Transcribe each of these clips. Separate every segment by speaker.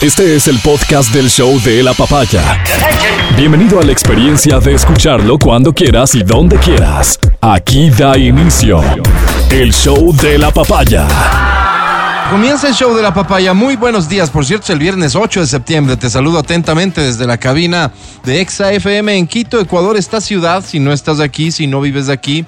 Speaker 1: Este es el podcast del show de la papaya. Bienvenido a la experiencia de escucharlo cuando quieras y donde quieras. Aquí da inicio el show de la papaya.
Speaker 2: Comienza el show de la papaya. Muy buenos días. Por cierto, el viernes 8 de septiembre te saludo atentamente desde la cabina de Exa FM en Quito, Ecuador. Esta ciudad, si no estás aquí, si no vives aquí,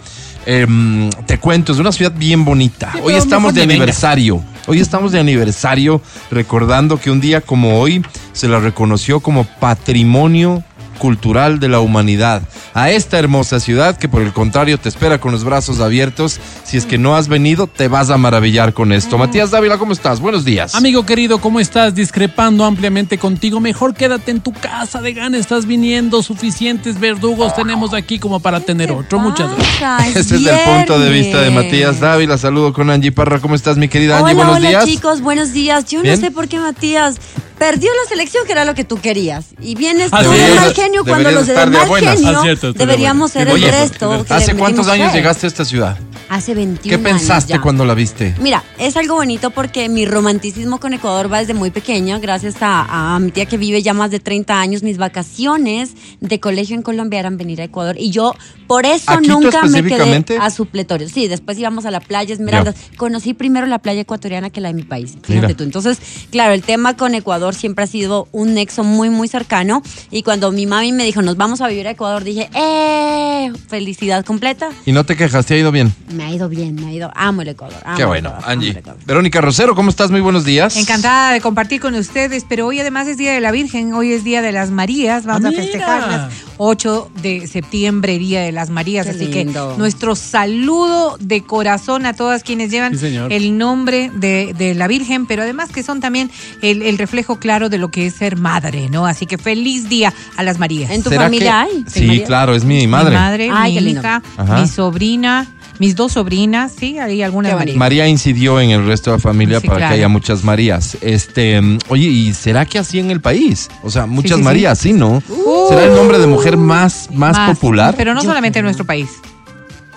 Speaker 2: em, te cuento, es una ciudad bien bonita. Hoy
Speaker 3: pero
Speaker 2: estamos
Speaker 3: mejor
Speaker 2: de
Speaker 3: ni vengas.
Speaker 2: aniversario. Hoy estamos de aniversario recordando que un día como hoy se la reconoció como patrimonio cultural de la humanidad. A esta hermosa ciudad que por el contrario te espera con los brazos abiertos. Si es que no has venido, te vas a maravillar con esto. Matías Dávila, ¿cómo estás? Buenos días.
Speaker 3: Amigo querido, ¿cómo estás? Discrepando ampliamente contigo. Mejor quédate en tu casa de gana. Estás viniendo. Suficientes verdugos tenemos aquí como para tener otro. Muchas gracias.
Speaker 2: Ese Este es el punto de vista de Matías Dávila. Saludo con Angie Parra. ¿Cómo estás, mi querida Angie?
Speaker 4: Hola,
Speaker 2: Buenos
Speaker 4: hola
Speaker 2: días.
Speaker 4: chicos, buenos días. Yo
Speaker 2: ¿Bien?
Speaker 4: no sé por qué Matías perdió la selección, que era lo que tú querías. Y vienes
Speaker 3: Ah,
Speaker 4: tú de
Speaker 3: deberías-
Speaker 4: mal genio cuando
Speaker 2: deberías
Speaker 4: los de
Speaker 2: estar de
Speaker 4: mal
Speaker 2: buenas.
Speaker 4: genio
Speaker 3: Ah, cierto, estoy de buenas.
Speaker 4: deberíamos ser
Speaker 3: Qué
Speaker 4: el
Speaker 3: bueno.
Speaker 4: resto. que
Speaker 2: ¿Hace
Speaker 4: le
Speaker 2: cuántos
Speaker 4: metimos
Speaker 2: años
Speaker 4: fuera.
Speaker 2: llegaste a esta ciudad?
Speaker 4: Hace 21
Speaker 2: ¿Qué
Speaker 4: años
Speaker 2: pensaste
Speaker 4: ya.
Speaker 2: cuando la viste?
Speaker 4: Mira, es algo bonito porque mi romanticismo con Ecuador va desde muy pequeña, gracias a, a mi tía que vive ya más de 30 años. Mis vacaciones de colegio en Colombia eran venir a Ecuador y yo por eso
Speaker 2: ¿A Quito
Speaker 4: nunca me quedé
Speaker 2: específicamente?
Speaker 4: a supletorio. Sí, después íbamos a la playa Esmeraldas. Conocí primero la playa ecuatoriana que la de mi país. Fíjate
Speaker 2: Mira.
Speaker 4: tú. Entonces, claro, el tema con Ecuador siempre ha sido un nexo muy, muy cercano. Y cuando mi mami me dijo, nos vamos a vivir a Ecuador, dije, ¡eh! Felicidad completa.
Speaker 2: Y no te quejas, te ha ido bien.
Speaker 4: Me ha ido bien, me ha ido. Amo el Ecuador. amo
Speaker 2: Qué
Speaker 4: el
Speaker 2: bueno,
Speaker 4: Ecuador, amo el
Speaker 2: Angie.
Speaker 4: Ecuador.
Speaker 2: Verónica Rosero, ¿cómo estás? Muy buenos días.
Speaker 5: Encantada de compartir con ustedes, pero hoy además es Día de la Virgen, hoy es Día de las Marías, vamos
Speaker 3: Ah,
Speaker 5: a
Speaker 3: mira.
Speaker 5: festejarlas. 8 de septiembre, Día de las Marías,
Speaker 4: Qué
Speaker 5: así
Speaker 4: lindo.
Speaker 5: que nuestro saludo de corazón a todas quienes llevan
Speaker 3: Sí, señor.
Speaker 5: el nombre de, de la Virgen, pero además que son también el, el reflejo claro de lo que es ser madre, ¿no? Así que feliz día a las Marías.
Speaker 4: En tu
Speaker 2: ¿Será
Speaker 4: familia
Speaker 2: que-
Speaker 4: hay.
Speaker 2: Sí, claro, es mi madre.
Speaker 5: Mi madre,
Speaker 4: Ay, qué
Speaker 5: mi
Speaker 4: lindo.
Speaker 5: hija,
Speaker 2: Ajá.
Speaker 5: mi sobrina, mis dos sobrinas, sí, hay algunas
Speaker 4: Qué
Speaker 5: Marías.
Speaker 2: María incidió en el resto de la familia
Speaker 5: Sí,
Speaker 2: para
Speaker 5: claro.
Speaker 2: que haya muchas Marías. Este, mm, oye, ¿y será que así en el país? O sea, muchas
Speaker 5: sí, sí.
Speaker 2: Marías, sí, ¿no? ¿Será el nombre de mujer más, más, popular? Pero,
Speaker 5: Pero no solamente en nuestro país.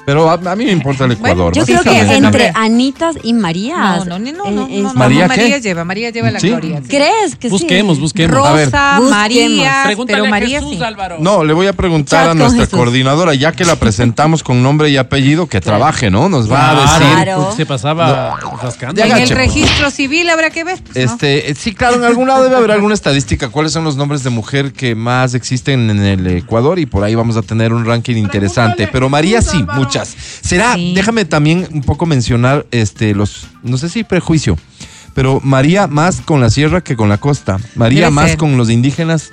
Speaker 2: a, a mí me importa el
Speaker 5: Bueno,
Speaker 2: Ecuador.
Speaker 4: Yo creo que
Speaker 2: básicamente.
Speaker 5: es el nombre.
Speaker 4: entre Anitas y Marías.
Speaker 5: No, no, no, no,
Speaker 4: eh,
Speaker 5: no,
Speaker 4: es-
Speaker 5: no, no,
Speaker 2: ¿María
Speaker 5: María,
Speaker 2: qué?
Speaker 5: lleva, María lleva la
Speaker 2: ¿Sí?
Speaker 5: gloria. sí.
Speaker 4: ¿Crees que
Speaker 3: Busquemos,
Speaker 4: sí?
Speaker 3: busquemos.
Speaker 2: A ver.
Speaker 5: Rosa,
Speaker 4: Busquemos.
Speaker 5: María,
Speaker 3: Pregúntale
Speaker 5: pero
Speaker 3: a
Speaker 5: María
Speaker 3: Jesús,
Speaker 5: sí.
Speaker 3: Álvaro.
Speaker 2: No, le voy a preguntar
Speaker 4: Chat
Speaker 2: a
Speaker 4: con
Speaker 2: nuestra
Speaker 4: Jesús.
Speaker 2: coordinadora, ya que la presentamos con nombre y apellido, que trabaje, ¿no? Nos va
Speaker 3: Claro,
Speaker 2: a decir.
Speaker 4: Claro.
Speaker 3: porque Se pasaba rascando.
Speaker 2: Ya
Speaker 5: En el
Speaker 2: agache, pues.
Speaker 5: registro civil habrá que ver. pues, ¿no?
Speaker 2: Este, eh, sí, claro, en algún lado debe haber alguna estadística. ¿Cuáles son los nombres de mujer que más existen en el Ecuador? Y por ahí vamos a tener un ranking interesante. Pero María sí, muchas. Será,
Speaker 5: Sí.
Speaker 2: déjame también un poco mencionar este los, no sé si prejuicio, pero María más con la sierra que con la costa. María
Speaker 5: Debe
Speaker 2: más
Speaker 5: ser.
Speaker 2: con los indígenas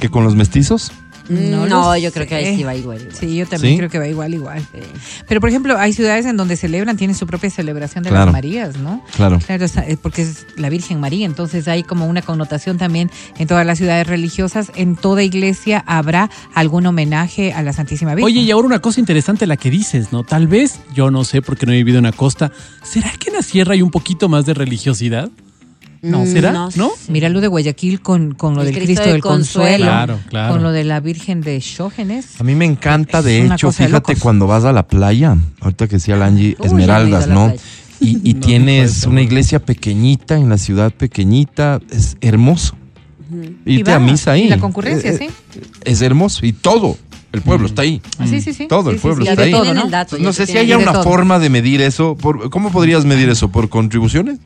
Speaker 2: que con los mestizos.
Speaker 4: No,
Speaker 5: No
Speaker 4: Mm, no
Speaker 5: lo
Speaker 4: yo creo que ahí
Speaker 5: sé.
Speaker 4: sí va igual. igual.
Speaker 5: Sí, yo también
Speaker 2: ¿Sí?
Speaker 5: creo que va igual, igual. Pero, por ejemplo, hay ciudades en donde celebran, tienen su propia celebración de
Speaker 2: Claro.
Speaker 5: las Marías, ¿no?
Speaker 2: Claro.
Speaker 5: Claro, está- eh, porque es la Virgen María, entonces hay como una connotación también en todas las ciudades religiosas, en toda iglesia habrá algún homenaje a la Santísima Virgen.
Speaker 3: Oye, y ahora una cosa interesante la que dices, ¿no? Tal vez, yo no sé porque no he vivido en la costa, ¿será que en la sierra hay un poquito más de religiosidad?
Speaker 4: Mm,
Speaker 3: ¿Será? ¿No?
Speaker 4: sé.
Speaker 5: Mira lo de Guayaquil con, con lo
Speaker 4: El
Speaker 5: del
Speaker 4: Cristo
Speaker 5: Cristo,
Speaker 4: del
Speaker 5: del Consuelo,
Speaker 3: Consuelo. Claro, claro.
Speaker 5: con lo de la Virgen de Xógenes.
Speaker 2: A mí me encanta,
Speaker 5: Es
Speaker 2: de
Speaker 5: una
Speaker 2: hecho,
Speaker 5: cosa de
Speaker 2: fíjate
Speaker 5: locos.
Speaker 2: cuando vas a la playa, ahorita que decía la Angie,
Speaker 4: Uy,
Speaker 2: Esmeraldas,
Speaker 4: ya no
Speaker 2: ¿no?
Speaker 4: he ido a la playa.
Speaker 2: Y, y
Speaker 3: No,
Speaker 2: tienes
Speaker 3: no, no.
Speaker 2: una iglesia pequeñita en la ciudad pequeñita, es hermoso.
Speaker 5: Y
Speaker 2: Irte a
Speaker 5: vamos,
Speaker 2: misa ahí.
Speaker 5: y la concurrencia,
Speaker 2: eh,
Speaker 5: sí.
Speaker 2: Es hermoso y todo, el pueblo está ahí.
Speaker 5: Sí, sí, sí.
Speaker 2: Todo el
Speaker 5: Sí, sí,
Speaker 2: pueblo
Speaker 5: sí,
Speaker 2: está
Speaker 5: de
Speaker 2: ahí.
Speaker 5: todo,
Speaker 4: Tienen
Speaker 5: ¿no?
Speaker 4: el dato,
Speaker 2: No
Speaker 4: yo
Speaker 2: sé
Speaker 4: creo
Speaker 2: si
Speaker 4: que
Speaker 2: haya
Speaker 5: de
Speaker 2: una
Speaker 5: todo.
Speaker 2: forma de medir eso. por- ¿Cómo podrías medir eso? ¿Por contribuciones?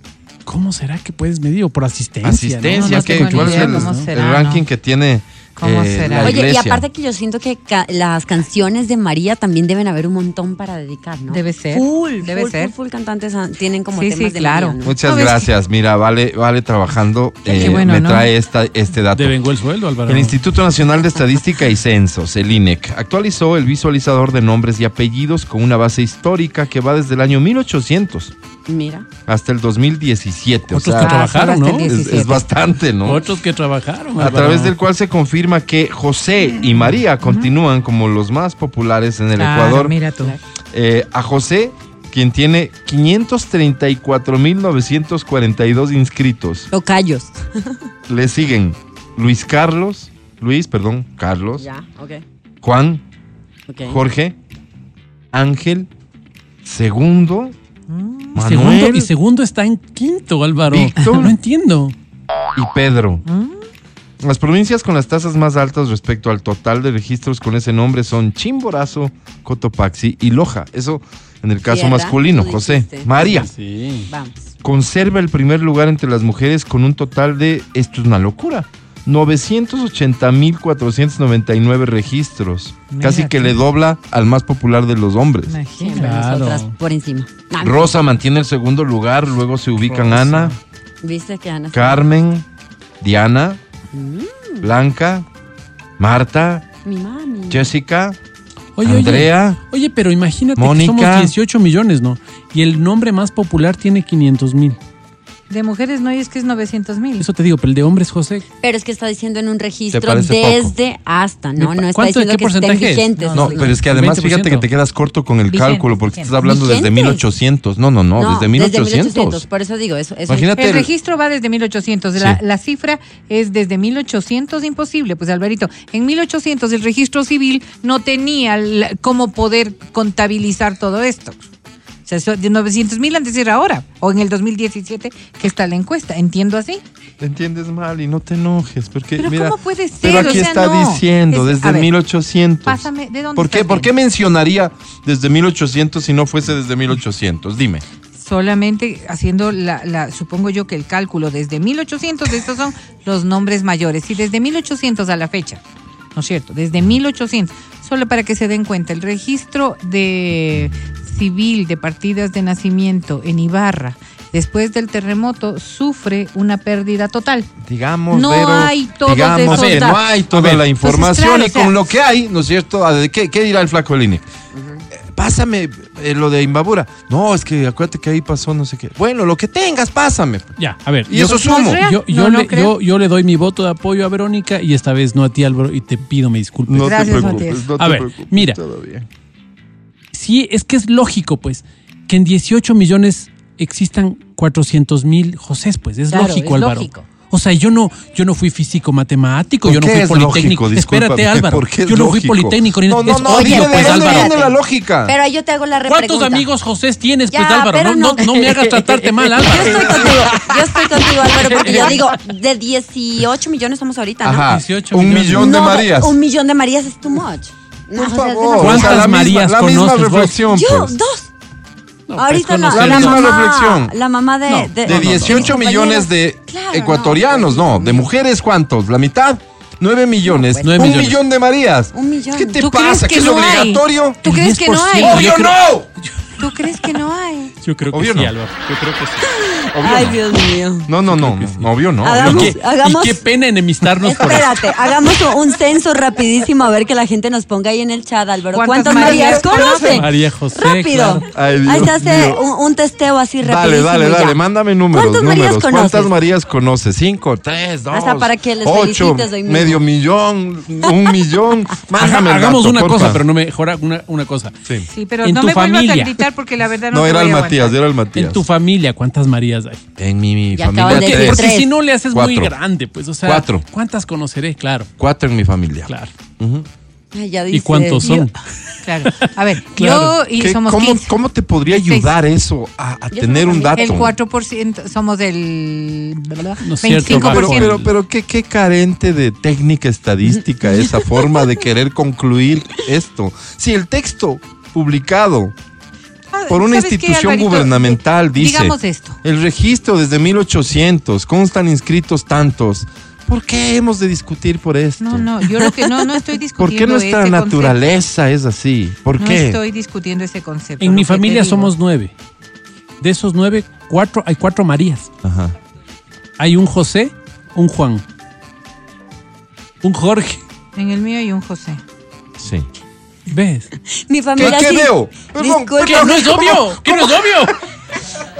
Speaker 3: ¿Cómo será que puedes medir? ¿O por asistencia?
Speaker 2: ¿Asistencia?
Speaker 5: No, no
Speaker 2: ¿qué-
Speaker 5: tengo ni
Speaker 2: ¿Cuál es
Speaker 5: idea
Speaker 2: el,
Speaker 5: cómo
Speaker 2: el
Speaker 5: será,
Speaker 2: ranking
Speaker 5: ¿no?
Speaker 2: que tiene
Speaker 5: ¿Cómo
Speaker 2: eh,
Speaker 5: será?
Speaker 2: la
Speaker 5: Oye,
Speaker 4: Oye, y
Speaker 2: iglesia?
Speaker 4: aparte que yo siento que ca- las canciones de María también deben haber un montón para dedicar, ¿no?
Speaker 5: Debe ser,
Speaker 4: Full,
Speaker 5: debe
Speaker 4: full,
Speaker 5: ser.
Speaker 4: Full, full cantantes ah, tienen como
Speaker 5: Sí, sí,
Speaker 4: temas de
Speaker 5: claro.
Speaker 4: María, ¿no?
Speaker 2: Muchas
Speaker 5: No, ves que-
Speaker 2: gracias. Mira, vale, vale trabajando.
Speaker 5: Qué
Speaker 2: eh,
Speaker 5: bueno,
Speaker 2: me
Speaker 5: ¿no?
Speaker 2: trae esta, este dato.
Speaker 3: Devengó el sueldo, Álvaro.
Speaker 2: El Instituto Nacional de Estadística y Censos, el INEC, actualizó el visualizador de nombres y apellidos con una base histórica que va desde el año 1800
Speaker 4: Mira.
Speaker 2: hasta el 2017. O
Speaker 3: Otros
Speaker 2: sea,
Speaker 3: que
Speaker 5: Ah,
Speaker 3: trabajaron,
Speaker 5: hasta el
Speaker 3: ¿no?
Speaker 2: es,
Speaker 5: 17.
Speaker 2: es bastante, ¿no?
Speaker 3: Otros que trabajaron.
Speaker 2: A
Speaker 3: Álvaro.
Speaker 2: través del cual se confirma que José y María continúan como los más populares en el
Speaker 5: Claro,
Speaker 2: Ecuador.
Speaker 5: mira tú.
Speaker 2: Eh, a José, quien tiene 534.942 inscritos,
Speaker 4: Locayos.
Speaker 2: le siguen Luis Carlos, Luis, perdón, Carlos,
Speaker 4: Ya, ok.
Speaker 2: Juan,
Speaker 4: ok.
Speaker 2: Jorge, Ángel, segundo,
Speaker 5: Mm.
Speaker 3: Segundo,
Speaker 2: Manuel,
Speaker 4: Mm.
Speaker 3: y segundo está en quinto, Álvaro.
Speaker 2: Víctor.
Speaker 3: No entiendo.
Speaker 2: y Pedro.
Speaker 4: Mm.
Speaker 2: Las provincias con las tasas más altas respecto al total de registros con ese nombre son Chimborazo, Cotopaxi y Loja. Eso en el caso
Speaker 4: Tierra,
Speaker 2: masculino,
Speaker 4: tú
Speaker 2: José.
Speaker 4: dijiste.
Speaker 2: María
Speaker 3: Sí.
Speaker 4: Vamos.
Speaker 2: conserva el primer lugar entre las mujeres con un total de, esto es una locura, 980.499 registros.
Speaker 5: Mira
Speaker 2: Casi que
Speaker 5: tú.
Speaker 2: le dobla al más popular de los hombres.
Speaker 5: Imagínate.
Speaker 4: Siempre
Speaker 3: Claro.
Speaker 4: nosotras por encima. Ah,
Speaker 2: Rosa mantiene el segundo lugar, luego se ubican
Speaker 3: Rosa.
Speaker 2: Ana,
Speaker 4: ¿Viste que Ana?
Speaker 2: Carmen, Diana, Mm. Blanca, Marta,
Speaker 4: Mi
Speaker 2: Mm.
Speaker 4: mami.
Speaker 2: Jessica,
Speaker 3: Oye, oye.
Speaker 2: Andrea.
Speaker 3: Oye, pero imagínate
Speaker 2: Mónica.
Speaker 3: que somos 18 millones, ¿no? Y el nombre más popular tiene 500 mil.
Speaker 5: De mujeres no, y es que es 900 mil.
Speaker 3: Eso te digo, pero el de hombres, José.
Speaker 4: Pero es que está diciendo en un registro
Speaker 2: parece poco?
Speaker 4: desde hasta, ¿no?
Speaker 3: Me-
Speaker 4: No está
Speaker 3: ¿cuánto-
Speaker 4: diciendo
Speaker 3: qué
Speaker 4: que estén
Speaker 3: porcentaje es?
Speaker 4: vigentes.
Speaker 2: No, pero es que además
Speaker 3: 20%.
Speaker 2: fíjate que te quedas corto con el
Speaker 5: Vigentes,
Speaker 2: cálculo porque
Speaker 5: vigentes.
Speaker 2: estás hablando desde
Speaker 4: Vigentes.
Speaker 2: 1800. No, no, no,
Speaker 4: No,
Speaker 2: desde 1800.
Speaker 4: Por eso digo, eso, eso
Speaker 2: Imagínate.
Speaker 5: El registro va desde 1800. La,
Speaker 2: Sí.
Speaker 5: la cifra es desde 1800, imposible. Pues, Alvarito, en 1800 el registro civil no tenía la- cómo poder contabilizar todo esto. O sea, so- de 900 mil antes era ahora, o en el 2017, que está la encuesta. Entiendo así.
Speaker 2: Te entiendes mal y no te enojes, porque
Speaker 5: Pero
Speaker 2: mira,
Speaker 5: ¿cómo puede ser?
Speaker 2: Pero aquí
Speaker 5: O sea,
Speaker 2: está
Speaker 5: no.
Speaker 2: diciendo
Speaker 5: Es- a
Speaker 2: desde
Speaker 5: ver,
Speaker 2: 1800.
Speaker 5: pásame, ¿de dónde
Speaker 2: ¿Por qué,
Speaker 5: estás
Speaker 2: ¿Por qué mencionaría desde 1800 si no fuese desde 1800? Dime.
Speaker 5: Solamente haciendo, la, la- supongo yo que el cálculo desde 1800, estos son los nombres mayores, y desde 1800 a la fecha, ¿no es cierto? Desde 1800, solo para que se den cuenta, el registro de civil de partidas de nacimiento en Ibarra, después del terremoto, sufre una pérdida total.
Speaker 2: Digamos,
Speaker 5: No
Speaker 2: Vero,
Speaker 5: hay todos
Speaker 2: digamos,
Speaker 5: esos
Speaker 2: a ver, pues,
Speaker 5: datos.
Speaker 2: no hay toda
Speaker 3: A ver,
Speaker 2: la
Speaker 3: entonces,
Speaker 2: información
Speaker 5: claro,
Speaker 2: y
Speaker 5: o sea-
Speaker 2: con lo que hay, ¿no es cierto? A ver, ¿Qué, qué dirá el flaco del INE? Eh, Pásame eh, lo de Imbabura. No, es que acuérdate que ahí pasó no sé qué. Bueno, lo que tengas, pásame.
Speaker 3: Ya, a ver.
Speaker 2: Y
Speaker 3: yo-
Speaker 2: eso
Speaker 5: ¿No
Speaker 2: sumo.
Speaker 5: es real?
Speaker 3: Yo,
Speaker 5: No,
Speaker 3: yo,
Speaker 5: no
Speaker 3: le,
Speaker 5: creo.
Speaker 3: yo- yo le doy mi voto de apoyo a Verónica y esta vez no a ti, Álvaro, y te pido me disculpes.
Speaker 2: No
Speaker 5: Gracias,
Speaker 2: te preocupes,
Speaker 5: Matías.
Speaker 2: no te
Speaker 3: A ver,
Speaker 2: preocupes
Speaker 3: mira.
Speaker 2: todavía.
Speaker 3: Sí, es que es lógico, pues, que en 18 millones existan 400 mil Josés, pues, es
Speaker 5: Claro,
Speaker 3: lógico,
Speaker 5: es
Speaker 3: Álvaro.
Speaker 5: lógico.
Speaker 3: O sea, yo no, yo no fui físico matemático,
Speaker 2: ¿Por
Speaker 3: yo no
Speaker 2: qué
Speaker 3: fui
Speaker 2: es
Speaker 3: politécnico.
Speaker 2: lógico?
Speaker 3: Espérate,
Speaker 2: Discúlpame,
Speaker 3: Álvaro.
Speaker 2: ¿por qué es
Speaker 3: yo no fui
Speaker 2: lógico?
Speaker 3: politécnico, ni
Speaker 2: No, no,
Speaker 3: es
Speaker 2: no,
Speaker 3: obvio,
Speaker 2: dime,
Speaker 3: pues,
Speaker 2: ¿de dónde
Speaker 3: Álvaro.
Speaker 2: viene la lógica?
Speaker 4: Pero ahí yo te hago la repregunta.
Speaker 3: ¿Cuántos amigos Josés tienes,
Speaker 4: Ya,
Speaker 3: pues, Álvaro?
Speaker 4: pero
Speaker 3: No,
Speaker 4: no.
Speaker 3: no- no me hagas tratarte mal, Álvaro.
Speaker 4: Yo estoy contigo, yo estoy contigo, Álvaro, porque yo digo, de 18 millones estamos ahorita, ¿no?
Speaker 2: Ajá,
Speaker 3: 18
Speaker 2: un
Speaker 3: millones.
Speaker 2: millón de
Speaker 4: No,
Speaker 2: Marías.
Speaker 4: Un millón de Marías es too much. No,
Speaker 2: Por
Speaker 4: o sea, es
Speaker 2: favor,
Speaker 4: demasiado.
Speaker 2: o sea,
Speaker 3: ¿Cuántas
Speaker 2: la misma-
Speaker 3: Marías
Speaker 2: la misma
Speaker 3: conoces vos?
Speaker 2: reflexión,
Speaker 4: Yo,
Speaker 2: pues.
Speaker 4: dos.
Speaker 3: No, pues,
Speaker 4: Ahorita la,
Speaker 3: conocer
Speaker 2: la
Speaker 3: yo.
Speaker 2: misma
Speaker 4: mamá,
Speaker 2: reflexión.
Speaker 4: La mamá de.
Speaker 3: No,
Speaker 4: de,
Speaker 2: De
Speaker 4: no, no,
Speaker 2: 18
Speaker 4: mis
Speaker 2: millones de
Speaker 4: compañeros. Claro, no,
Speaker 2: ecuatorianos,
Speaker 4: Dios
Speaker 2: no,
Speaker 4: mío.
Speaker 2: De mujeres, ¿cuántos? ¿La mitad? 9 millones.
Speaker 3: pues. Nueve
Speaker 2: un
Speaker 3: millones.
Speaker 2: millón de Marías.
Speaker 4: Un millón.
Speaker 2: ¿Qué te
Speaker 5: ¿Tú crees
Speaker 2: pasa?
Speaker 5: que
Speaker 2: ¿Que es
Speaker 5: no hay?
Speaker 2: obligatorio?
Speaker 5: ¿Tú
Speaker 3: El
Speaker 5: crees que no hay?
Speaker 3: 10%.
Speaker 2: ¡Obvio
Speaker 3: Yo creo-
Speaker 2: no!
Speaker 5: ¿Tú crees que no hay?
Speaker 3: Yo creo que
Speaker 2: Obvio
Speaker 3: sí,
Speaker 2: no.
Speaker 3: Álvaro. Yo creo que sí.
Speaker 4: Ay, Dios mío.
Speaker 2: No, no, no, no, obvio no.
Speaker 4: Adam- Hagamos-
Speaker 3: Y qué-
Speaker 4: hagamos-
Speaker 3: Y qué pena enemistarnos por eso.
Speaker 4: Espérate, hagamos un- un censo rapidísimo a ver que la gente nos ponga ahí en el chat, Álvaro.
Speaker 5: ¿Cuántas
Speaker 4: ¿Cuántas Marías
Speaker 5: Marías
Speaker 4: conocen?
Speaker 3: María José,
Speaker 4: Rápido.
Speaker 3: claro.
Speaker 2: Ay, Dios
Speaker 4: ahí se hace
Speaker 2: mío.
Speaker 4: un, un testeo así
Speaker 2: Dale,
Speaker 4: rapidísimo.
Speaker 2: dale,
Speaker 4: y ya.
Speaker 2: dale, mándame números,
Speaker 4: ¿Cuántas
Speaker 2: números.
Speaker 4: Marías conoces?
Speaker 2: ¿Cuántas Marías conoces? Cinco, tres, dos,
Speaker 4: Hasta para que les
Speaker 2: ocho,
Speaker 4: felicites hoy mismo.
Speaker 2: medio millón, un millón. Mándame el
Speaker 3: Hagamos
Speaker 2: dato,
Speaker 3: una
Speaker 2: porfa.
Speaker 3: cosa, pero no me Jora, una, una cosa.
Speaker 2: Sí.
Speaker 5: Sí, pero
Speaker 3: En
Speaker 5: no
Speaker 3: tu
Speaker 5: me vuelvas
Speaker 3: familia.
Speaker 5: a gritar porque la verdad no
Speaker 2: No,
Speaker 5: te
Speaker 2: era
Speaker 5: voy
Speaker 2: el
Speaker 5: a
Speaker 2: Matías,
Speaker 5: aguantar.
Speaker 2: era el Matías.
Speaker 3: En tu familia, ¿cuántas Marías hay?
Speaker 2: En mi, mi
Speaker 4: Ya
Speaker 2: familia
Speaker 4: acaban de
Speaker 3: Porque,
Speaker 4: decir
Speaker 2: tres.
Speaker 3: porque
Speaker 4: Tres.
Speaker 3: si no le haces muy
Speaker 2: Cuatro.
Speaker 3: grande, pues, o sea,
Speaker 2: Cuatro.
Speaker 3: ¿cuántas conoceré? Claro,
Speaker 2: Cuatro en mi familia.
Speaker 3: claro.
Speaker 4: Ay, ya
Speaker 3: ¿Y
Speaker 4: dice,
Speaker 3: cuántos
Speaker 4: Dios.
Speaker 3: son?
Speaker 5: Claro. A ver,
Speaker 3: Claro.
Speaker 5: yo y
Speaker 2: ¿Qué-
Speaker 5: somos
Speaker 2: cómo,
Speaker 5: 15.
Speaker 2: cómo te podría
Speaker 5: Seis.
Speaker 2: ayudar eso a, a
Speaker 4: Yo
Speaker 2: tener
Speaker 4: somos
Speaker 2: un dato?
Speaker 4: también
Speaker 5: El 4% somos el
Speaker 3: No es cierto,
Speaker 5: 25%.
Speaker 3: bajo
Speaker 2: Pero, pero, pero ¿qué, qué carente de técnica estadística esa forma de querer concluir esto. Si el texto publicado
Speaker 5: Ah,
Speaker 2: por una
Speaker 5: ¿sabes qué,
Speaker 2: institución
Speaker 5: Alvarito? Eh,
Speaker 2: gubernamental dice,
Speaker 5: Digamos esto.
Speaker 2: el registro desde 1800, constan inscritos tantos, ¿por qué hemos de discutir por esto?
Speaker 5: No, no, yo lo que no, no estoy
Speaker 2: ¿Por
Speaker 5: discutiendo
Speaker 2: qué nuestra
Speaker 5: ese
Speaker 2: naturaleza es así? ¿Por
Speaker 5: concepto.
Speaker 2: qué?
Speaker 5: No estoy discutiendo ese concepto.
Speaker 3: En
Speaker 5: lo
Speaker 3: mi
Speaker 5: que te
Speaker 3: familia
Speaker 5: digo.
Speaker 3: somos nueve. De esos nueve, cuatro, hay cuatro Marías.
Speaker 2: Ajá.
Speaker 3: Hay un José, un Juan, un Jorge.
Speaker 5: En el mío hay un José.
Speaker 2: Sí.
Speaker 3: ¿Ves?
Speaker 4: Mi
Speaker 2: ¿Qué,
Speaker 4: familia
Speaker 2: qué
Speaker 4: sí.
Speaker 2: veo? Perdón,
Speaker 4: Disculpa.
Speaker 3: ¡Que no es obvio! ¡Que no es obvio!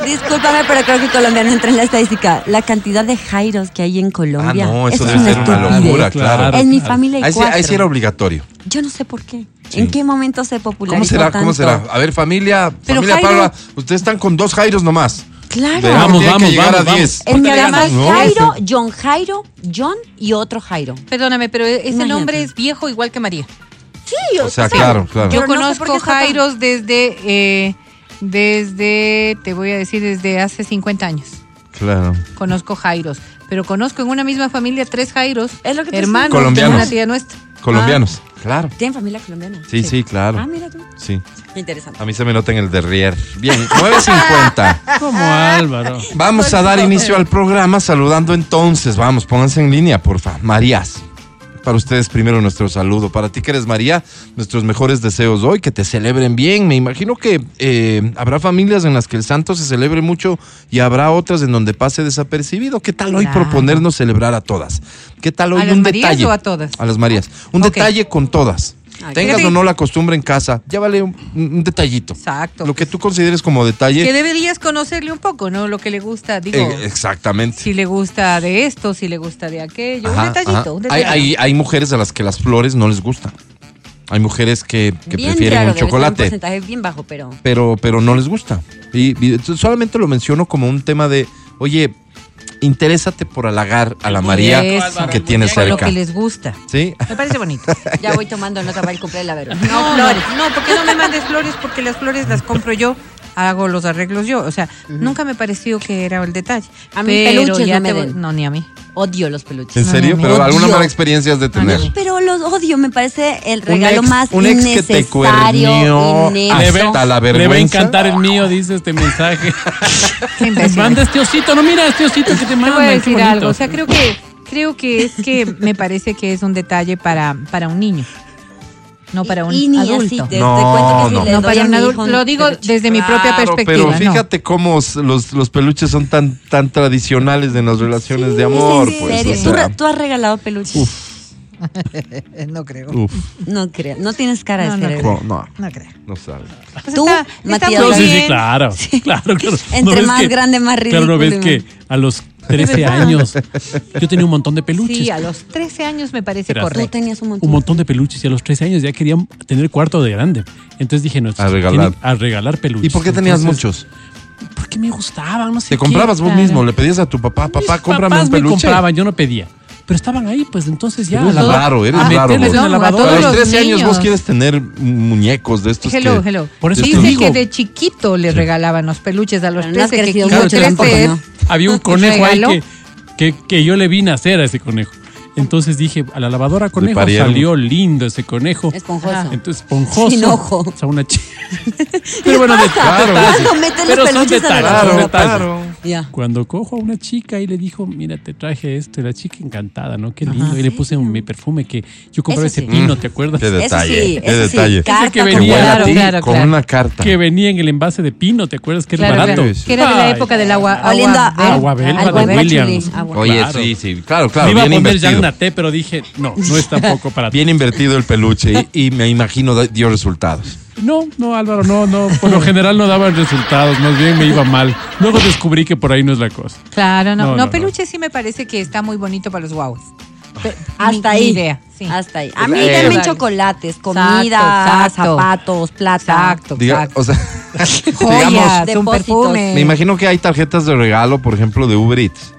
Speaker 4: Discúlpame, pero creo que Colombia no entra en la estadística. La cantidad de jairos que hay en
Speaker 2: Ah,
Speaker 4: Colombia.
Speaker 2: no, eso
Speaker 4: es
Speaker 2: debe ser una
Speaker 4: estupidez.
Speaker 2: locura,
Speaker 3: Claro.
Speaker 2: claro.
Speaker 4: En mi familia hay
Speaker 2: Ahí sí,
Speaker 4: cuatro.
Speaker 2: ahí sí era obligatorio.
Speaker 4: Yo no sé por qué.
Speaker 2: Sí.
Speaker 4: ¿En qué momento se popularizó
Speaker 2: ¿Cómo será? ¿Cómo
Speaker 4: tanto?
Speaker 2: será? A ver, familia,
Speaker 5: Pero
Speaker 2: familia
Speaker 5: Jairo-
Speaker 2: Palma, ustedes están con dos Jairos nomás.
Speaker 4: Claro.
Speaker 2: Veamos,
Speaker 3: Vamos,
Speaker 2: tienen
Speaker 3: vamos,
Speaker 2: que llegar
Speaker 3: vamos,
Speaker 2: a 10.
Speaker 4: En
Speaker 3: Ponte
Speaker 4: mi casa
Speaker 2: ganas,
Speaker 4: es
Speaker 2: ¿no?
Speaker 4: Jairo, John Jairo, John y otro Jairo.
Speaker 5: Perdóname, pero e-, ese
Speaker 4: Imagínate.
Speaker 5: nombre es viejo igual que María.
Speaker 4: Sí,
Speaker 2: O sea, claro, claro.
Speaker 5: Yo
Speaker 4: Pero no sé por
Speaker 5: conozco
Speaker 4: qué está tan-
Speaker 5: Jairos desde, eh, desde, te voy a decir, desde hace 50 años.
Speaker 2: este, Claro.
Speaker 5: Conozco Jairos. pero conozco en una misma familia tres Jairos,
Speaker 4: Es lo que te
Speaker 5: hermanos,
Speaker 4: estoy
Speaker 2: diciendo.
Speaker 5: de una tía nuestra.
Speaker 2: Colombianos. Claro.
Speaker 4: ¿Tienen familia colombiana?
Speaker 2: Sí, sí, claro.
Speaker 4: Ah, mira tú.
Speaker 2: Sí.
Speaker 4: Interesante.
Speaker 2: A mí se me nota en el derrier. Bien, 950.
Speaker 3: Como Álvaro.
Speaker 2: Vamos a dar inicio al programa saludando entonces. Vamos, pónganse en línea, porfa. Marías. Para ustedes primero nuestro saludo. Para ti que eres María, nuestros mejores deseos hoy, que te celebren bien. Me imagino que eh, habrá familias en las que el santo se celebre mucho y habrá otras en donde pase desapercibido. ¿Qué tal hoy
Speaker 5: Claro.
Speaker 2: proponernos celebrar a todas? ¿Qué tal hoy
Speaker 5: ¿A las
Speaker 2: un
Speaker 5: Marías
Speaker 2: detalle?
Speaker 5: o a todas?
Speaker 2: A las Marías. Un
Speaker 5: Ok. Ah,
Speaker 2: detalle con todas.
Speaker 4: Ay,
Speaker 2: Tengas
Speaker 5: fíjate.
Speaker 2: o no la costumbre en casa, ya vale un, un detallito.
Speaker 5: Ah, Exacto.
Speaker 2: Lo que tú consideres como detalle.
Speaker 5: Que deberías conocerle un poco, ¿no? Lo que le gusta, digo,
Speaker 2: eh, exactamente.
Speaker 5: si le gusta de esto, si le gusta de aquello,
Speaker 2: Ajá,
Speaker 5: un detallito,
Speaker 2: ajá.
Speaker 5: un
Speaker 2: Hay,
Speaker 5: detallito.
Speaker 2: hay, hay mujeres a las que las flores no les gustan. Hay mujeres que, que
Speaker 4: Bien
Speaker 2: prefieren
Speaker 4: raro,
Speaker 2: un
Speaker 4: debe ser Un
Speaker 2: chocolate,
Speaker 4: porcentaje bien bajo, pero.
Speaker 2: pero, pero no les gusta. Y, y entonces solamente lo menciono como un tema de, oye, interésate por halagar a la María
Speaker 5: Eso.
Speaker 2: que tienes
Speaker 5: Con lo
Speaker 2: cerca.
Speaker 5: que les gusta.
Speaker 2: ¿sí,
Speaker 5: Me parece bonito.
Speaker 4: Ya voy tomando nota para el cumple de la Vero.
Speaker 5: No, flores. No, porque no me mandes flores porque las flores las compro yo. Hago los arreglos yo. O sea, nunca me pareció que era el detalle.
Speaker 4: A mí
Speaker 5: Pero
Speaker 4: peluches
Speaker 5: ya
Speaker 4: no me
Speaker 5: te voy-
Speaker 4: den.
Speaker 5: No, ni a mí.
Speaker 4: Odio los
Speaker 2: ¿En
Speaker 4: peluches.
Speaker 5: No,
Speaker 2: serio?
Speaker 5: no, no.
Speaker 2: pero alguna
Speaker 4: Odio.
Speaker 2: mala experiencia has de tener.
Speaker 4: Pero los odio, me parece el
Speaker 2: Un
Speaker 4: regalo
Speaker 2: ex-
Speaker 4: más
Speaker 2: un ex que te cuernió Ah,
Speaker 4: innecesario. inepto.
Speaker 3: Le
Speaker 2: hasta la
Speaker 3: ve- Le va a
Speaker 2: vergüenza.
Speaker 3: encantar el mío, dice este mensaje.
Speaker 5: Qué
Speaker 3: Les
Speaker 5: imbécil.
Speaker 3: manda este osito. No, mira este osito que te
Speaker 5: Te
Speaker 3: manda.
Speaker 5: voy a
Speaker 3: qué
Speaker 5: decir
Speaker 3: bonito.
Speaker 5: algo. O sea, creo que, creo que es que me parece que es un detalle para, para un niño. No para un
Speaker 4: y, y ni
Speaker 5: adulto.
Speaker 4: Así, te,
Speaker 2: No,
Speaker 4: te cuento que si
Speaker 2: no.
Speaker 4: le
Speaker 5: no
Speaker 4: doy
Speaker 5: para
Speaker 4: a
Speaker 5: un
Speaker 4: mi
Speaker 5: adulto.
Speaker 4: hijo un
Speaker 5: Lo digo
Speaker 4: peluche.
Speaker 5: desde mi propia
Speaker 2: Claro,
Speaker 5: perspectiva.
Speaker 2: pero fíjate cómo s- los, los peluches son tan, tan tradicionales en las relaciones de
Speaker 4: Es en
Speaker 2: amor. pues,
Speaker 4: serio.
Speaker 2: o
Speaker 4: ¿Tú,
Speaker 2: sea,
Speaker 4: tú has regalado peluches?
Speaker 5: No, Eh, no creo.
Speaker 2: uf,
Speaker 4: No creo. No tienes cara de
Speaker 5: No, no
Speaker 4: cerebro.
Speaker 2: no, no,
Speaker 5: No creo.
Speaker 2: no sabes.
Speaker 5: Pues
Speaker 4: Tú,
Speaker 5: está-
Speaker 4: Matías,
Speaker 5: está
Speaker 3: No,
Speaker 5: muy
Speaker 3: sí, sí,
Speaker 5: bien.
Speaker 3: claro. Claro, claro.
Speaker 4: Entre
Speaker 3: ves
Speaker 4: más grande, más
Speaker 3: Claro, no ves
Speaker 4: ridículo,
Speaker 3: que a los 13 años yo tenía un montón de peluches.
Speaker 5: Sí, a los 13 años me parece
Speaker 3: Verás.
Speaker 4: Tú
Speaker 5: correcto.
Speaker 4: tenías un montón.
Speaker 3: un montón de peluches y a los 13 años ya quería tener cuarto de grande. Entonces dije, no,
Speaker 2: A regalar.
Speaker 3: tienen- a regalar peluches.
Speaker 2: ¿Y por qué tenías
Speaker 3: Entonces,
Speaker 2: muchos?
Speaker 3: Porque me gustaban, no sé.
Speaker 2: Te
Speaker 3: qué.
Speaker 2: comprabas vos
Speaker 5: Claro.
Speaker 2: mismo, le pedías a tu papá,
Speaker 3: Mis
Speaker 2: papá, cómprame
Speaker 3: papás
Speaker 2: un peluche.
Speaker 3: Me compraban, yo no pedía. Pero estaban ahí, pues entonces ya.
Speaker 2: Eres
Speaker 3: a lavar-
Speaker 2: raro, eres
Speaker 3: a
Speaker 2: raro,
Speaker 3: meterles
Speaker 5: vos.
Speaker 3: en la
Speaker 5: No, a
Speaker 3: lavadora.
Speaker 2: Pero a los
Speaker 5: Todos los
Speaker 2: 13 años
Speaker 5: niños.
Speaker 2: vos quieres tener muñecos de estos
Speaker 5: Hello,
Speaker 2: que...
Speaker 5: hello.
Speaker 3: Por eso
Speaker 5: Dice
Speaker 3: te digo.
Speaker 5: que de chiquito le regalaban los peluches a los
Speaker 4: Pero Pues no ¿eh? has
Speaker 5: 13 que
Speaker 4: crecido
Speaker 5: quiso
Speaker 4: mucho
Speaker 5: crecer.
Speaker 4: tampoco, ¿no?
Speaker 3: Había un conejo ahí
Speaker 5: Regaló.
Speaker 3: que, que, que yo le vi nacer a ese conejo. Entonces dije, a la lavadora conejo
Speaker 2: parieron.
Speaker 3: salió lindo ese conejo.
Speaker 4: Esponjoso.
Speaker 3: Entonces, esponjoso.
Speaker 4: Sin ojo.
Speaker 3: O sea, una chi- Pero bueno, de
Speaker 2: Claro,
Speaker 4: ¿Cuándo meten
Speaker 3: Pero
Speaker 4: los
Speaker 3: son
Speaker 4: peluches a la
Speaker 3: detalles,
Speaker 4: lavadora?
Speaker 3: son
Speaker 2: Claro,
Speaker 3: detalles.
Speaker 2: claro.
Speaker 4: Ya.
Speaker 3: Cuando cojo a una chica y le dijo, mira, te traje esto, y la chica encantada, ¿no? Qué lindo. Y le puse un- mi perfume que yo compré ese
Speaker 4: Eso sí. Mm,
Speaker 3: pino, ¿te acuerdas?
Speaker 2: Qué detalle,
Speaker 4: eso sí,
Speaker 2: qué
Speaker 4: eso
Speaker 2: detalle.
Speaker 4: sí. Carta
Speaker 3: que
Speaker 4: con
Speaker 2: Que
Speaker 3: venía-
Speaker 2: huela
Speaker 5: Claro,
Speaker 2: a ti
Speaker 5: claro,
Speaker 2: con
Speaker 5: claro.
Speaker 2: una carta.
Speaker 3: Que venía en el envase de pino, ¿te acuerdas que
Speaker 5: Claro,
Speaker 3: era barato?
Speaker 5: claro. Que era de la
Speaker 3: Ay,
Speaker 5: época del agua. agua
Speaker 4: Oliendo a,
Speaker 5: verde.
Speaker 3: Agua Belva
Speaker 4: al
Speaker 3: de
Speaker 4: buen
Speaker 3: Williams.
Speaker 4: pachulí. Ah, bueno.
Speaker 2: Oye,
Speaker 3: Claro.
Speaker 2: sí, sí, claro,
Speaker 3: Le
Speaker 2: claro,
Speaker 3: iba a
Speaker 2: bien
Speaker 3: poner
Speaker 2: invertido.
Speaker 3: Yagnaté, pero dije, no, no es tampoco para ti.
Speaker 2: Bien invertido el peluche y, y me imagino da- dio resultados.
Speaker 3: No, no, Álvaro, no, no. Por lo general no daban resultados, más bien me iba mal. Luego descubrí que por ahí no es la cosa.
Speaker 5: Claro, no.
Speaker 3: No,
Speaker 5: No,
Speaker 3: no, no.
Speaker 5: peluche sí me parece que está muy bonito para los guauas. Pe- ni-
Speaker 4: Hasta
Speaker 5: ni
Speaker 4: ahí.
Speaker 5: idea. sí.
Speaker 4: Hasta ahí. A mí
Speaker 2: Eh,
Speaker 4: denme
Speaker 5: vale.
Speaker 4: chocolates, comida,
Speaker 5: exacto.
Speaker 4: zapatos, plata.
Speaker 5: Exacto,
Speaker 2: Diga-
Speaker 5: exacto.
Speaker 2: o sea, digamos,
Speaker 5: Joyas, un
Speaker 4: Depósitos.
Speaker 5: perfume.
Speaker 2: me imagino que hay tarjetas de regalo, por ejemplo, de Uber Eats.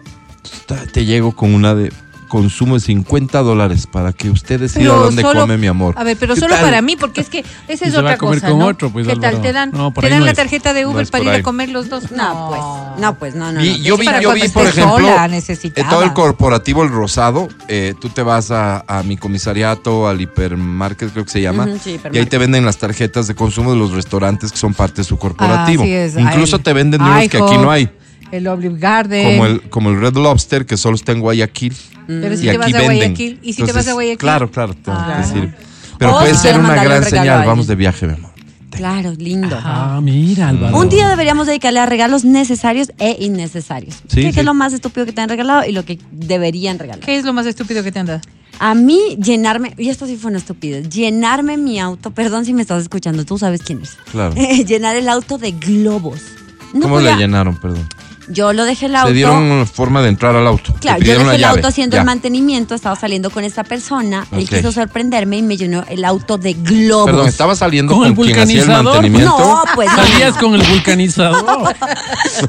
Speaker 2: Entonces, ta- Te llego con una de consumo de 50 dólares para que usted decida dónde
Speaker 5: solo-
Speaker 2: come mi amor.
Speaker 5: A ver, pero
Speaker 2: ¿Qué
Speaker 5: solo
Speaker 2: tal?
Speaker 5: para mí, porque es que esa
Speaker 3: Y
Speaker 5: es
Speaker 3: se va
Speaker 5: otra
Speaker 3: a comer
Speaker 5: cosa,
Speaker 3: con
Speaker 5: ¿no?
Speaker 3: otro, pues,
Speaker 5: ¿Qué tal
Speaker 3: Álvaro.
Speaker 5: te dan?
Speaker 3: No, por
Speaker 5: te
Speaker 3: ahí
Speaker 5: dan
Speaker 3: no
Speaker 5: la
Speaker 3: es.
Speaker 5: tarjeta de
Speaker 2: No
Speaker 5: Uber
Speaker 2: es
Speaker 5: para
Speaker 2: por
Speaker 5: ir
Speaker 2: ahí.
Speaker 5: a comer los dos.
Speaker 4: No, pues, no, pues, no, no.
Speaker 2: Y
Speaker 4: no.
Speaker 2: yo vi,
Speaker 5: para
Speaker 2: yo
Speaker 5: cuando
Speaker 2: vi
Speaker 5: esté
Speaker 2: por ejemplo,
Speaker 5: sola,
Speaker 2: eh,
Speaker 5: necesitada.
Speaker 2: todo el corporativo, el rosado, eh, tú te vas a, a mi comisariato, al hipermarket creo que se llama,
Speaker 4: Ujú,
Speaker 2: y
Speaker 4: sí,
Speaker 2: ahí
Speaker 4: hipermarket.
Speaker 2: te venden las tarjetas de consumo de los restaurantes que son parte de su corporativo.
Speaker 5: Ah, Así es,
Speaker 2: Incluso
Speaker 5: ay.
Speaker 2: te venden unos que aquí
Speaker 5: IHOP,
Speaker 2: no hay,
Speaker 5: El Olive Garden.
Speaker 2: como el, como el Red Lobster, que solo está en Guayaquil.
Speaker 5: Pero si
Speaker 2: y
Speaker 5: te
Speaker 2: aquí
Speaker 5: vas a
Speaker 2: venden.
Speaker 5: Guayaquil. Y si te vas a
Speaker 2: Entonces,
Speaker 5: Guayaquil.
Speaker 2: Claro, claro, te- te
Speaker 5: Ah.
Speaker 2: sirve. Pero
Speaker 4: O
Speaker 2: puede
Speaker 4: si
Speaker 2: ser
Speaker 4: quieren
Speaker 2: una
Speaker 4: mandarle
Speaker 2: gran
Speaker 4: un regalo a
Speaker 2: señal,
Speaker 4: alguien.
Speaker 2: vamos de viaje, mi amor.
Speaker 4: Claro, lindo.
Speaker 3: Ah, mira, Álvaro.
Speaker 4: Un día deberíamos dedicarle a regalos necesarios e innecesarios.
Speaker 2: Sí,
Speaker 4: ¿Qué,
Speaker 2: sí.
Speaker 4: es lo más estúpido que te han regalado y lo que deberían regalar?
Speaker 5: ¿Qué es lo más estúpido que te han dado?
Speaker 4: A mí, llenarme, y esto sí fue una estupidez, llenarme mi auto, perdón si me estás escuchando, tú sabes quién es.
Speaker 2: Claro.
Speaker 4: llenar el auto de globos. Eh, No
Speaker 2: ¿Cómo
Speaker 4: podía-
Speaker 2: le llenaron, perdón?
Speaker 4: Yo lo dejé el
Speaker 2: Te
Speaker 4: auto.
Speaker 2: dieron una forma de entrar al auto. te
Speaker 4: Claro, yo
Speaker 2: pidieron
Speaker 4: dejé
Speaker 2: la
Speaker 4: el
Speaker 2: llave,
Speaker 4: auto haciendo
Speaker 2: ya.
Speaker 4: el mantenimiento, estaba saliendo con esta persona, él
Speaker 2: Ok.
Speaker 4: quiso sorprenderme y me llenó el auto de globos.
Speaker 2: Perdón, estaba saliendo
Speaker 3: ¿Con
Speaker 2: con,
Speaker 3: el
Speaker 2: quien hacía el
Speaker 3: vulcanizador?
Speaker 2: mantenimiento.
Speaker 4: No, pues no.
Speaker 3: Salías con el vulcanizador.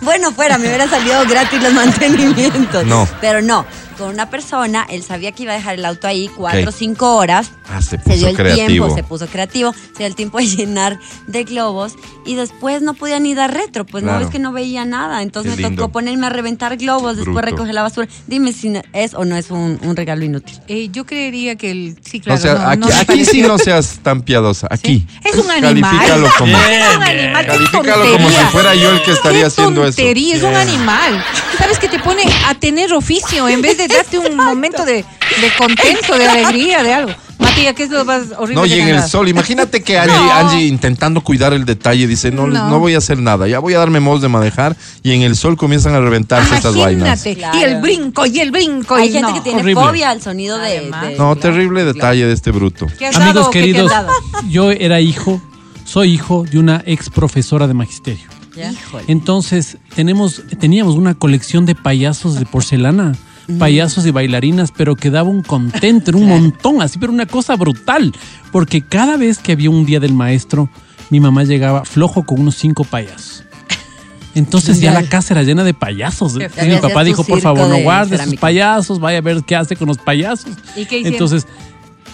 Speaker 4: bueno, fuera, me hubiera salido gratis los mantenimientos.
Speaker 2: No.
Speaker 4: Pero no. con una persona, él sabía que iba a dejar el auto ahí cuatro o cinco horas,
Speaker 2: Ah, se
Speaker 4: se dio
Speaker 2: puso
Speaker 4: el
Speaker 2: creativo.
Speaker 4: tiempo, se puso creativo, se dio el tiempo de llenar de globos y después no podía ni dar retro, pues
Speaker 2: Claro.
Speaker 4: no es que no veía nada, entonces
Speaker 2: Qué
Speaker 4: me
Speaker 2: lindo.
Speaker 4: tocó ponerme a reventar globos, después
Speaker 2: Bruto.
Speaker 4: recoger la basura. Dime si no- es o no es un, un regalo inútil.
Speaker 5: Eh, yo creería que el. Sí,
Speaker 2: O
Speaker 5: claro.
Speaker 2: sea,
Speaker 5: no-
Speaker 2: aquí,
Speaker 5: no me
Speaker 2: aquí
Speaker 5: pareció-
Speaker 2: sí no seas tan piadosa. Aquí.
Speaker 5: Es un animal. Eh,
Speaker 2: Califícalo como.
Speaker 5: Es un animal. qué
Speaker 2: Califícalo como si
Speaker 5: tontería.
Speaker 2: fuera yo el que estaría
Speaker 5: Qué
Speaker 2: haciendo eso.
Speaker 5: tontería, es un animal. ¿Sabes que te pone a tener oficio en vez de darte un momento de, de contento, de alegría, de algo? Matías, ¿qué es lo más horrible?
Speaker 2: No,
Speaker 5: que
Speaker 2: y en
Speaker 5: te han
Speaker 2: el
Speaker 5: dado?
Speaker 2: sol. Imagínate que Angie, Angie intentando cuidar el detalle dice, no,
Speaker 5: No.
Speaker 2: no. voy a hacer nada, ya voy a darme modos de manejar y en el sol comienzan a reventarse estas vainas.
Speaker 5: Imagínate.
Speaker 4: vainas.
Speaker 5: Y el
Speaker 4: Claro.
Speaker 5: brinco, y el brinco.
Speaker 4: Hay
Speaker 5: y
Speaker 4: gente
Speaker 5: no.
Speaker 4: que tiene
Speaker 3: horrible.
Speaker 4: fobia al sonido de...
Speaker 5: Además.
Speaker 4: de-
Speaker 2: No, terrible detalle de este bruto.
Speaker 5: ¿Qué has dado
Speaker 3: Amigos
Speaker 5: o qué te han
Speaker 3: queridos,
Speaker 5: dado?
Speaker 3: yo era hijo, soy hijo de una ex profesora de magisterio.
Speaker 4: ¿Ya?
Speaker 3: Entonces, tenemos, teníamos una colección de payasos de porcelana, payasos y bailarinas, pero quedaba un contento, era un montón, así, pero una cosa brutal. Porque cada vez que había un día del maestro, mi mamá llegaba flojo con unos cinco payasos. Entonces ya la casa era llena de payasos. Entonces, mi
Speaker 4: hacías
Speaker 3: papá
Speaker 4: tu
Speaker 3: dijo, por favor,
Speaker 4: circo
Speaker 3: no
Speaker 4: de
Speaker 3: guarde sus
Speaker 4: cerámica".
Speaker 3: payasos, vaya a ver qué hace con los payasos.
Speaker 5: ¿Y qué hicieron?
Speaker 3: Entonces,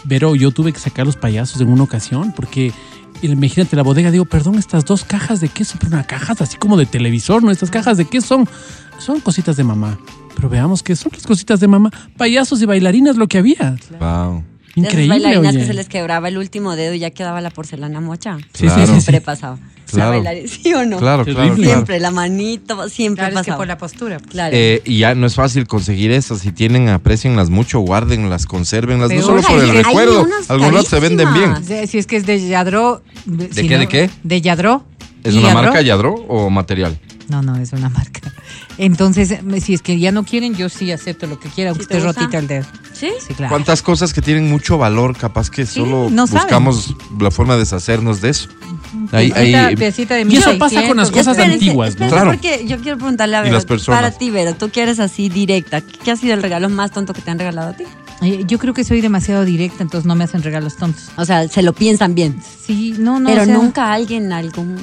Speaker 3: pero yo tuve que sacar los payasos en una ocasión porque el- imagínate la bodega, digo, perdón, estas dos cajas de qué son, pero una cajas así como de televisor, ¿no? Estas cajas de qué son, son cositas de mamá. Pero veamos qué son las cositas de mamá, payasos y bailarinas lo que había.
Speaker 2: Wow.
Speaker 4: De esas
Speaker 3: Increíble,
Speaker 4: bailarinas
Speaker 3: oye.
Speaker 4: que se les quebraba el último dedo y ya quedaba la porcelana mocha.
Speaker 3: Sí, sí,
Speaker 2: Claro.
Speaker 3: sí, sí.
Speaker 4: Siempre pasaba. La
Speaker 2: Claro.
Speaker 4: bailarina- ¿Sí o no?
Speaker 2: Claro, claro,
Speaker 3: Terrible.
Speaker 2: claro.
Speaker 4: Siempre, la manito, siempre
Speaker 5: Claro, es que
Speaker 4: pasaba.
Speaker 5: por la postura. pues.
Speaker 4: Claro.
Speaker 2: Eh, y ya no es fácil conseguir esas. Si tienen, aprecienlas mucho, guárdenlas, consérvenlas. No solo por el
Speaker 5: Hay- hay
Speaker 2: recuerdo.
Speaker 4: unas
Speaker 2: Algunos rato se venden bien.
Speaker 4: carísimas.
Speaker 5: Si es que es de Yadro. ¿De
Speaker 2: qué, de qué?
Speaker 5: De Yadro.
Speaker 2: ¿Es
Speaker 5: ¿Y
Speaker 2: una
Speaker 5: Yadro?
Speaker 2: marca Yadro o material?
Speaker 5: No, no, es una marca. Entonces, me- si es que ya no quieren, yo sí acepto lo que quiera, aunque
Speaker 4: ¿Sí te
Speaker 5: esté
Speaker 4: gusta?
Speaker 5: rotita el dedo.
Speaker 4: ¿Sí?
Speaker 5: Sí, claro.
Speaker 2: ¿Cuántas cosas que tienen mucho valor? Capaz que
Speaker 5: Sí,
Speaker 2: solo
Speaker 5: no saben.
Speaker 2: buscamos la forma de deshacernos de eso. Ahí,
Speaker 5: Piecita-
Speaker 2: ahí-
Speaker 5: piecita de
Speaker 3: Y eso pasa con las
Speaker 5: 1600.
Speaker 3: cosas
Speaker 4: Espérense,
Speaker 3: antiguas, ¿no?
Speaker 4: espérense,
Speaker 2: Claro.
Speaker 4: porque yo quiero preguntarle a
Speaker 2: Y
Speaker 4: Vero.
Speaker 2: las personas.
Speaker 4: Para ti, Vero, tú que eres así directa, ¿qué ha sido el regalo más tonto que te han regalado a ti?
Speaker 5: Eh, Yo creo que soy demasiado directa, entonces no me hacen regalos tontos.
Speaker 4: O sea, se lo piensan bien.
Speaker 5: Sí, no, no.
Speaker 4: pero
Speaker 5: o sea,
Speaker 4: nunca alguien, algún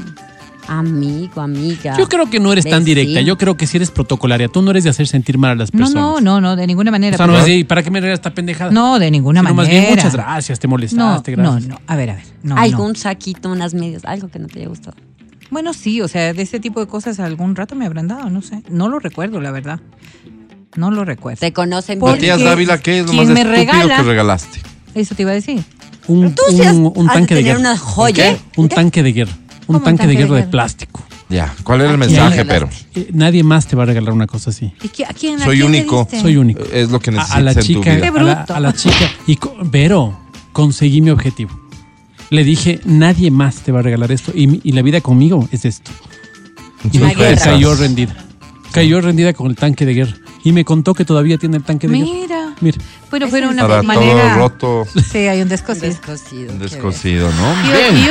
Speaker 4: amigo, amiga.
Speaker 3: Yo creo que no eres tan
Speaker 4: vecino.
Speaker 3: directa, yo creo que si eres protocolaria, tú no eres de hacer sentir mal a las
Speaker 5: No,
Speaker 3: personas.
Speaker 5: no, no, no, de ninguna manera.
Speaker 3: O sea, no
Speaker 5: pero-
Speaker 3: es de, "¿Y ¿para qué me regalas esta pendejada?
Speaker 5: no, de ninguna
Speaker 3: Sino
Speaker 5: manera.
Speaker 3: más bien, muchas gracias, te
Speaker 5: No,
Speaker 3: molestaste,
Speaker 5: no,
Speaker 3: gracias.
Speaker 5: no. A ver, a ver. No,
Speaker 4: Algún
Speaker 5: no.
Speaker 4: saquito, unas medias, algo que no te haya gustado.
Speaker 5: Bueno, sí, o sea, de ese tipo de cosas algún rato me habrán dado, no sé. No lo recuerdo, la verdad. No lo recuerdo.
Speaker 4: Te conocen
Speaker 5: Por-
Speaker 4: bien.
Speaker 2: Matías
Speaker 5: Porque
Speaker 2: Dávila, ¿qué es lo más
Speaker 5: quien me
Speaker 2: estúpido
Speaker 5: regala-
Speaker 2: que regalaste?
Speaker 5: Eso te iba a decir.
Speaker 3: Un,
Speaker 4: Tú sí has-
Speaker 3: un- un
Speaker 4: has de
Speaker 3: tanque de
Speaker 4: tener
Speaker 3: guerra.
Speaker 4: una joya.
Speaker 3: Un tanque de guerra.
Speaker 5: ¿Cómo
Speaker 3: Un tanque de guerra de
Speaker 5: guerra?
Speaker 3: plástico.
Speaker 2: Ya, ¿cuál era el mensaje, pero?
Speaker 3: Eh, Nadie más te va a regalar una cosa así.
Speaker 5: ¿Y qué- a quién, a
Speaker 2: Soy
Speaker 5: quién le
Speaker 2: único.
Speaker 5: diste?
Speaker 3: Soy único.
Speaker 2: Es lo que
Speaker 3: A,
Speaker 2: Eh, necesitas
Speaker 3: a la
Speaker 2: en
Speaker 3: chica,
Speaker 2: tu
Speaker 5: Qué
Speaker 2: vida.
Speaker 3: a la,
Speaker 5: bruto.
Speaker 3: a la chica. Y co- Vero, conseguí mi objetivo. Le dije, nadie más te va a regalar esto. Y, mi- y la vida conmigo es esto. Y
Speaker 4: La
Speaker 3: me
Speaker 4: guerra.
Speaker 3: cayó rendida. Cayó rendida con el tanque de guerra. Y me contó que todavía tiene el tanque de guerra.
Speaker 5: Mira.
Speaker 3: Mira.
Speaker 5: Pero
Speaker 4: Es
Speaker 5: fue
Speaker 4: en
Speaker 5: una
Speaker 2: Para todo
Speaker 5: manera.
Speaker 2: roto,
Speaker 5: Sí, hay un descosido.
Speaker 4: Descosido. qué
Speaker 2: descosido, ¿no?
Speaker 5: Y yo, y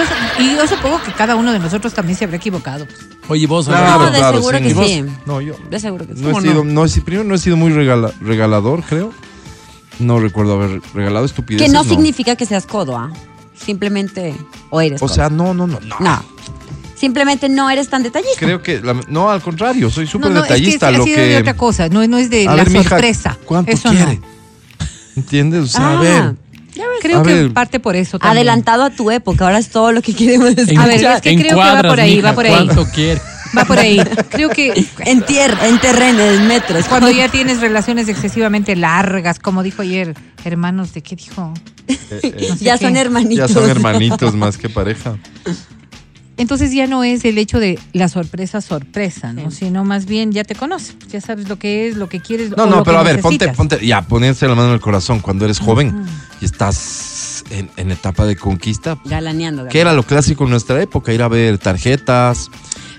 Speaker 5: yo- y yo supongo que cada uno de nosotros también se habrá equivocado. pues.
Speaker 3: Oye, vos,
Speaker 4: Claro.
Speaker 3: Álvaro,
Speaker 4: de seguro
Speaker 2: sí.
Speaker 4: que
Speaker 2: ¿Y vos?
Speaker 4: sí.
Speaker 2: No, yo
Speaker 4: bien. De seguro que sí.
Speaker 2: no he
Speaker 3: ¿Cómo
Speaker 2: sido,
Speaker 3: no?
Speaker 2: no he sido- primero no he sido muy regala- regalador, creo. No recuerdo haber regalado estupideces.
Speaker 4: Que no, significa que seas codo, ¿ah? Simplemente o eres
Speaker 2: O
Speaker 4: codo.
Speaker 2: sea, no, no, no, no.
Speaker 4: no. Simplemente no eres tan detallista.
Speaker 2: Creo que la- no, al contrario, soy
Speaker 5: No,
Speaker 2: súper
Speaker 5: no,
Speaker 2: detallista.
Speaker 5: es que ha
Speaker 2: lo
Speaker 5: sido
Speaker 2: que
Speaker 5: de otra cosa. No, no es de
Speaker 2: A
Speaker 5: la
Speaker 2: ver, mija,
Speaker 5: sorpresa.
Speaker 2: ¿Cuánto
Speaker 5: Eso
Speaker 2: quiere?
Speaker 5: no.
Speaker 2: ¿Entiendes? O sea, a
Speaker 4: Ah,
Speaker 2: ver.
Speaker 5: Creo
Speaker 2: A
Speaker 5: que
Speaker 2: ver.
Speaker 5: parte por eso también.
Speaker 4: Adelantado a tu época, ahora es todo lo que queremos decir.
Speaker 3: en-
Speaker 5: A ver, es que
Speaker 3: en
Speaker 5: creo que va
Speaker 3: cuadras,
Speaker 5: por ahí,
Speaker 3: mija,
Speaker 5: va por ahí.
Speaker 3: ¿Cuánto quiere?
Speaker 5: Va por ahí. Creo que
Speaker 4: En tierra, en terreno, en metros.
Speaker 5: cuando ya tienes relaciones excesivamente largas, como dijo ayer, hermanos, ¿de qué dijo? No sé
Speaker 4: Ya
Speaker 5: qué.
Speaker 4: son hermanitos.
Speaker 2: eh, Ya son hermanitos más que pareja.
Speaker 5: Entonces ya no es el hecho de la sorpresa sorpresa, ¿no? Sino más bien ya te conoces, ya sabes lo que es, lo que quieres.
Speaker 2: No,
Speaker 5: o
Speaker 2: no,
Speaker 5: lo
Speaker 2: pero
Speaker 5: que
Speaker 2: a ver, ponte,
Speaker 5: necesitas.
Speaker 2: ponte, ya, ponerse la mano en el corazón cuando eres joven y estás en, en etapa de conquista.
Speaker 4: Galaneando.
Speaker 2: que era lo clásico en nuestra época? Ir a ver tarjetas,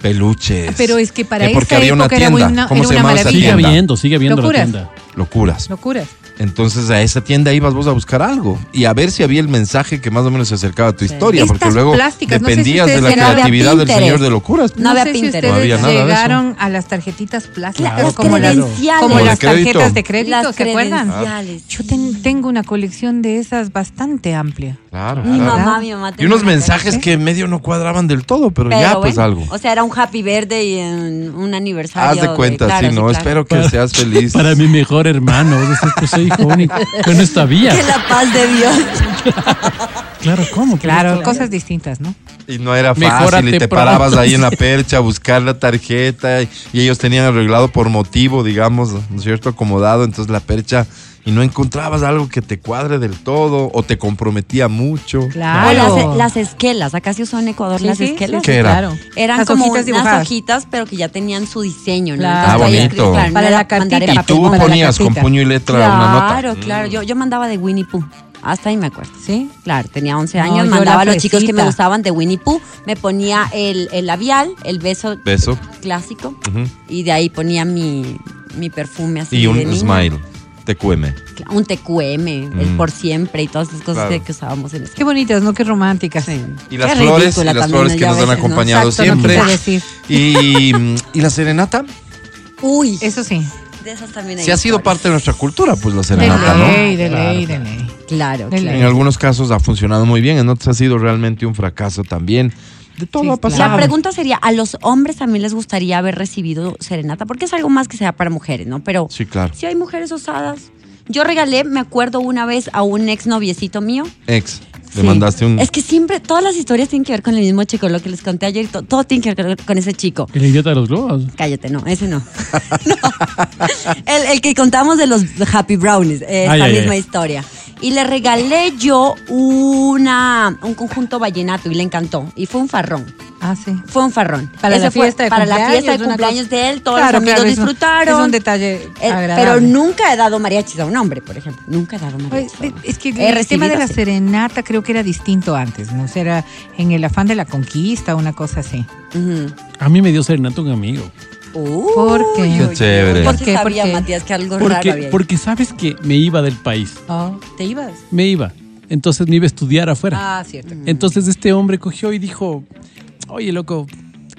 Speaker 2: peluches.
Speaker 5: Ah, Pero es que para
Speaker 2: Eh, porque
Speaker 5: esa
Speaker 2: había una
Speaker 5: época era
Speaker 2: tienda.
Speaker 5: una-
Speaker 2: ¿Cómo
Speaker 5: era
Speaker 2: se
Speaker 5: una
Speaker 2: llamaba esa
Speaker 5: maravilla.
Speaker 3: Sigue
Speaker 2: tienda?
Speaker 3: habiendo, sigue habiendo la
Speaker 5: Locuras.
Speaker 3: tienda.
Speaker 2: Locuras.
Speaker 5: Locuras.
Speaker 2: Entonces a esa tienda ibas vos a buscar algo y a ver si había el mensaje que más o menos se acercaba a tu historia, porque
Speaker 5: Estas
Speaker 2: luego
Speaker 5: plásticas, no sé si
Speaker 2: dependías de
Speaker 5: ustedes
Speaker 2: la
Speaker 4: llegaron a
Speaker 2: creatividad del
Speaker 4: Pinterest.
Speaker 2: señor de locuras.
Speaker 4: No había
Speaker 5: sé si
Speaker 4: Pinterest.
Speaker 5: ustedes
Speaker 2: No había nada de eso.
Speaker 5: llegaron a las tarjetitas plásticas
Speaker 3: Claro,
Speaker 5: como, las,
Speaker 4: credenciales.
Speaker 5: como
Speaker 2: Como de
Speaker 5: las
Speaker 2: crédito. Ah.
Speaker 5: tarjetas de crédito,
Speaker 4: Las
Speaker 5: ¿se acuerdan?
Speaker 4: credenciales.
Speaker 5: Yo ten- Tengo una colección de esas bastante amplia.
Speaker 2: Claro.
Speaker 4: Mi
Speaker 2: claro.
Speaker 4: mamá, mi mamá.
Speaker 2: Y
Speaker 4: tenía
Speaker 2: unos
Speaker 4: una
Speaker 2: mensajes que medio no cuadraban del todo, pero,
Speaker 4: Pero
Speaker 2: ya pues
Speaker 4: bueno,
Speaker 2: algo.
Speaker 4: O sea, era un happy verde y en un aniversario.
Speaker 2: Haz de cuenta,
Speaker 4: claro,
Speaker 2: sí, no,
Speaker 4: claro.
Speaker 2: espero que seas feliz.
Speaker 3: Para mi mejor hermano, es decir, que soy hijo único. Yo no sabía.
Speaker 4: Que la paz de Dios.
Speaker 3: Claro, ¿cómo?
Speaker 5: Claro, cosas distintas, ¿no?
Speaker 2: Y no era fácil,
Speaker 3: Mejórate
Speaker 2: y te
Speaker 3: pronto.
Speaker 2: parabas ahí en la percha a buscar la tarjeta, y, y ellos tenían arreglado por motivo, digamos, ¿no es cierto? Acomodado, entonces la percha, y no encontrabas algo que te cuadre del todo, o te comprometía mucho.
Speaker 5: Claro.
Speaker 4: O las, e-, las esquelas, acá se usó en Ecuador
Speaker 5: Sí,
Speaker 4: las
Speaker 5: sí,
Speaker 4: esquelas.
Speaker 5: sí, sí,
Speaker 2: ¿Qué era?
Speaker 5: Claro.
Speaker 4: Eran
Speaker 5: Las
Speaker 4: como
Speaker 5: hojitas
Speaker 4: unas
Speaker 5: dibujadas.
Speaker 4: hojitas, pero que ya tenían su diseño, ¿no?
Speaker 5: Claro.
Speaker 4: Entonces,
Speaker 2: Ah,
Speaker 4: ahí
Speaker 2: bonito.
Speaker 4: escribí, no
Speaker 5: Para
Speaker 4: era
Speaker 5: la
Speaker 4: mandar en
Speaker 5: cartita.
Speaker 2: Y
Speaker 4: papel.
Speaker 2: tú
Speaker 5: para la
Speaker 2: ponías con
Speaker 5: cartita.
Speaker 2: puño y letra una nota.
Speaker 4: Claro,
Speaker 5: Mm.
Speaker 4: claro. Yo, yo mandaba de Winnie Pooh. Hasta ahí me acuerdo.
Speaker 5: ¿Sí?
Speaker 4: Claro, tenía 11
Speaker 5: No,
Speaker 4: años,
Speaker 5: yo
Speaker 4: mandaba
Speaker 5: la
Speaker 4: a los chicos que me
Speaker 5: fresita.
Speaker 4: gustaban de Winnie Pooh, me ponía el, el labial, el beso,
Speaker 2: Beso.
Speaker 4: clásico,
Speaker 2: Ujú.
Speaker 4: y de ahí ponía mi, mi perfume así.
Speaker 2: Y
Speaker 4: de
Speaker 2: un
Speaker 4: niña.
Speaker 2: smile, te cueme.
Speaker 4: Cla- Un TQM, el
Speaker 2: Mm.
Speaker 4: por siempre y todas esas cosas
Speaker 2: Claro.
Speaker 4: que, que usábamos en ese
Speaker 5: Qué bonitas, ¿no? Qué románticas.
Speaker 2: Y las
Speaker 4: Qué
Speaker 2: flores, y
Speaker 4: ridícula
Speaker 2: las
Speaker 4: también
Speaker 2: flores
Speaker 4: ella
Speaker 2: que
Speaker 4: a
Speaker 2: nos han
Speaker 4: veces, ¿no?
Speaker 2: acompañado
Speaker 5: Exacto, no
Speaker 2: siempre.
Speaker 5: quise decir.
Speaker 2: Y, mm, y la serenata,
Speaker 4: Uy,
Speaker 5: Eso sí.
Speaker 4: de esas también hay
Speaker 2: sí ha sido
Speaker 4: historias.
Speaker 2: parte de nuestra cultura, pues la
Speaker 5: De
Speaker 2: serenata, ¿no?
Speaker 5: ley, de ley, de ley.
Speaker 4: Claro,
Speaker 5: De
Speaker 4: claro.
Speaker 2: En algunos casos ha funcionado muy bien, en otros ha sido realmente un fracaso también. De todo
Speaker 5: Sí,
Speaker 2: ha pasado.
Speaker 4: La pregunta sería, ¿a los hombres también les gustaría haber recibido serenata? Porque es algo más que sea para mujeres, ¿no? Pero
Speaker 2: Sí, claro.
Speaker 4: si hay mujeres osadas. Yo regalé, me acuerdo una vez a un ex noviecito mío.
Speaker 2: Ex, le
Speaker 4: Sí.
Speaker 2: mandaste un...
Speaker 4: Es que siempre, todas las historias tienen que ver con el mismo chico, lo que les conté ayer, to- todo tiene que ver con- con ese chico.
Speaker 3: El idiota de los globos.
Speaker 4: Cállate, no, ese no. No. El, el que contamos de los Happy Brownies, eh,
Speaker 3: Ay,
Speaker 4: esa
Speaker 3: ay,
Speaker 4: misma
Speaker 3: ay.
Speaker 4: historia. Y le regalé yo una, un conjunto vallenato y le encantó. Y fue un farrón.
Speaker 5: Ah, sí.
Speaker 4: Fue un farrón.
Speaker 5: Para la
Speaker 4: Ese fue
Speaker 5: fiesta de
Speaker 4: Para la
Speaker 5: cumpleaños,
Speaker 4: fiesta de
Speaker 5: una cosa-
Speaker 4: cumpleaños de él, todos
Speaker 5: Claro,
Speaker 4: los amigos
Speaker 5: claro, es un-
Speaker 4: disfrutaron.
Speaker 5: es un detalle
Speaker 4: Eh, pero
Speaker 5: agradable.
Speaker 4: nunca he dado mariachis a un hombre, por ejemplo. Nunca he dado
Speaker 5: Oye,
Speaker 4: mariachis. a un hombre.
Speaker 5: Pues, Es que
Speaker 4: He
Speaker 5: el tema de
Speaker 4: recibido,
Speaker 5: la
Speaker 4: sí.
Speaker 5: serenata creo que era distinto antes, ¿no? O sea, era en el afán de la conquista, una cosa así.
Speaker 4: Ujú.
Speaker 3: A mí me dio serenata un amigo.
Speaker 4: Uy,
Speaker 5: ¿Por qué?
Speaker 4: uy,
Speaker 5: Qué
Speaker 4: uy,
Speaker 2: chévere.
Speaker 4: uy,
Speaker 5: ¿Por
Speaker 4: sí
Speaker 5: qué? ¿Por
Speaker 4: sabía,
Speaker 5: qué?
Speaker 4: Matías, que algo raro había
Speaker 3: Porque,
Speaker 4: ahí.
Speaker 3: porque sabes que me iba del país.
Speaker 5: Oh.
Speaker 4: ¿Te ibas? Mm.
Speaker 3: Me iba. Entonces me iba a estudiar afuera.
Speaker 5: Ah, cierto.
Speaker 3: Entonces este hombre cogió y dijo, oye, loco,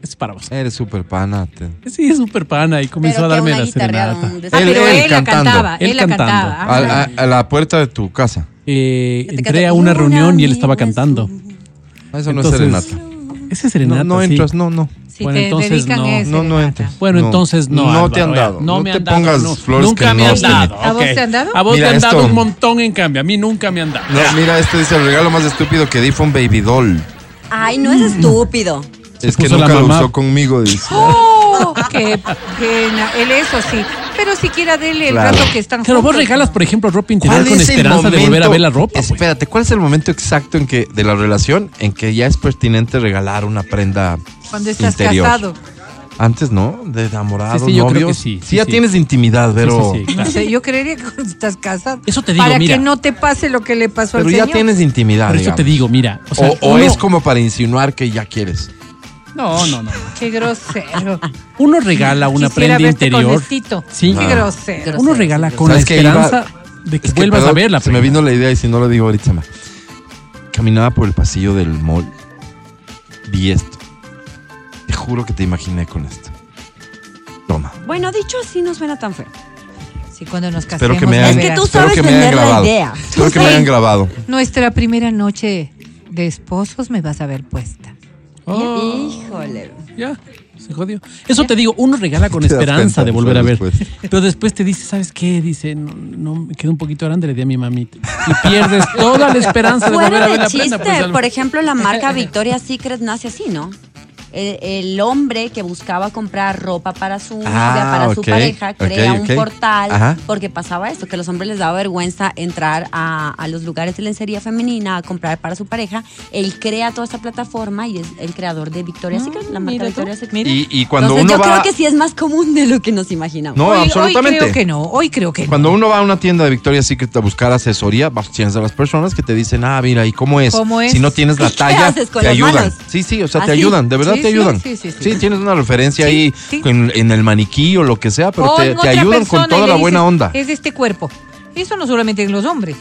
Speaker 3: es para vos.
Speaker 2: Eres súper pana. te-
Speaker 3: Sí, es súper pana y comenzó
Speaker 4: Pero
Speaker 3: a
Speaker 4: que
Speaker 3: darme
Speaker 4: una
Speaker 3: la
Speaker 4: guitarreada,
Speaker 3: serenata.
Speaker 4: un
Speaker 5: Ah,
Speaker 4: desastre.
Speaker 2: Él-
Speaker 5: pero
Speaker 2: él
Speaker 5: él, la
Speaker 2: cantando.
Speaker 5: cantaba, él,
Speaker 3: Él
Speaker 5: la
Speaker 3: cantando.
Speaker 5: cantaba.
Speaker 2: A,
Speaker 5: Ah,
Speaker 2: a- a la puerta de tu casa.
Speaker 3: Eh,
Speaker 4: Que te
Speaker 3: entré
Speaker 4: canta,
Speaker 3: a una
Speaker 4: "Una
Speaker 3: reunión y él estaba
Speaker 4: amiga
Speaker 3: cantando.
Speaker 2: No, Eso
Speaker 3: Entonces,
Speaker 2: no es serenata.
Speaker 3: Ese es
Speaker 2: No,
Speaker 3: serenata.
Speaker 2: no
Speaker 3: sí.
Speaker 2: entras, no, no.
Speaker 5: Si
Speaker 3: Bueno,
Speaker 5: te
Speaker 3: entonces
Speaker 5: dedican
Speaker 3: no.
Speaker 5: es
Speaker 2: No, no
Speaker 5: serenata.
Speaker 2: entras.
Speaker 3: Bueno, entonces no.
Speaker 2: No
Speaker 3: Álvaro,
Speaker 2: te han
Speaker 3: oiga,
Speaker 2: dado.
Speaker 3: No,
Speaker 2: No
Speaker 3: me
Speaker 2: te
Speaker 3: han dado.
Speaker 2: pongas
Speaker 3: no.
Speaker 2: flores
Speaker 3: nunca
Speaker 2: que
Speaker 3: me
Speaker 2: no
Speaker 3: han
Speaker 2: has
Speaker 3: dado.
Speaker 2: tenido.
Speaker 5: ¿A vos
Speaker 3: ok.
Speaker 5: te han dado?
Speaker 3: A vos
Speaker 2: Mira
Speaker 3: te han dado
Speaker 2: esto.
Speaker 3: un montón, en cambio. A mí nunca me han dado.
Speaker 2: No, mira, este dice el regalo más estúpido que di fue un baby doll.
Speaker 4: Ay, no es estúpido.
Speaker 2: Es que
Speaker 3: puso la
Speaker 2: nunca lo
Speaker 3: mamá.
Speaker 2: usó conmigo, dice.
Speaker 5: ¡Oh! ¡Qué pena! Él eso sí. Pero siquiera dele el
Speaker 2: Claro.
Speaker 5: rato que están
Speaker 3: Pero vos
Speaker 5: juntos.
Speaker 3: regalas, por ejemplo, ropa interior con
Speaker 2: es el
Speaker 3: esperanza de volver a
Speaker 2: momento-
Speaker 3: ver la ropa. güey.
Speaker 2: Espérate, ¿cuál es el momento exacto en que de la relación en que ya es pertinente regalar una prenda
Speaker 5: Cuando estás
Speaker 2: interior?
Speaker 5: casado.
Speaker 2: Antes, ¿no? De enamorados,
Speaker 3: Sí, sí, yo creo
Speaker 2: novios.
Speaker 3: que sí, sí,
Speaker 2: ya
Speaker 3: sí.
Speaker 2: tienes intimidad, pero
Speaker 3: Sí, sí, sí,
Speaker 5: No
Speaker 3: claro.
Speaker 5: sé, yo creería que cuando estás casado.
Speaker 3: Eso te digo,
Speaker 5: Para
Speaker 3: mira.
Speaker 5: que no te pase lo que le pasó
Speaker 2: pero
Speaker 5: al
Speaker 2: ya
Speaker 5: señor.
Speaker 2: tienes intimidad,
Speaker 3: Por eso te
Speaker 2: digamos.
Speaker 3: digo, mira. O, sea,
Speaker 2: o o
Speaker 3: uno-
Speaker 2: es como para insinuar que ya quieres.
Speaker 3: No, no, no.
Speaker 5: Qué grosero.
Speaker 3: Uno regala una
Speaker 5: Quisiera
Speaker 3: prenda
Speaker 5: verte con
Speaker 3: interior.
Speaker 5: vestito.
Speaker 3: Sí.
Speaker 5: Qué
Speaker 2: Ah.
Speaker 5: grosero.
Speaker 3: Uno regala con la
Speaker 2: ¿Sabes qué iba?
Speaker 3: esperanza de que
Speaker 2: Es que,
Speaker 3: vuelvas a
Speaker 2: perdón,
Speaker 3: verla.
Speaker 2: Se me vino la idea y si no lo digo ahorita más. Caminaba por el pasillo del mall. Vi esto. Te juro que te imaginé con esto. Toma.
Speaker 4: Bueno, dicho así no suena tan feo.
Speaker 5: Sí, cuando nos casemos.
Speaker 2: Espero que me
Speaker 5: ya
Speaker 2: hayan,
Speaker 4: Es que tú
Speaker 5: verás.
Speaker 2: espero
Speaker 4: sabes
Speaker 2: que me hayan
Speaker 4: vender la
Speaker 2: grabado.
Speaker 4: idea.
Speaker 2: Espero que me hayan grabado.
Speaker 5: Nuestra primera noche de esposos me vas a ver puesta.
Speaker 3: Oh.
Speaker 4: Híjole.
Speaker 3: Ya, se jodió. Eso te digo, uno regala con
Speaker 2: Te das
Speaker 3: esperanza
Speaker 2: cuenta pues,
Speaker 3: de volver a ver.
Speaker 2: después.
Speaker 3: Pero después te dice, ¿sabes qué? Dice, no, no, me quedó un poquito grande, le di a mi mamita. Y pierdes toda la esperanza de volver a
Speaker 4: Fuera
Speaker 3: ver
Speaker 4: de
Speaker 3: la
Speaker 4: chiste,
Speaker 3: prenda. pues, algo.
Speaker 4: por ejemplo, la marca Victoria's Secret nace así, ¿no? El, el hombre que buscaba comprar ropa para su novia, para su
Speaker 2: Ah, ok,
Speaker 4: pareja,
Speaker 2: ok,
Speaker 4: crea
Speaker 2: ok.
Speaker 4: un portal
Speaker 2: Ajá.
Speaker 4: porque pasaba esto, que a los hombres les daba vergüenza entrar a, a los lugares de lencería femenina a comprar para su pareja. Él crea toda esta plataforma y es el creador de Victoria's Secret, la marca
Speaker 5: Ah, mira tú,
Speaker 4: Victoria's Secret.
Speaker 2: Y, y cuando
Speaker 4: Entonces,
Speaker 2: uno
Speaker 4: yo
Speaker 2: va.
Speaker 4: creo que sí es más común de lo que nos imaginamos.
Speaker 2: No,
Speaker 5: hoy,
Speaker 2: absolutamente.
Speaker 5: Hoy creo que no. Hoy creo que
Speaker 2: Cuando uno va a una tienda de Victoria's Secret a buscar asesoría, vas tienes a las personas que te dicen, ah, mira, ¿y cómo es?
Speaker 5: ¿Cómo es?
Speaker 2: Si no tienes la
Speaker 4: ¿Y qué
Speaker 2: talla,
Speaker 4: haces con
Speaker 2: te
Speaker 4: las
Speaker 2: ayudan.
Speaker 4: manos?
Speaker 2: Sí, sí, o sea, te
Speaker 4: ¿Así?
Speaker 2: ayudan, de verdad
Speaker 5: ¿Ah, Sí,
Speaker 2: te
Speaker 5: sí,
Speaker 2: ayudan.
Speaker 5: sí, sí, sí.
Speaker 2: tienes una referencia ahí
Speaker 5: sí.
Speaker 2: con- en el maniquí o lo que sea,
Speaker 5: no.
Speaker 2: pero te,
Speaker 5: Con
Speaker 2: te
Speaker 5: otra
Speaker 2: ayudan
Speaker 5: persona
Speaker 2: con
Speaker 5: y
Speaker 2: toda
Speaker 5: le
Speaker 2: la
Speaker 5: dices,
Speaker 2: buena onda.
Speaker 5: Es de este cuerpo. Eso no solamente en los hombres.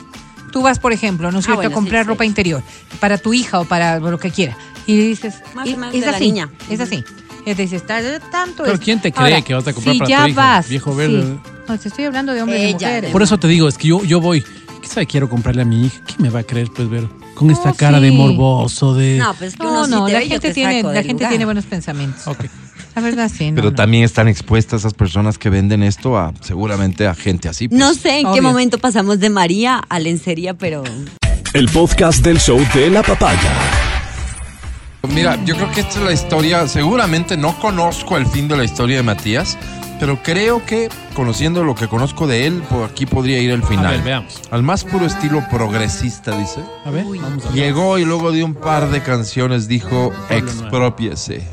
Speaker 5: Tú vas, por ejemplo, ¿no es cierto?,
Speaker 4: Ah, bueno,
Speaker 5: a
Speaker 4: sí,
Speaker 5: comprar
Speaker 4: sí.
Speaker 5: ropa interior para tu hija o para lo que quiera. Y le dices,
Speaker 4: Más o
Speaker 5: "Y-
Speaker 4: menos
Speaker 5: es
Speaker 4: de la
Speaker 5: así,
Speaker 4: niña".
Speaker 5: es
Speaker 4: Ujú.
Speaker 5: así. Y te dices, "Tal- tanto
Speaker 3: Pero
Speaker 5: es".
Speaker 3: ¿quién te cree que vas a comprar
Speaker 5: si
Speaker 3: para
Speaker 5: ya
Speaker 3: tu hija,
Speaker 5: vas,
Speaker 3: viejo verde?
Speaker 5: sí. No, te estoy hablando de hombres y
Speaker 4: Ella,
Speaker 5: mujeres.
Speaker 4: de
Speaker 3: Por eso te digo, es que yo, yo voy. pizza y quiero comprarle a mi hija. ¿Qué me va a creer, pues, Vero? Con esta
Speaker 5: No,
Speaker 3: cara de
Speaker 5: sí.
Speaker 3: morboso, de...
Speaker 4: Oh, No, pues que uno
Speaker 5: No,
Speaker 4: sí
Speaker 5: no,
Speaker 4: te
Speaker 5: la
Speaker 4: ve, yo
Speaker 5: gente
Speaker 4: te
Speaker 5: tiene,
Speaker 4: saco
Speaker 5: la
Speaker 4: del
Speaker 5: gente
Speaker 4: lugar.
Speaker 5: tiene buenos pensamientos.
Speaker 3: Ok.
Speaker 5: La verdad, sí. no,
Speaker 2: Pero
Speaker 5: no.
Speaker 2: también están expuestas esas personas que venden esto a seguramente a gente así. pues.
Speaker 4: No sé en
Speaker 5: Obvio.
Speaker 4: qué momento pasamos de María a lencería, pero
Speaker 1: El podcast del show de la papaya.
Speaker 2: Pues Mira, yo creo que esta es la historia, seguramente no conozco el fin de la historia de Matías, pero creo que conociendo lo que conozco de él, por aquí podría ir el final.
Speaker 3: ver, veamos.
Speaker 2: Al más puro estilo progresista, dice.
Speaker 3: A ver, vamos a ver.
Speaker 2: Llegó y luego de un par de canciones dijo expropiese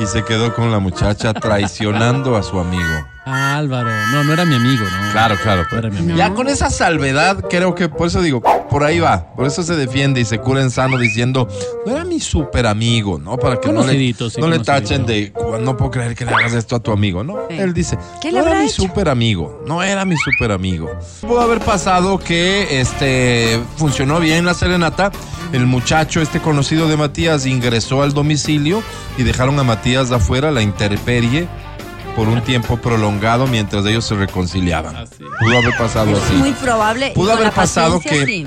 Speaker 2: y se quedó con la muchacha traicionando a su amigo.
Speaker 3: Ah, Álvaro. No, no era mi amigo, ¿no?
Speaker 2: Claro, claro. pues.
Speaker 3: No era mi amigo.
Speaker 2: Ya con esa salvedad, creo que por eso digo, por ahí va. Por eso se defiende y se cura en sano diciendo, no era mi super amigo, ¿no? Para que no le,
Speaker 3: Conocidito, sí,
Speaker 2: no le
Speaker 3: conocidito.
Speaker 2: tachen de, no puedo creer que le hagas esto a tu amigo, ¿no?
Speaker 4: Sí.
Speaker 2: Él dice,
Speaker 4: ¿Qué
Speaker 2: no
Speaker 4: le
Speaker 2: era
Speaker 4: habrá
Speaker 2: mi
Speaker 4: hecho?"
Speaker 2: super amigo, no era mi super amigo. Pudo haber pasado que este funcionó bien la serenata. El muchacho, este conocido de Matías, ingresó al domicilio y dejaron a Matías de afuera, la interperie, por un tiempo prolongado mientras ellos se reconciliaban.
Speaker 3: Así.
Speaker 2: Pudo haber pasado así.
Speaker 4: muy probable. y
Speaker 2: Pudo
Speaker 4: con
Speaker 2: haber
Speaker 4: la
Speaker 2: pasado
Speaker 4: paciencia,
Speaker 2: que-
Speaker 4: sí.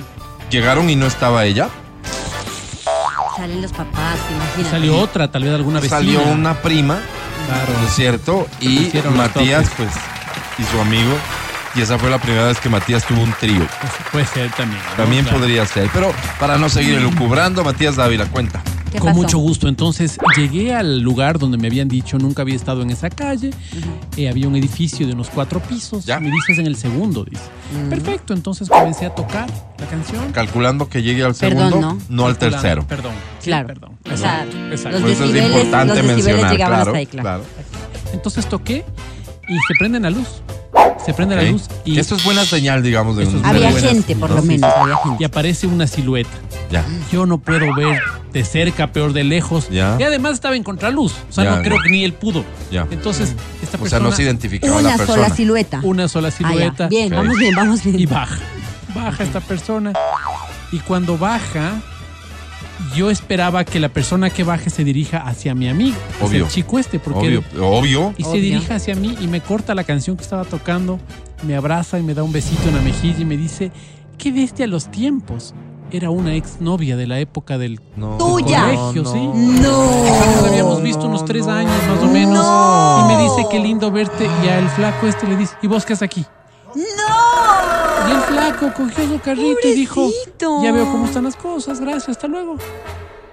Speaker 2: Llegaron y no estaba ella.
Speaker 4: Salen los papás, imagínate.
Speaker 3: Salió otra, tal vez alguna vecina.
Speaker 2: Salió una prima,
Speaker 3: Claro.
Speaker 2: ¿no es cierto? Y
Speaker 3: Hicieron los
Speaker 2: Matías, pues, y su amigo. Y esa fue la primera vez que Matías tuvo un trío.
Speaker 3: Puede ser también. ¿no?
Speaker 2: También
Speaker 3: Ah, Claro.
Speaker 2: podría ser. Pero para no seguir elucubrando, Matías Dávila, cuenta.
Speaker 4: ¿Qué
Speaker 3: Con
Speaker 4: pasó?
Speaker 3: mucho gusto. Entonces llegué al lugar donde me habían dicho, nunca había estado en esa calle. Eh, había un edificio de unos cuatro pisos.
Speaker 2: Ya.
Speaker 3: Me dices en el segundo, dice.
Speaker 4: Mm.
Speaker 3: Perfecto, entonces comencé a tocar la canción.
Speaker 2: Calculando que llegue al
Speaker 4: Perdón,
Speaker 2: segundo,
Speaker 4: ¿no?
Speaker 2: al tercero. Pues,
Speaker 3: Perdón. sí,
Speaker 4: Claro.
Speaker 3: perdón.
Speaker 4: O sea,
Speaker 3: Exacto.
Speaker 4: los
Speaker 2: Por eso es
Speaker 4: decibeles-
Speaker 2: importante
Speaker 4: los decibeles
Speaker 2: mencionar.
Speaker 4: llegaban
Speaker 2: Claro,
Speaker 4: hasta ahí, claro.
Speaker 2: claro.
Speaker 3: Entonces toqué y se prende la luz. Se prende la
Speaker 2: Ok.
Speaker 3: luz y,
Speaker 2: Esto es buena señal, digamos, de
Speaker 3: Esto
Speaker 2: un
Speaker 3: es
Speaker 4: Había
Speaker 3: buenas,
Speaker 4: gente, por
Speaker 3: ¿no?
Speaker 4: lo
Speaker 3: Sí,
Speaker 4: menos, había
Speaker 3: y
Speaker 4: gente.
Speaker 3: aparece una silueta.
Speaker 2: Ya.
Speaker 3: Yo no puedo ver de cerca, peor de lejos.
Speaker 2: Ya.
Speaker 3: Y además estaba en contraluz. O sea,
Speaker 2: Ya,
Speaker 3: no creo
Speaker 2: ya.
Speaker 3: que ni él pudo.
Speaker 2: Ya.
Speaker 3: Entonces, esta
Speaker 2: O sea,
Speaker 3: persona.
Speaker 2: no se identificaba la
Speaker 4: Una sola
Speaker 2: persona.
Speaker 4: silueta.
Speaker 3: una sola
Speaker 4: Ah, ya.
Speaker 3: silueta.
Speaker 4: Bien,
Speaker 2: Ok.
Speaker 4: vamos bien, vamos bien.
Speaker 3: Y baja. Baja esta persona. Y cuando baja, yo esperaba que la persona que baje se dirija hacia mi amigo. que es
Speaker 2: Obvio.
Speaker 3: el chico este, porque.
Speaker 2: Obvio, obvio.
Speaker 3: Y se
Speaker 4: Obvio.
Speaker 3: dirige hacia mí y me corta la canción que estaba tocando, me abraza y me da un besito en la mejilla y me dice, qué bestia los tiempos. Era una exnovia de la época del
Speaker 2: No.
Speaker 4: Tuya.
Speaker 3: colegio, ¿sí? Nos habíamos
Speaker 4: Oh, No.
Speaker 3: visto unos tres años más o menos.
Speaker 4: No.
Speaker 3: Y me dice, qué lindo verte. Y al flaco este le dice, ¿y vos qué haces aquí?
Speaker 4: ¡No!
Speaker 3: Y el flaco cogió su carrito y dijo,
Speaker 4: Pobrecito.
Speaker 3: ya veo cómo están las cosas, gracias, hasta luego.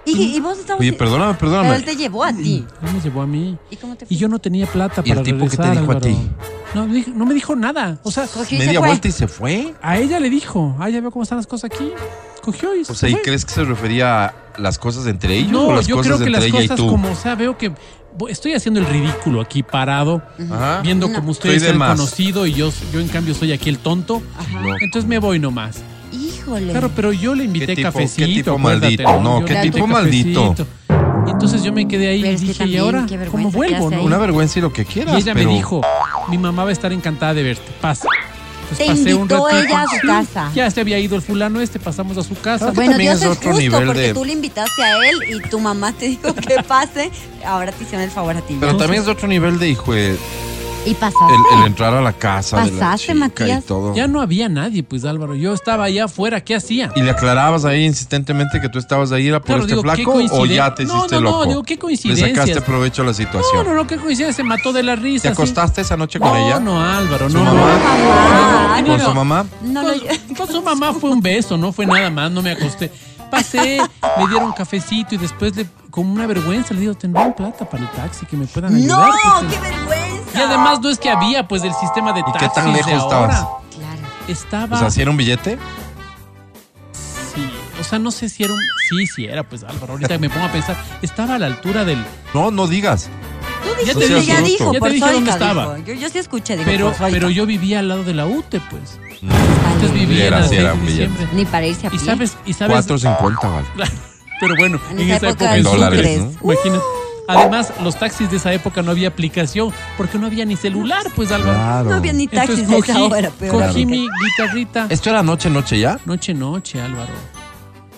Speaker 4: Y, y vos estabas.
Speaker 2: Oye, perdóname,
Speaker 4: Pero él
Speaker 2: perdóname.
Speaker 4: te llevó a ti.
Speaker 3: Él me llevó a mí.
Speaker 4: ¿Y cómo te
Speaker 3: Y
Speaker 4: fue?
Speaker 3: yo no tenía plata
Speaker 2: ¿Y el
Speaker 3: para
Speaker 2: tipo qué te
Speaker 3: regresar,
Speaker 2: dijo a ti?
Speaker 3: Álvaro. No, me dijo- no me dijo nada. O sea,
Speaker 4: Cogió y se
Speaker 2: Media
Speaker 4: fue.
Speaker 2: vuelta y se fue.
Speaker 3: a ella le dijo, ah, ya veo cómo están las cosas aquí. Cogió y se
Speaker 2: O sea, ¿y
Speaker 3: fue.
Speaker 2: crees que se refería a las cosas entre ellos o
Speaker 3: No,
Speaker 2: las
Speaker 3: yo
Speaker 2: cosas
Speaker 3: creo que las
Speaker 2: entre ella
Speaker 3: cosas
Speaker 2: y tú?
Speaker 3: como, o sea, veo que bo- estoy haciendo el ridículo aquí parado,
Speaker 2: Ajá.
Speaker 3: viendo como ustedes
Speaker 2: Estoy de
Speaker 3: se han
Speaker 2: más.
Speaker 3: conocido y yo, yo en cambio soy aquí el tonto.
Speaker 4: Ajá.
Speaker 2: No.
Speaker 3: Entonces me voy nomás.
Speaker 4: Híjole.
Speaker 3: Claro, pero yo le invité
Speaker 2: ¿Qué tipo-
Speaker 3: cafecito.
Speaker 2: qué tipo
Speaker 3: acuérdate,
Speaker 2: maldito? No,
Speaker 3: Yo
Speaker 2: ¿qué
Speaker 3: le
Speaker 2: tipo
Speaker 3: invité
Speaker 2: maldito?
Speaker 3: cafecito. Y entonces yo me quedé ahí
Speaker 4: Pero
Speaker 3: y
Speaker 4: es que
Speaker 3: dije, ¿y
Speaker 4: también,
Speaker 3: ahora
Speaker 4: qué
Speaker 3: cómo
Speaker 4: vergüenza, ¿qué
Speaker 3: vuelvo?
Speaker 4: hace
Speaker 3: no?
Speaker 4: ahí?
Speaker 2: Una vergüenza y lo que quieras.
Speaker 3: Y ella
Speaker 2: pero
Speaker 3: me dijo, mi mamá va a estar encantada de verte, pasa. Entonces
Speaker 4: Te
Speaker 3: pasé
Speaker 4: invitó
Speaker 3: ratito,
Speaker 4: ella a su
Speaker 3: sí,
Speaker 4: casa.
Speaker 3: Ya se había ido el fulano este, pasamos a su casa.
Speaker 2: Bueno,
Speaker 4: Bueno,
Speaker 2: también
Speaker 4: Dios
Speaker 2: es
Speaker 4: es,
Speaker 2: otro
Speaker 4: justo
Speaker 2: nivel
Speaker 4: porque
Speaker 2: de-
Speaker 4: tú le invitaste a él y tu mamá te dijo que pase. Ahora te hicieron el favor a ti. ¿no?
Speaker 2: Pero también es otro nivel de hijo eh,
Speaker 4: Y pasaste.
Speaker 2: el, el entrar a la casa de la
Speaker 4: Pasaste,
Speaker 2: chica
Speaker 4: Matías.
Speaker 2: y todo.
Speaker 3: Ya no había nadie, pues Álvaro. Yo estaba allá afuera, ¿qué hacía?
Speaker 2: Y le aclarabas ahí insistentemente que tú estabas ahí era por
Speaker 3: Claro,
Speaker 2: este
Speaker 3: digo, ¿qué
Speaker 2: flaco o
Speaker 3: coinciden-
Speaker 2: ya te
Speaker 3: No,
Speaker 2: hiciste
Speaker 3: no, no,
Speaker 2: loco.
Speaker 3: digo, ¿qué
Speaker 2: Le sacaste
Speaker 3: coincidencias?
Speaker 2: provecho a la situación.
Speaker 3: No, no, no, qué coincidencia, se mató de la risa.
Speaker 2: ¿Te
Speaker 3: sí.
Speaker 2: acostaste esa noche
Speaker 3: No,
Speaker 2: con ella?
Speaker 3: no, Álvaro,
Speaker 2: ¿Su
Speaker 3: no.
Speaker 2: mamá?
Speaker 4: Ah,
Speaker 2: ¿Con
Speaker 3: no.
Speaker 2: su mamá?
Speaker 4: No
Speaker 3: con,
Speaker 4: lo-
Speaker 3: con Pues, su mamá fue un beso, no fue nada más, no me acosté. Pasé, me dieron cafecito y después, le, con una vergüenza, le digo, tendrán plata para el taxi que me puedan ayudar.
Speaker 4: ¡No!
Speaker 3: Pues,
Speaker 4: ¡Qué vergüenza!
Speaker 3: y además no es que había pues el sistema de
Speaker 2: ¿Y
Speaker 3: taxis
Speaker 2: qué tan lejos
Speaker 3: de ahora.
Speaker 2: estabas?
Speaker 4: Claro.
Speaker 3: Estaba...
Speaker 2: O sea, ¿sí era un billete?
Speaker 3: sí, o sea, no sé si era un... Sí, sí era, pues Álvaro, ahorita me pongo a pensar. Estaba a la altura del...
Speaker 2: No, no digas.
Speaker 4: Tú dijiste,
Speaker 3: te
Speaker 4: ya,
Speaker 2: dije, ya
Speaker 4: dijo,
Speaker 3: te
Speaker 4: por
Speaker 3: dije
Speaker 4: Zoica,
Speaker 3: dónde estaba.
Speaker 4: dijo. Yo, yo sí escuché, dijo,
Speaker 3: Pero,
Speaker 4: por Zoica.
Speaker 3: pero yo vivía al lado de la UTE, pues.
Speaker 2: No.
Speaker 3: Entonces
Speaker 2: Sí,
Speaker 3: vivía en
Speaker 2: era,
Speaker 3: la
Speaker 2: sí,
Speaker 3: 6
Speaker 2: era
Speaker 3: de
Speaker 2: un billete.
Speaker 3: diciembre.
Speaker 4: Ni para irse a pie.
Speaker 3: Y sabes, y sabes...
Speaker 2: 4.50, vale.
Speaker 3: Pero bueno,
Speaker 4: En
Speaker 3: en,
Speaker 4: esa
Speaker 3: esa
Speaker 4: época
Speaker 3: época
Speaker 4: en
Speaker 3: en Sucre,
Speaker 2: dólares,
Speaker 3: ¿no? imagínate. Además, los taxis de esa época no había aplicación porque no había ni celular, pues Álvaro.
Speaker 2: Claro.
Speaker 4: No había ni taxis
Speaker 3: Entonces
Speaker 4: a esa
Speaker 3: cogí,
Speaker 4: hora, peor.
Speaker 3: cogí
Speaker 4: aún.
Speaker 3: mi guitarrita.
Speaker 2: ¿Esto era noche, noche ya?
Speaker 3: Noche, noche, Álvaro.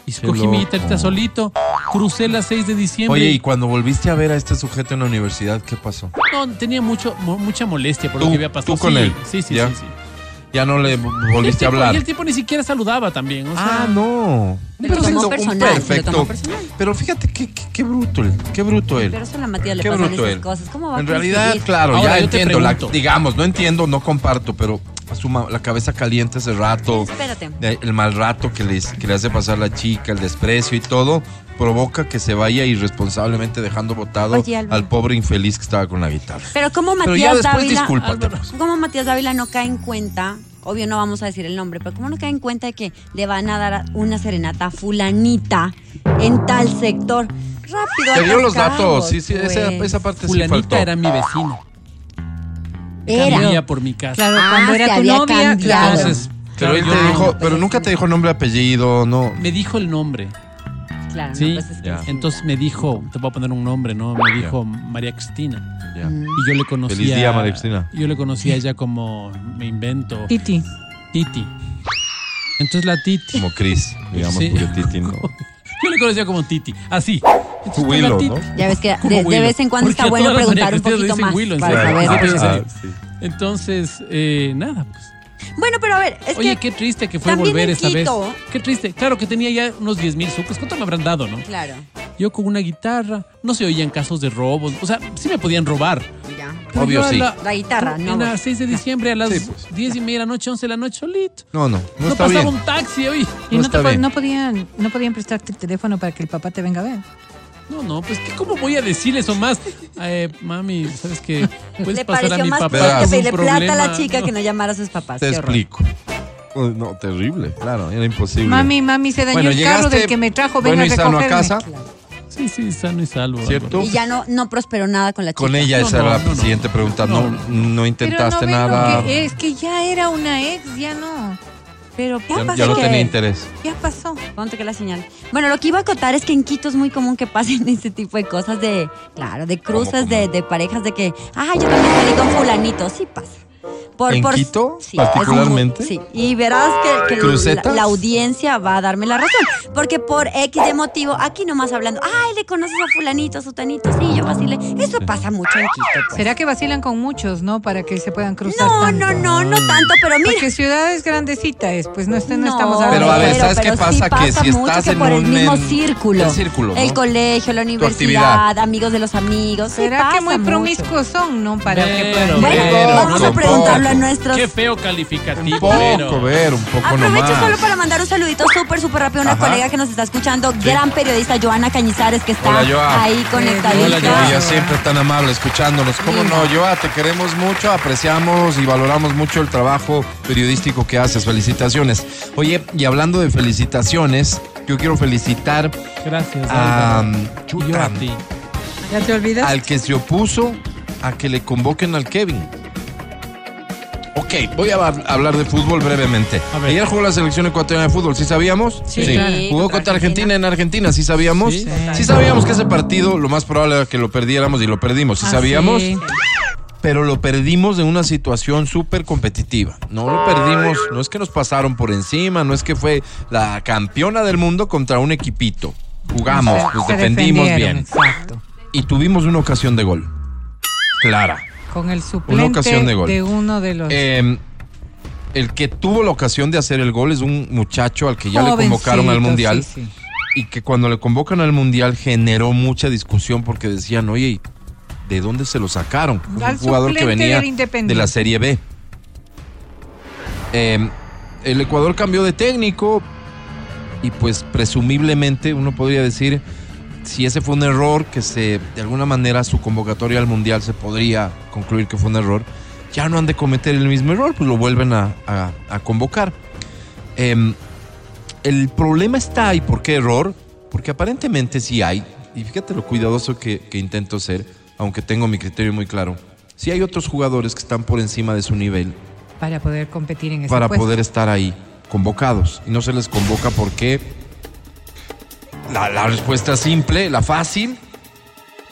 Speaker 3: Y
Speaker 2: Qué
Speaker 3: cogí
Speaker 2: loco.
Speaker 3: mi guitarrita solito. Crucé las 6 de diciembre.
Speaker 2: Oye, y cuando volviste a ver a este sujeto en la universidad, ¿qué pasó?
Speaker 3: No, tenía mucho, mo- mucha molestia por
Speaker 2: Tú-
Speaker 3: lo que había pasado.
Speaker 2: tú con
Speaker 3: Sí,
Speaker 2: él.
Speaker 3: Sí, sí,
Speaker 2: Ya.
Speaker 3: sí, sí.
Speaker 2: ya no le
Speaker 3: Y el,
Speaker 2: volviste a
Speaker 3: tipo, y el
Speaker 2: hablar.
Speaker 3: tipo ni siquiera saludaba también. o sea,
Speaker 2: Ah, no.
Speaker 4: Me lo
Speaker 2: Perfecto,
Speaker 4: tomó personal, me lo
Speaker 2: perfecto.
Speaker 4: tomó personal.
Speaker 2: Pero fíjate qué, qué, qué bruto él, qué bruto él.
Speaker 4: Pero solo a Matías le
Speaker 2: Qué
Speaker 4: pasan
Speaker 2: bruto
Speaker 4: esas
Speaker 2: él.
Speaker 4: cosas. ¿Cómo va a
Speaker 2: En realidad,
Speaker 4: coincidir?
Speaker 2: claro,
Speaker 3: Ahora,
Speaker 2: ya
Speaker 3: yo te
Speaker 2: entiendo. la-
Speaker 3: pregunto.
Speaker 2: digamos, no entiendo, no comparto, pero asuma la cabeza caliente ese rato.
Speaker 4: Espérate.
Speaker 2: eh, El mal rato que, les- que le hace pasar la chica, el desprecio y todo, provoca que se vaya irresponsablemente dejando botado
Speaker 4: Oye, Álvaro.
Speaker 2: al pobre infeliz que estaba con la guitarra.
Speaker 4: Pero como
Speaker 2: Pero
Speaker 4: Matías
Speaker 2: ya después
Speaker 4: Dávila.
Speaker 2: discúlpate, pues.
Speaker 4: Álvaro, Como Matías Dávila no cae en cuenta, obvio no vamos a decir el nombre, pero como no cae en cuenta de que le van a dar una serenata a fulanita en tal sector. Rápido.
Speaker 2: Te
Speaker 4: a
Speaker 2: dio los
Speaker 4: cascabos,
Speaker 2: datos, sí, sí, esa,
Speaker 4: pues.
Speaker 2: esa parte sí faltó.
Speaker 3: fulanita era mi vecino.
Speaker 4: Era.
Speaker 3: Cambiaba por mi casa.
Speaker 5: Claro,
Speaker 4: Ah,
Speaker 5: cuando
Speaker 4: se
Speaker 5: era tu
Speaker 4: había
Speaker 5: novia.
Speaker 4: cambiado.
Speaker 5: claro.
Speaker 3: Entonces,
Speaker 2: Pero
Speaker 3: claro,
Speaker 2: él
Speaker 3: yo
Speaker 2: te
Speaker 3: no-
Speaker 2: dijo, pero nunca te dijo nombre, apellido, no.
Speaker 3: Me dijo el nombre.
Speaker 4: Claro, no,
Speaker 3: Sí,
Speaker 4: pues es que
Speaker 2: ya.
Speaker 4: sí,
Speaker 3: entonces me dijo, te voy a poner un nombre, ¿no? Me dijo María Cristina.
Speaker 2: Ya.
Speaker 3: Y yo le conocía.
Speaker 2: Feliz día, María Cristina.
Speaker 3: Yo le conocía a ella como, me invento,
Speaker 5: Titi.
Speaker 3: Titi. Entonces la Titi.
Speaker 2: Como Chris, digamos,
Speaker 3: Sí.
Speaker 2: porque Titi no.
Speaker 3: Yo le conocía como Titi, así. Entonces,
Speaker 2: Willow,
Speaker 3: la Titi-
Speaker 2: ¿no?
Speaker 4: Ya ves que
Speaker 3: Como
Speaker 4: de, de
Speaker 3: Willow.
Speaker 4: vez en cuando
Speaker 3: Porque
Speaker 4: está
Speaker 3: a
Speaker 4: bueno
Speaker 3: todas las María
Speaker 4: preguntar un poquito
Speaker 3: Cristinas
Speaker 4: más.
Speaker 3: le dicen
Speaker 4: para
Speaker 3: Willow, en
Speaker 4: saber.
Speaker 3: serio.
Speaker 2: Ah,
Speaker 3: Claro.
Speaker 2: sí.
Speaker 3: Entonces, eh, nada, pues.
Speaker 4: Bueno, pero a ver, es
Speaker 3: Oye,
Speaker 4: que.
Speaker 3: qué triste que fue
Speaker 4: también
Speaker 3: volver
Speaker 4: en
Speaker 3: esa vez.
Speaker 4: Quito.
Speaker 3: Qué triste. Claro que tenía ya unos 10 mil sucres. ¿Cuánto me habrán dado, no?
Speaker 4: Claro,
Speaker 3: Yo con una guitarra. No se oían casos de robos. O sea, sí me podían robar.
Speaker 4: ya.
Speaker 3: Pero
Speaker 2: Obvio,
Speaker 3: yo a
Speaker 2: sí.
Speaker 4: Pues La guitarra,
Speaker 3: en
Speaker 4: no.
Speaker 3: la 6 de diciembre a las
Speaker 2: Sí, pues.
Speaker 3: 10 y media de la noche, 11 de la noche, solito.
Speaker 2: No, no, no,
Speaker 3: No,
Speaker 2: está
Speaker 3: pasaba
Speaker 2: bien.
Speaker 3: un taxi hoy.
Speaker 5: Y
Speaker 2: No
Speaker 5: no,
Speaker 2: está
Speaker 5: te po-
Speaker 2: bien.
Speaker 5: no podían, no podían prestarte el teléfono para que el papá te venga a ver.
Speaker 3: No, no, pues ¿qué- ¿cómo voy a decir eso más? Eh, mami, ¿sabes qué? Puedes
Speaker 4: Le
Speaker 3: pasar a
Speaker 4: pareció
Speaker 3: mi
Speaker 4: más
Speaker 3: papá.
Speaker 4: fuerte
Speaker 3: es un
Speaker 4: pedirle plata a la
Speaker 3: problema,
Speaker 4: chica
Speaker 3: ¿no?
Speaker 4: que no llamara a sus papás.
Speaker 2: Te
Speaker 4: qué horror.
Speaker 2: explico. Pues, No, terrible, claro, era imposible.
Speaker 5: Mami, mami, se dañó
Speaker 2: Bueno,
Speaker 5: el carro
Speaker 2: llegaste
Speaker 5: del que me trajo, venga
Speaker 2: bueno y
Speaker 5: a
Speaker 2: sano a
Speaker 5: recogerme.
Speaker 2: casa.
Speaker 5: Claro.
Speaker 3: Sí, sí, sano y salvo.
Speaker 2: ¿Cierto?
Speaker 4: Y ya no, no prosperó nada con la chica.
Speaker 2: Con ella,
Speaker 3: No,
Speaker 2: esa
Speaker 3: no,
Speaker 2: era la
Speaker 3: no, no.
Speaker 2: siguiente pregunta. No,
Speaker 3: No.
Speaker 2: no intentaste
Speaker 5: Pero no ven lo
Speaker 2: nada.
Speaker 5: que es que ya era una ex, ya no.
Speaker 4: Pero
Speaker 2: Ya,
Speaker 4: ponte
Speaker 2: ya no
Speaker 4: que-
Speaker 2: tenía interés.
Speaker 5: Ya pasó.
Speaker 4: Ponte que la señal. Bueno, lo que iba a acotar es que en Quito es muy común que pasen este tipo de cosas de, claro, de cruces, de, de parejas, de que, ah, yo también salí con fulanito. Sí pasa. Por,
Speaker 2: ¿En Quito?
Speaker 4: es muy-
Speaker 2: ¿Particularmente?
Speaker 4: sí. Y verás que, que la,
Speaker 2: ¿Crucetas?
Speaker 4: la audiencia va a darme la razón. Porque por X de motivo, aquí nomás hablando, ay, le conoces a fulanito, a sutanito, sí, yo vacile. Eso pasa mucho en Quito. pues.
Speaker 5: ¿Será que vacilan con muchos, no? Para que se puedan cruzar.
Speaker 4: No,
Speaker 5: tanto?
Speaker 4: no, no, no tanto, pero mira.
Speaker 5: Porque ciudad es grandecita, es, pues no, está- no
Speaker 4: No,
Speaker 5: estamos hablando
Speaker 2: Pero a
Speaker 5: de-
Speaker 2: ver, ¿sabes
Speaker 4: pero
Speaker 2: qué
Speaker 4: sí
Speaker 2: pasa? que si
Speaker 4: mucho
Speaker 2: estás
Speaker 4: que
Speaker 2: en
Speaker 4: por el
Speaker 2: un-
Speaker 4: mismo
Speaker 2: en-
Speaker 4: círculo.
Speaker 2: el círculo, ¿no?
Speaker 4: El colegio, la universidad,
Speaker 2: actividad.
Speaker 4: amigos de los amigos. sí
Speaker 5: ¿Será
Speaker 4: pasa
Speaker 5: que muy
Speaker 4: mucho.
Speaker 5: promiscuos son, no? Para que puedan...
Speaker 3: Pero,
Speaker 4: Bueno,
Speaker 2: Pero,
Speaker 4: vamos a
Speaker 2: tampoco.
Speaker 4: preguntarlo a nuestros.
Speaker 3: Qué feo calificativo.
Speaker 2: Un poco, ¿eh?
Speaker 3: pero-
Speaker 2: ver, un poco
Speaker 4: Aprovecho
Speaker 2: nomás.
Speaker 4: solo para mandar un saludito súper, súper rápido a una
Speaker 2: Ajá.
Speaker 4: colega que nos está escuchando, gran periodista Joana Cañizares, que está
Speaker 2: Hola, Joa.
Speaker 4: ahí conectadita.
Speaker 3: Hola, Joa.
Speaker 2: Ella siempre tan amable escuchándonos. ¿Cómo no, Joa? Te queremos mucho, apreciamos y valoramos mucho el trabajo periodístico que haces. Felicitaciones. Oye, y hablando de felicitaciones, yo quiero felicitar
Speaker 3: Gracias.
Speaker 2: a, um,
Speaker 3: Álvaro.
Speaker 2: chuta,
Speaker 3: Y yo a ti.
Speaker 5: ¿Ya te olvidas?
Speaker 2: al que se opuso a que le convoquen al Kevin. Ok, voy a hab- hablar de fútbol brevemente.
Speaker 3: A ver.
Speaker 2: Ayer jugó la selección ecuatoriana de fútbol, ¿sí sabíamos?
Speaker 4: Sí, claro.
Speaker 2: Jugó contra Argentina en Argentina, ¿sí sabíamos?
Speaker 3: Sí.
Speaker 2: Sí, sabíamos que ese partido lo más probable era que lo perdiéramos y lo perdimos, ¿sí
Speaker 5: Ah,
Speaker 2: sabíamos?
Speaker 5: sí.
Speaker 2: pero lo perdimos en una situación súper competitiva. No lo perdimos, no es que nos pasaron por encima, no es que fue la campeona del mundo contra un equipito. Jugamos,
Speaker 5: Se-
Speaker 2: nos
Speaker 5: se
Speaker 2: defendimos
Speaker 5: defendieron,
Speaker 2: bien
Speaker 5: Exacto.
Speaker 2: y tuvimos una ocasión de gol. Clara.
Speaker 5: Con el suplente
Speaker 2: ocasión de
Speaker 5: de,
Speaker 2: gol.
Speaker 5: uno de los...
Speaker 2: Eh, el que tuvo la ocasión de hacer el gol es un muchacho al que ya le convocaron al
Speaker 5: jovencitos,
Speaker 2: Mundial
Speaker 5: sí, sí.
Speaker 2: y que cuando le convocan al Mundial generó mucha discusión porque decían, oye, ¿y ¿de dónde se lo sacaron? Fue
Speaker 5: Al
Speaker 2: un jugador que
Speaker 5: suplente
Speaker 2: venía
Speaker 5: del Independiente.
Speaker 2: de la Serie B. Eh, el Ecuador cambió de técnico y pues presumiblemente uno podría decir si ese fue un error que se de alguna manera su convocatoria al mundial se podría concluir que fue un error ya no han de cometer el mismo error pues lo vuelven a, a- a convocar Em, el problema está ahí por qué error porque aparentemente sí hay y fíjate lo cuidadoso que, que intento ser aunque tengo mi criterio muy claro si hay otros jugadores que están por encima de su nivel
Speaker 5: Para poder competir en ese
Speaker 2: para
Speaker 5: puesto.
Speaker 2: poder estar ahí convocados. Y no se les convoca porque la, la respuesta simple, la fácil,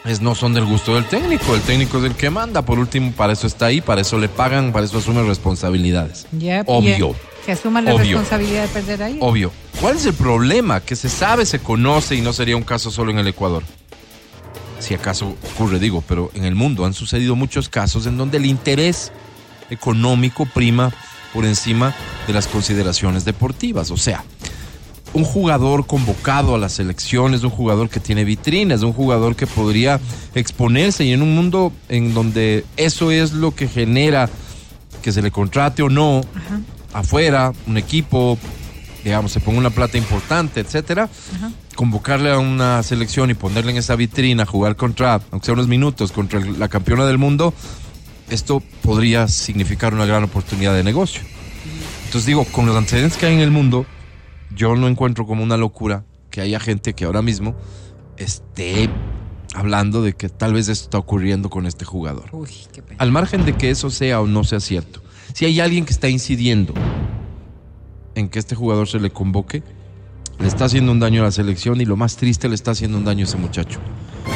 Speaker 2: es no son del gusto del técnico. El técnico es el que manda. Por último, para eso está ahí, para eso le pagan, para eso asume responsabilidades.
Speaker 5: Ya,
Speaker 2: Obvio.
Speaker 5: ya, que asuman la
Speaker 2: Obvio.
Speaker 5: responsabilidad de perder ahí.
Speaker 2: Obvio. ¿Cuál es el problema? Que se sabe, se conoce y no sería un caso solo en el Ecuador. Si acaso ocurre, digo, pero en el mundo han sucedido muchos casos en donde el interés económico prima por encima de las consideraciones deportivas. O sea, un jugador convocado a la selección, es un jugador que tiene vitrinas, un jugador que podría exponerse y en un mundo en donde eso es lo que genera que se le contrate o no afuera, un equipo, digamos, se ponga una plata importante, etcétera, convocarle a una selección y ponerle en esa vitrina, jugar contra, aunque sea unos minutos, contra el- la campeona del mundo, esto podría significar una gran oportunidad de negocio. Entonces digo, con los antecedentes que hay en el mundo, yo no encuentro como una locura que haya gente que ahora mismo esté hablando de que tal vez esto está ocurriendo con este jugador.
Speaker 5: Uy, qué pena.
Speaker 2: Al margen de que eso sea o no sea cierto, si hay alguien que está incidiendo en que este jugador se le convoque, le está haciendo un daño a la selección y lo más triste le está haciendo un daño a ese muchacho.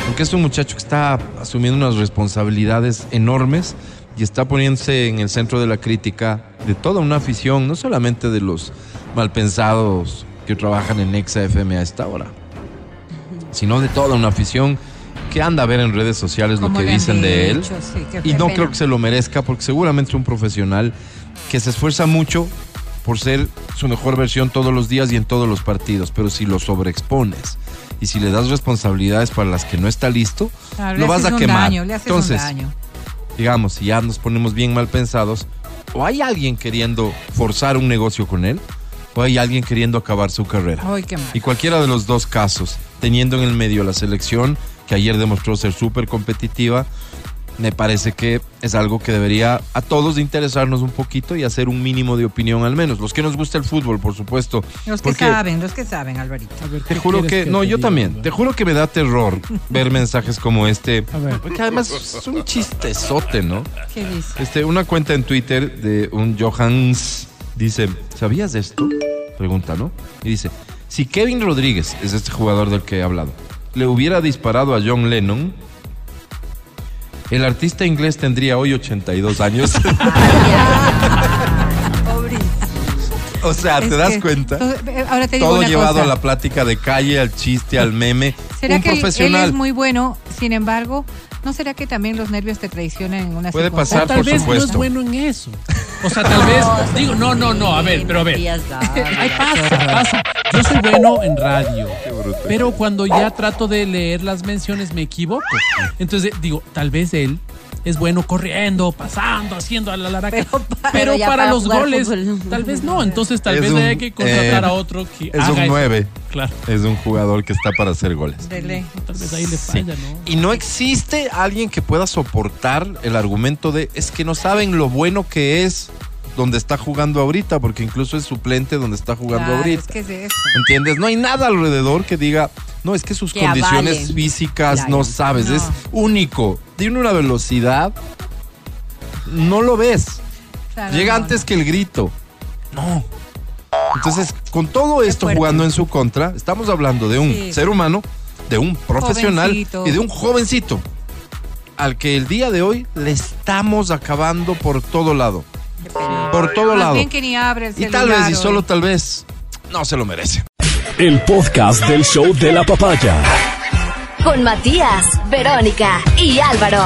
Speaker 2: Porque es un muchacho que está asumiendo unas responsabilidades enormes y está poniéndose en el centro de la crítica de toda una afición, no solamente de los malpensados que trabajan en Nexa FM a esta hora, sino de toda una afición que anda a ver en redes sociales lo
Speaker 5: ¿Cómo
Speaker 2: que
Speaker 5: le han
Speaker 2: dicen de él.
Speaker 5: dicho? Sí, qué-
Speaker 2: Y
Speaker 5: qué
Speaker 2: no
Speaker 5: pena.
Speaker 2: creo que se lo merezca porque seguramente es un profesional que se esfuerza mucho por ser su mejor versión todos los días y en todos los partidos, pero si lo sobreexpones y si le das responsabilidades para las que no está listo,
Speaker 5: Claro, le
Speaker 2: lo vas
Speaker 5: haces
Speaker 2: a
Speaker 5: un
Speaker 2: quemar.
Speaker 5: daño, le haces un
Speaker 2: Entonces,
Speaker 5: daño.
Speaker 2: digamos, si ya nos ponemos bien mal pensados, o hay alguien queriendo forzar un negocio con él, o hay alguien queriendo acabar su carrera.
Speaker 5: Ay, qué mal.
Speaker 2: Y cualquiera de los dos casos, teniendo en el medio la selección, que ayer demostró ser súper competitiva, me parece que es algo que debería a todos interesarnos un poquito y hacer un mínimo de opinión al menos. Los que nos gusta el fútbol, por supuesto.
Speaker 5: Los que
Speaker 2: porque
Speaker 5: saben, los que saben, Alvarito.
Speaker 3: A ver,
Speaker 2: Te
Speaker 3: ¿qué
Speaker 2: juro
Speaker 3: quieres
Speaker 2: que... No,
Speaker 3: te
Speaker 2: yo
Speaker 3: diga,
Speaker 2: también.
Speaker 3: Alba?
Speaker 2: Te juro que me da terror ver mensajes como este.
Speaker 3: A ver.
Speaker 2: Porque además es un chistezote, ¿no?
Speaker 5: ¿Qué dice?
Speaker 2: Este, una cuenta en Twitter de un Johans dice, ¿sabías de esto? Pregunta, ¿no? Y dice, si Kevin Rodríguez, es este jugador del que he hablado, le hubiera disparado a John Lennon, el artista inglés tendría hoy 82 años. o sea, ¿te
Speaker 5: Es
Speaker 2: das
Speaker 5: que-
Speaker 2: cuenta?
Speaker 5: Entonces, eh, Ahora te digo
Speaker 2: Todo
Speaker 5: una
Speaker 2: llevado
Speaker 5: cosa.
Speaker 2: a la plática de calle, al chiste, al meme.
Speaker 5: ¿Será
Speaker 2: un
Speaker 5: que él-
Speaker 2: profesional.
Speaker 5: él es muy bueno, sin embargo, ¿no será que también los nervios te traicionan en una
Speaker 2: Puede
Speaker 3: O
Speaker 5: circunstancia?
Speaker 2: pasar,
Speaker 3: Ah, tal
Speaker 2: por
Speaker 3: vez no
Speaker 2: supuesto.
Speaker 3: es bueno en eso. O sea, tal vez. Digo, no, no, no. A ver, pero a ver.
Speaker 2: Ah,
Speaker 3: Ay, pasa, pasa. Yo soy bueno en radio. Pero cuando ya trato de leer las menciones me equivoco. Entonces digo, tal vez él es bueno corriendo, pasando, haciendo a la laraca.
Speaker 4: Pero
Speaker 3: Pero,
Speaker 4: para- ya
Speaker 3: para,
Speaker 4: para
Speaker 3: los
Speaker 4: jugar
Speaker 3: goles,
Speaker 4: fútbol, no.
Speaker 3: tal vez no. Entonces tal
Speaker 2: Es
Speaker 3: vez
Speaker 2: un,
Speaker 3: hay que contratar
Speaker 2: eh,
Speaker 3: a otro que
Speaker 2: es
Speaker 3: haga
Speaker 2: un
Speaker 3: eso.
Speaker 2: 9.
Speaker 3: Claro.
Speaker 2: Es un jugador que está para hacer goles.
Speaker 5: De ley.
Speaker 3: Tal vez ahí le
Speaker 2: Sí.
Speaker 3: falla, ¿no?
Speaker 2: Y no existe alguien que pueda soportar el argumento de es que no saben lo bueno que es donde está jugando ahorita, porque incluso es suplente donde está jugando
Speaker 5: Claro,
Speaker 2: ahorita.
Speaker 5: es que es de eso.
Speaker 2: ¿Entiendes? No hay nada alrededor que diga, no, es que sus
Speaker 4: Que
Speaker 2: condiciones
Speaker 4: avale.
Speaker 2: físicas
Speaker 4: Claro.
Speaker 2: no sabes,
Speaker 5: No.
Speaker 2: es único. Tiene una velocidad, no lo ves.
Speaker 5: Claro,
Speaker 2: Llega
Speaker 5: Ah, no,
Speaker 2: antes que el grito. No. Entonces, con todo esto
Speaker 5: fuerte.
Speaker 2: jugando en su contra, estamos hablando de un
Speaker 5: Sí.
Speaker 2: ser humano, de un profesional
Speaker 5: Jovencito.
Speaker 2: y de un jovencito al que el día de hoy le estamos acabando por todo lado.
Speaker 5: no, qué pena.
Speaker 2: Por todo
Speaker 5: Más
Speaker 2: lado.
Speaker 5: bien que ni abre el
Speaker 2: Y tal
Speaker 5: celular
Speaker 2: vez, y
Speaker 5: hoy.
Speaker 2: solo tal vez, no se lo merece.
Speaker 1: El podcast del show de la papaya.
Speaker 6: Con Matías, Verónica y Álvaro.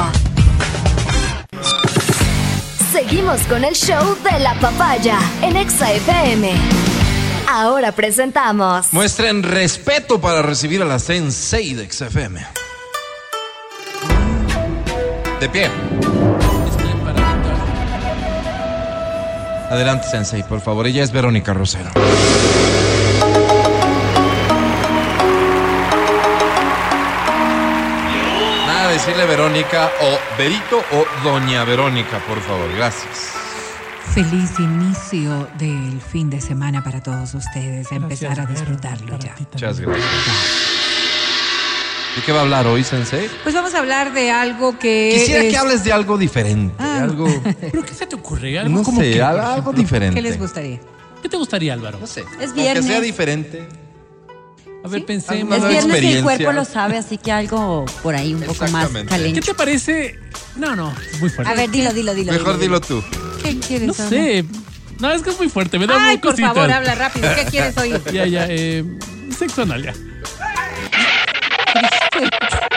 Speaker 6: Seguimos con el show de la papaya en Exa FM. Ahora presentamos.
Speaker 2: Muestren respeto para recibir a la Sensei de XFM. De pie.
Speaker 3: Es bien para evitar.
Speaker 2: Adelante, Sensei, por favor. Ella es Verónica Rosero. Nada, decirle Verónica o Berito o Doña Verónica, por favor. Gracias.
Speaker 5: Feliz inicio del fin de semana para todos ustedes. A empezar
Speaker 3: Gracias,
Speaker 5: a
Speaker 3: Vero,
Speaker 5: disfrutarlo
Speaker 3: para
Speaker 5: ya.
Speaker 3: ti también.
Speaker 2: Muchas gracias. ¿De qué va a hablar hoy, Sensei?
Speaker 5: Pues vamos a hablar de algo que.
Speaker 2: Quisiera
Speaker 5: Eh, es-
Speaker 2: que hables de algo diferente. de algo,
Speaker 3: ¿Pero qué se te ocurre? ¿Algo
Speaker 2: no
Speaker 3: como
Speaker 2: sé,
Speaker 3: qué, por
Speaker 2: algo,
Speaker 3: ejemplo?
Speaker 2: diferente.
Speaker 5: ¿Qué les gustaría?
Speaker 3: ¿Qué te gustaría, Álvaro?
Speaker 2: No sé.
Speaker 4: Es
Speaker 2: como Que sea
Speaker 4: viernes.
Speaker 2: diferente.
Speaker 3: A ver,
Speaker 2: alguna
Speaker 3: pensemos.
Speaker 4: Es
Speaker 2: nueva
Speaker 4: viernes y el
Speaker 2: experiencia.
Speaker 4: cuerpo lo sabe, así que algo por ahí un poco más
Speaker 2: Exactamente.
Speaker 3: ¿Qué
Speaker 4: caliente.
Speaker 3: te parece? No, no, es muy fuerte.
Speaker 4: A ver, dilo, dilo, dilo.
Speaker 2: Mejor dilo tú.
Speaker 5: ¿Qué quieres
Speaker 3: No
Speaker 5: saber?
Speaker 3: sé. No, es que es muy fuerte. Me da
Speaker 5: Ay,
Speaker 3: muy
Speaker 5: por
Speaker 3: cositas.
Speaker 5: favor, habla rápido. ¿Qué quieres oír?
Speaker 3: Ya, ya, eh, sexo anal, ya.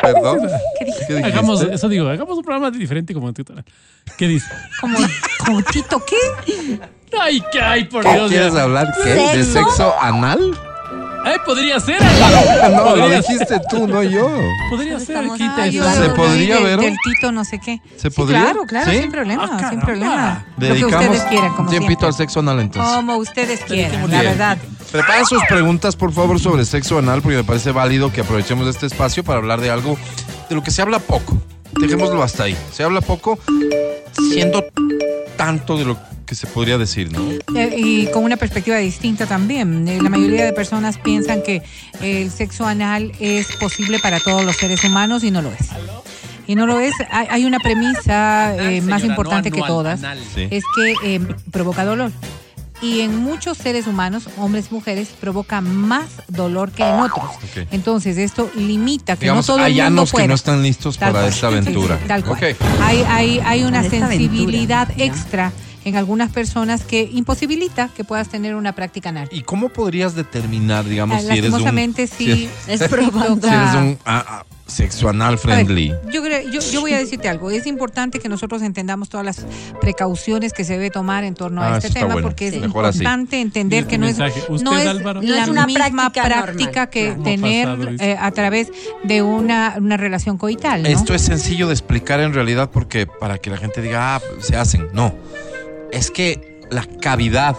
Speaker 2: Perdón. ¿Qué dijiste?
Speaker 3: Hagamos, eso digo, hagamos un programa diferente como en Twitter. ¿Qué dice?
Speaker 5: Como, como Tito, ¿qué?
Speaker 3: Ay, que ay, por
Speaker 2: ¿Qué
Speaker 3: Dios.
Speaker 2: quieres
Speaker 3: ya.
Speaker 2: hablar? ¿Qué? ¿De
Speaker 4: ¿Sexo?
Speaker 2: sexo anal?
Speaker 3: Ay, podría ser,
Speaker 2: No,
Speaker 3: Álvaro.
Speaker 2: lo
Speaker 3: podría,
Speaker 2: dijiste tú, no yo.
Speaker 3: podría ser,
Speaker 4: Estamos-
Speaker 3: quita
Speaker 4: Ay,
Speaker 3: eso.
Speaker 5: yo
Speaker 2: Se
Speaker 5: lo
Speaker 2: podría
Speaker 5: vi del-
Speaker 2: ver, ¿o?
Speaker 5: Del Tito, no sé qué.
Speaker 2: ¿Se
Speaker 5: Sí,
Speaker 2: podría?
Speaker 5: Claro, claro,
Speaker 2: ¿Sí?
Speaker 5: sin problema,
Speaker 3: Ah,
Speaker 5: sin
Speaker 3: caramba.
Speaker 5: problema. lo que
Speaker 2: Dedicamos
Speaker 5: ustedes quieran, como
Speaker 2: tiempito
Speaker 5: siempre.
Speaker 2: al sexo anal entonces.
Speaker 5: Como ustedes quieran, la
Speaker 2: Bien.
Speaker 5: verdad.
Speaker 2: Preparen sus preguntas, por favor, sobre sexo anal, porque me parece válido que aprovechemos este espacio para hablar de algo de lo que se habla poco. Dejémoslo hasta ahí. Se habla poco, siendo tanto de lo que se podría decir, ¿no?
Speaker 5: Eh, Y con una perspectiva distinta también. Eh, La mayoría de personas piensan que el sexo anal es posible para todos los seres humanos y no lo es. Y no lo es. Hay hay una premisa eh, más importante que todas.
Speaker 2: Sí.
Speaker 5: es que eh, provoca dolor. Y en muchos seres humanos, hombres, mujeres, provoca más dolor que en otros.
Speaker 2: Ah, Ok.
Speaker 5: Entonces esto limita que
Speaker 2: Digamos,
Speaker 5: no todo el
Speaker 2: hay
Speaker 5: mundo
Speaker 2: anos que
Speaker 5: pueda.
Speaker 2: no están listos
Speaker 5: Tal
Speaker 2: para
Speaker 5: cual.
Speaker 2: esta
Speaker 5: Sí, sí,
Speaker 2: aventura.
Speaker 5: sí, tal cual.
Speaker 2: Ok.
Speaker 5: Hay, hay, hay una
Speaker 4: Para esta
Speaker 5: sensibilidad
Speaker 4: aventura, ya.
Speaker 5: extra en algunas personas que imposibilita que puedas tener una práctica anal.
Speaker 2: ¿Y cómo podrías determinar, digamos,
Speaker 5: Ah,
Speaker 2: si eres un,
Speaker 5: Lastimosamente
Speaker 2: si eres-
Speaker 5: sí.
Speaker 4: Es probando.
Speaker 2: si eres
Speaker 5: toca-
Speaker 2: un ah, ah, sexo anal
Speaker 5: A ver,
Speaker 2: friendly?
Speaker 5: yo, creo- yo, yo voy a decirte algo. Es importante que nosotros entendamos todas las precauciones que se debe tomar en torno
Speaker 2: Ah,
Speaker 5: a
Speaker 2: eso
Speaker 5: este
Speaker 2: está
Speaker 5: tema,
Speaker 2: bueno.
Speaker 5: porque es
Speaker 2: Sí. Mejor así.
Speaker 5: importante entender
Speaker 3: Mira
Speaker 5: que
Speaker 3: tu
Speaker 5: no es,
Speaker 3: mensaje. Usted,
Speaker 5: no es
Speaker 3: Álvaro.
Speaker 5: la
Speaker 4: No es una
Speaker 5: misma
Speaker 4: práctica normal.
Speaker 5: práctica que
Speaker 3: Como pasado,
Speaker 5: tener
Speaker 3: dice.
Speaker 5: eh, a través de una, una relación coital. ¿no?
Speaker 2: Esto es sencillo de explicar en realidad porque para que la gente diga, ah, se hacen. No. Es que la cavidad.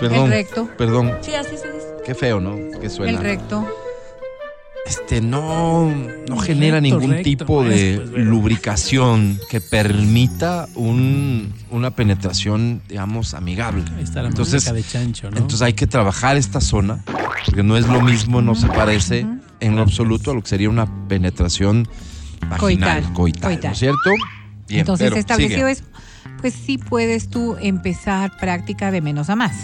Speaker 2: Perdón.
Speaker 5: recto.
Speaker 2: Perdón.
Speaker 4: Sí, así se dice.
Speaker 2: Qué feo, ¿no? Qué suena.
Speaker 5: el recto.
Speaker 2: Este no, no genera
Speaker 3: Recto,
Speaker 2: ningún
Speaker 3: recto,
Speaker 2: tipo de
Speaker 3: maestro, es verdad.
Speaker 2: lubricación que permita un, una penetración, digamos, amigable.
Speaker 3: Ahí está la
Speaker 2: Entonces,
Speaker 3: muñeca de chancho, ¿no?
Speaker 2: Entonces hay que trabajar esta zona, porque no es lo mismo, no se parece en lo absoluto a lo que sería una penetración vaginal, coital,
Speaker 5: Coital, coital.
Speaker 2: ¿no es cierto? Bien,
Speaker 5: Entonces,
Speaker 2: pero
Speaker 5: establecido
Speaker 2: sigue.
Speaker 5: eso, pues sí puedes tú empezar práctica de menos a más.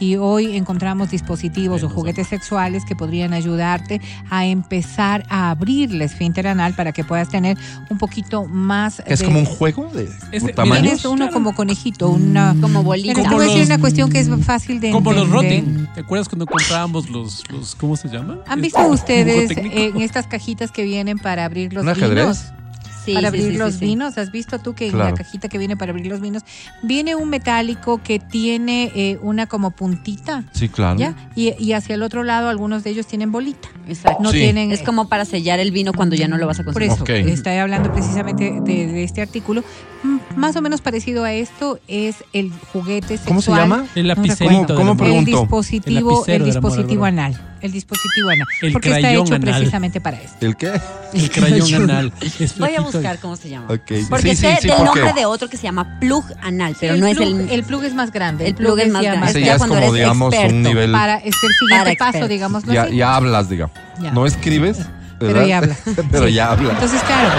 Speaker 5: Y hoy encontramos dispositivos o juguetes sexuales que podrían ayudarte a empezar a abrir la esfínter anal para que puedas tener un poquito más.
Speaker 2: Es
Speaker 5: de-
Speaker 2: como un juego de
Speaker 3: Es-
Speaker 2: por
Speaker 3: mira,
Speaker 2: tamaños.
Speaker 5: Tienes uno como conejito, una.
Speaker 2: Mm.
Speaker 4: Como bolita.
Speaker 5: Pero te
Speaker 3: Como
Speaker 5: voy a decir
Speaker 3: los-
Speaker 5: una cuestión que es fácil de
Speaker 3: Como los
Speaker 5: entender.
Speaker 3: rotting. ¿Te acuerdas cuando comprábamos los, los ¿cómo se llama?
Speaker 5: ¿Han
Speaker 3: El-
Speaker 5: visto ustedes eh,
Speaker 3: técnico.
Speaker 5: en estas cajitas que vienen para abrir los
Speaker 2: ¿Un ajedrez?
Speaker 5: vinos?
Speaker 4: Sí,
Speaker 5: para
Speaker 4: sí,
Speaker 5: abrir
Speaker 4: sí, sí,
Speaker 5: los
Speaker 4: sí.
Speaker 5: vinos. ¿Has visto tú que en
Speaker 2: Claro.
Speaker 5: la cajita que viene para abrir los vinos viene un metálico que tiene eh, una como puntita?
Speaker 2: Sí, claro.
Speaker 5: ¿Ya? Y, y hacia el otro lado algunos de ellos tienen bolita.
Speaker 4: Exacto.
Speaker 5: No
Speaker 2: Sí.
Speaker 5: tienen
Speaker 4: Es como para sellar el vino cuando ya no lo vas a
Speaker 5: por
Speaker 4: consumir.
Speaker 5: eso
Speaker 2: Ok.
Speaker 5: estoy hablando precisamente de, de este artículo. Mm, Más o menos parecido a esto es el juguete sexual.
Speaker 2: ¿Cómo se llama?
Speaker 3: El
Speaker 5: No
Speaker 3: lapicerito.
Speaker 5: recuerdo.
Speaker 3: del
Speaker 2: ¿Cómo
Speaker 3: amor.
Speaker 5: El
Speaker 2: pregunto?
Speaker 3: El
Speaker 5: dispositivo,
Speaker 3: lapicero
Speaker 5: el
Speaker 3: del amor,
Speaker 5: dispositivo
Speaker 3: Álvaro.
Speaker 5: anal. El dispositivo anal.
Speaker 3: El
Speaker 5: porque está
Speaker 3: crayón
Speaker 5: hecho
Speaker 3: anal.
Speaker 5: precisamente para esto.
Speaker 2: ¿El qué?
Speaker 3: El crayón anal. Es
Speaker 4: Voy a
Speaker 3: flaquito.
Speaker 4: buscar cómo se llama.
Speaker 2: Ok.
Speaker 4: Porque
Speaker 2: Sí, sí,
Speaker 4: sé
Speaker 2: sí,
Speaker 4: del
Speaker 2: ¿por
Speaker 4: nombre
Speaker 2: qué?
Speaker 4: de otro que se llama plug anal, pero no es el,
Speaker 5: plug- el plug es más grande.
Speaker 4: el plug es más
Speaker 5: ya
Speaker 4: grande.
Speaker 2: Ese
Speaker 4: Es
Speaker 2: ya
Speaker 4: ya
Speaker 2: es
Speaker 4: cuando
Speaker 2: como,
Speaker 4: eres
Speaker 2: digamos, un
Speaker 4: experto.
Speaker 2: nivel.
Speaker 5: Para es el
Speaker 4: Para
Speaker 5: siguiente
Speaker 4: expertos.
Speaker 5: paso, digámoslo
Speaker 2: ya,
Speaker 5: así.
Speaker 2: ya hablas, digamos.
Speaker 5: Ya.
Speaker 2: No escribes,
Speaker 5: Pero
Speaker 2: ¿verdad?
Speaker 5: ya habla.
Speaker 2: Pero
Speaker 5: Sí.
Speaker 2: ya habla.
Speaker 5: Entonces, claro,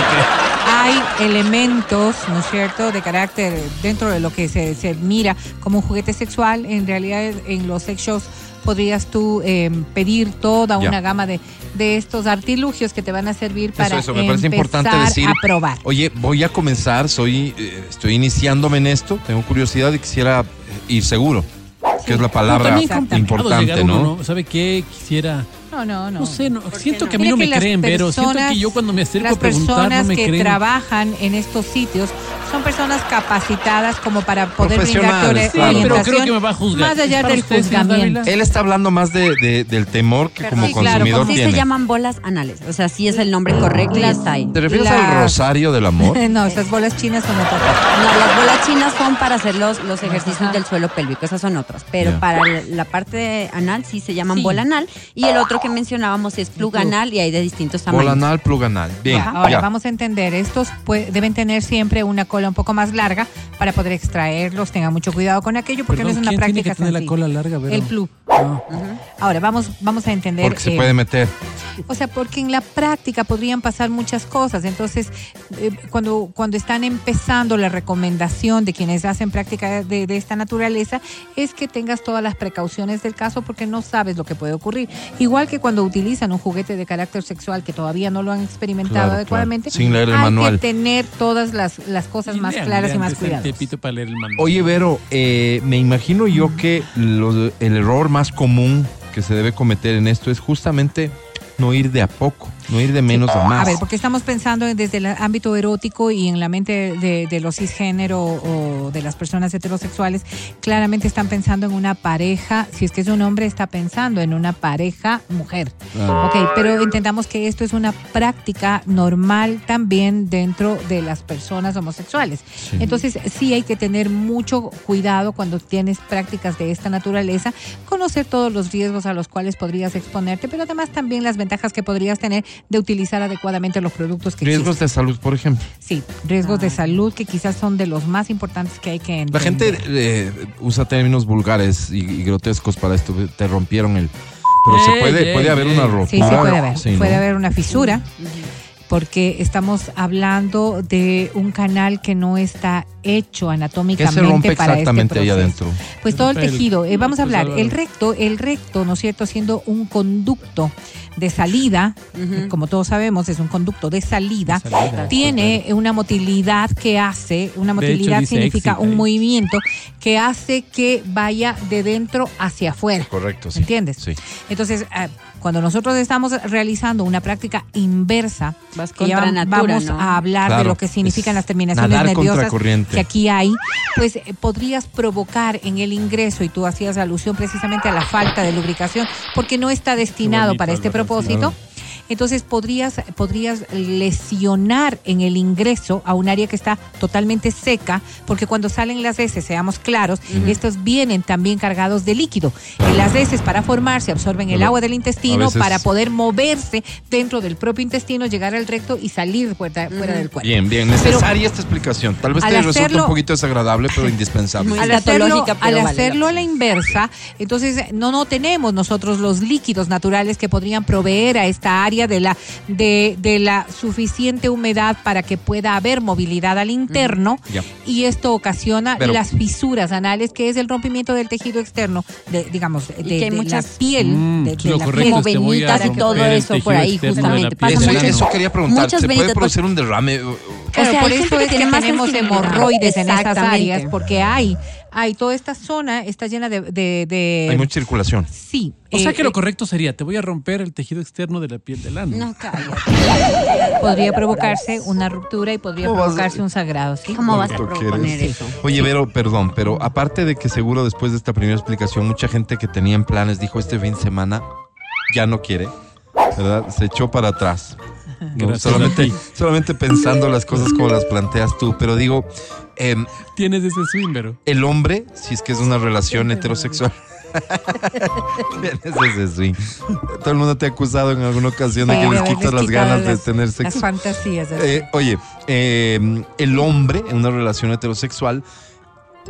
Speaker 5: hay elementos, ¿no es cierto?, de carácter dentro de lo que se, se mira como un juguete sexual. En realidad, en los sex shows podrías tú eh, pedir toda
Speaker 2: Ya.
Speaker 5: una gama de, de estos artilugios que te van a servir para
Speaker 2: eso, eso, me parece
Speaker 5: empezar
Speaker 2: importante decir.
Speaker 5: a probar.
Speaker 2: Oye, voy a comenzar, soy, eh, estoy iniciándome en esto, tengo curiosidad y quisiera eh, ir seguro, que es la
Speaker 3: Pero
Speaker 2: palabra
Speaker 3: también complicado
Speaker 2: importante,
Speaker 3: llegar uno,
Speaker 2: ¿no?
Speaker 3: ¿Sabe qué? Quisiera...
Speaker 5: No, no, no.
Speaker 3: No sé, no, siento
Speaker 4: no?
Speaker 3: que a mí no
Speaker 5: Mira
Speaker 3: me
Speaker 5: que las
Speaker 3: creen, pero siento que
Speaker 5: personas-
Speaker 3: yo cuando me acerco
Speaker 5: Las
Speaker 3: a preguntar
Speaker 5: personas
Speaker 3: no me
Speaker 5: que
Speaker 3: creen.
Speaker 5: trabajan en estos sitios son personas capacitadas como para poder brindarte ori-
Speaker 2: Profesionales, claro.
Speaker 5: orientación.
Speaker 2: Pero
Speaker 3: creo que me va a juzgar.
Speaker 5: Más
Speaker 3: ¿Es
Speaker 5: allá
Speaker 3: para
Speaker 5: del
Speaker 3: usted, señor
Speaker 5: juzgamiento.
Speaker 3: Dávila?
Speaker 2: Él está hablando más de, de- del temor que como
Speaker 5: sí, claro,
Speaker 2: consumidor
Speaker 5: ¿cómo
Speaker 4: Sí se
Speaker 2: tiene.
Speaker 4: llaman bolas anales. O sea, sí es el nombre correcto y
Speaker 5: Las-
Speaker 4: está ahí.
Speaker 2: ¿Te refieres al
Speaker 5: Las-
Speaker 2: rosario del amor?
Speaker 5: No, esas bolas chinas son otra cosa.
Speaker 4: No, las bolas chinas son para hacer los, los ejercicios del suelo pélvico, esas son otras. Pero
Speaker 2: Ya.
Speaker 4: para la, la parte anal sí se llaman
Speaker 5: Sí.
Speaker 4: bola anal. Y el otro que mencionábamos es plug anal y hay de distintos tamaños.
Speaker 2: Bola anal, plug anal. Bien,
Speaker 5: Ya, Ahora
Speaker 2: ya.
Speaker 5: vamos a entender, estos pue- deben tener siempre una cola un poco más larga para poder extraerlos. Tenga mucho cuidado con aquello porque
Speaker 3: Perdón,
Speaker 5: no es una
Speaker 3: ¿quién tiene
Speaker 5: práctica
Speaker 3: que tener la
Speaker 5: sencilla.
Speaker 3: cola larga, Vero?
Speaker 5: El plug.
Speaker 3: No.
Speaker 5: Ahora vamos, vamos a entender.
Speaker 2: porque se
Speaker 5: eh,
Speaker 2: puede meter.
Speaker 5: O sea, porque en la práctica podrían pasar muchas cosas. Entonces, eh, cuando, cuando están empezando la recomendación de quienes hacen práctica de, de esta naturaleza, es que tengas todas las precauciones del caso porque no sabes lo que puede ocurrir. Igual que cuando utilizan un juguete de carácter sexual que todavía no lo han experimentado
Speaker 2: Claro, claro.
Speaker 5: adecuadamente,
Speaker 2: Sin leer el
Speaker 5: hay
Speaker 2: manual.
Speaker 5: que tener todas las, las cosas más
Speaker 3: Lean,
Speaker 5: claras y
Speaker 3: lean,
Speaker 5: más
Speaker 3: desde el
Speaker 5: cuidadas.
Speaker 3: tepito para leer el manual.
Speaker 2: Oye, Vero, eh, me imagino yo que lo- el error más común que se debe cometer en esto es justamente no ir de a poco. No ir de menos a más.
Speaker 5: Ah, A ver, porque estamos pensando en- desde el ámbito erótico y en la mente de, de los cisgénero o de las personas heterosexuales, claramente están pensando en una pareja, si es que es un hombre, está pensando en una pareja mujer.
Speaker 2: Ah.
Speaker 5: Ok, pero entendamos que esto es una práctica normal también dentro de las personas homosexuales. Entonces sí hay que tener mucho cuidado cuando tienes prácticas de esta naturaleza, conocer todos los riesgos a los cuales podrías exponerte, pero además también las ventajas que podrías tener de utilizar adecuadamente los productos que
Speaker 2: Riesgos
Speaker 5: existen.
Speaker 2: de salud, por ejemplo.
Speaker 5: Sí, riesgos de salud que quizás son de los más importantes que hay que entender.
Speaker 2: La gente eh, usa términos vulgares y, y grotescos para esto. Te rompieron el. Pero se
Speaker 3: Ey,
Speaker 2: puede,
Speaker 3: ey,
Speaker 2: puede haber
Speaker 3: ey.
Speaker 2: una
Speaker 3: Sí,
Speaker 2: rotura.
Speaker 5: Sí, sí puede haber.
Speaker 2: Sí, ¿no?
Speaker 5: puede haber una fisura. Porque estamos hablando de un canal que no está hecho
Speaker 2: ¿Qué
Speaker 5: anatómicamente
Speaker 2: se rompe
Speaker 5: para este
Speaker 2: exactamente ahí
Speaker 5: proceso.
Speaker 2: adentro?
Speaker 5: Pues
Speaker 3: Se
Speaker 5: todo el
Speaker 3: rompe el-
Speaker 5: tejido. Eh, vamos a
Speaker 3: pues,
Speaker 5: hablar. El
Speaker 3: Álvaro.
Speaker 5: recto, el recto, ¿no es cierto? Siendo un conducto de salida, como todos sabemos, es un conducto de salida, tiene una motilidad que hace, una
Speaker 3: De hecho,
Speaker 5: motilidad
Speaker 3: dice
Speaker 5: significa
Speaker 3: exit
Speaker 5: un
Speaker 3: ahí.
Speaker 5: movimiento que hace que vaya de dentro hacia afuera.
Speaker 2: Correcto, sí.
Speaker 5: ¿Entiendes?
Speaker 2: Sí.
Speaker 5: Entonces, ah, cuando nosotros estamos realizando una práctica inversa,
Speaker 4: Vas
Speaker 5: que ya
Speaker 4: contra
Speaker 5: vam-
Speaker 4: natura,
Speaker 5: vamos
Speaker 4: ¿no?
Speaker 5: a hablar de
Speaker 2: Claro,
Speaker 5: lo que significan
Speaker 2: es
Speaker 5: las terminaciones
Speaker 2: nadar contra
Speaker 5: nerviosas
Speaker 2: corriente.
Speaker 5: que aquí hay, pues eh, podrías provocar en el ingreso, y tú hacías alusión precisamente a la falta de lubricación, porque no está destinado
Speaker 3: bonito,
Speaker 5: para este
Speaker 3: Álvaro,
Speaker 5: propósito. Entonces podrías, podrías lesionar en el ingreso a un área que está totalmente seca, porque cuando salen las heces, seamos claros, estos vienen también cargados de líquido. Y las heces para formarse absorben el
Speaker 2: Pero
Speaker 5: agua del intestino
Speaker 2: a veces-
Speaker 5: para poder moverse dentro del propio intestino, llegar al recto y salir fuera, fuera del cuerpo.
Speaker 2: Bien, bien. Necesaria esta explicación. Tal vez
Speaker 5: al
Speaker 2: te resulte
Speaker 5: hacerlo-
Speaker 2: un poquito desagradable, pero indispensable.
Speaker 4: Muy
Speaker 5: al hacerlo,
Speaker 4: escatológica,
Speaker 5: al
Speaker 4: pero vale la
Speaker 5: hacerlo a la inversa, entonces no, no tenemos nosotros los líquidos naturales que podrían proveer a esta área de la, de, de la suficiente humedad para que pueda haber movilidad al interno
Speaker 2: Ya.
Speaker 5: y esto ocasiona
Speaker 2: Pero-
Speaker 5: las fisuras anales, que es el rompimiento del tejido externo, de, digamos, de,
Speaker 4: Y que hay
Speaker 5: de la
Speaker 4: muchas-
Speaker 5: piel.
Speaker 3: Mm,
Speaker 5: de,
Speaker 3: sí,
Speaker 5: de
Speaker 3: lo
Speaker 5: la
Speaker 3: correcto,
Speaker 5: piel.
Speaker 4: como
Speaker 3: te voy a
Speaker 4: venitas y
Speaker 3: romper
Speaker 4: todo
Speaker 3: el
Speaker 4: eso por
Speaker 3: tejido
Speaker 4: ahí,
Speaker 3: externo de la
Speaker 4: justamente.
Speaker 3: piel.
Speaker 4: Pasa
Speaker 2: Eso,
Speaker 4: mucho.
Speaker 2: eso quería preguntar.
Speaker 4: Muchas
Speaker 2: ¿Se puede
Speaker 4: venitas,
Speaker 2: producir un derrame? O- o-
Speaker 5: Claro,
Speaker 4: O sea,
Speaker 5: por
Speaker 4: hay
Speaker 5: eso
Speaker 4: gente
Speaker 5: es
Speaker 4: que
Speaker 5: que
Speaker 4: tiene más
Speaker 5: tenemos
Speaker 4: sensibilidad.
Speaker 5: hemorroides en esas
Speaker 4: Exactamente.
Speaker 5: áreas, porque hay, hay toda esta zona, está llena de... de- de-
Speaker 4: Eh,
Speaker 2: Hay mucha circulación.
Speaker 5: Sí.
Speaker 3: O
Speaker 5: eh,
Speaker 3: sea que
Speaker 5: eh,
Speaker 3: lo correcto sería, te voy a romper el tejido externo de la piel del ano.
Speaker 4: No, cállate.
Speaker 5: podría provocarse una ruptura y podría
Speaker 2: ¿Cómo vas a-
Speaker 5: provocarse un sagrado, ¿sí?
Speaker 4: ¿Cómo vas a
Speaker 2: ¿Cuánto
Speaker 4: proponer
Speaker 2: quieres?
Speaker 4: eso?
Speaker 2: Oye, Vero, perdón, pero aparte de que seguro después de esta primera explicación, mucha gente que tenía en planes dijo este fin de semana ya no quiere, ¿verdad? Se echó para atrás. ¿no?
Speaker 3: Gracias a
Speaker 2: solamente,
Speaker 3: ti.
Speaker 2: solamente pensando las cosas como las planteas tú, pero digo, em,
Speaker 3: Tienes ese swing, pero.
Speaker 2: el hombre, si es que es una relación heterosexual. Tienes ese swing. Todo el mundo te ha acusado en alguna ocasión de que les
Speaker 5: haberles
Speaker 2: quitas las
Speaker 5: quitado
Speaker 2: ganas de
Speaker 5: las-
Speaker 2: tener
Speaker 5: Las
Speaker 2: sexo.
Speaker 5: fantasías. así.
Speaker 2: Eh, oye, eh, el hombre en una relación heterosexual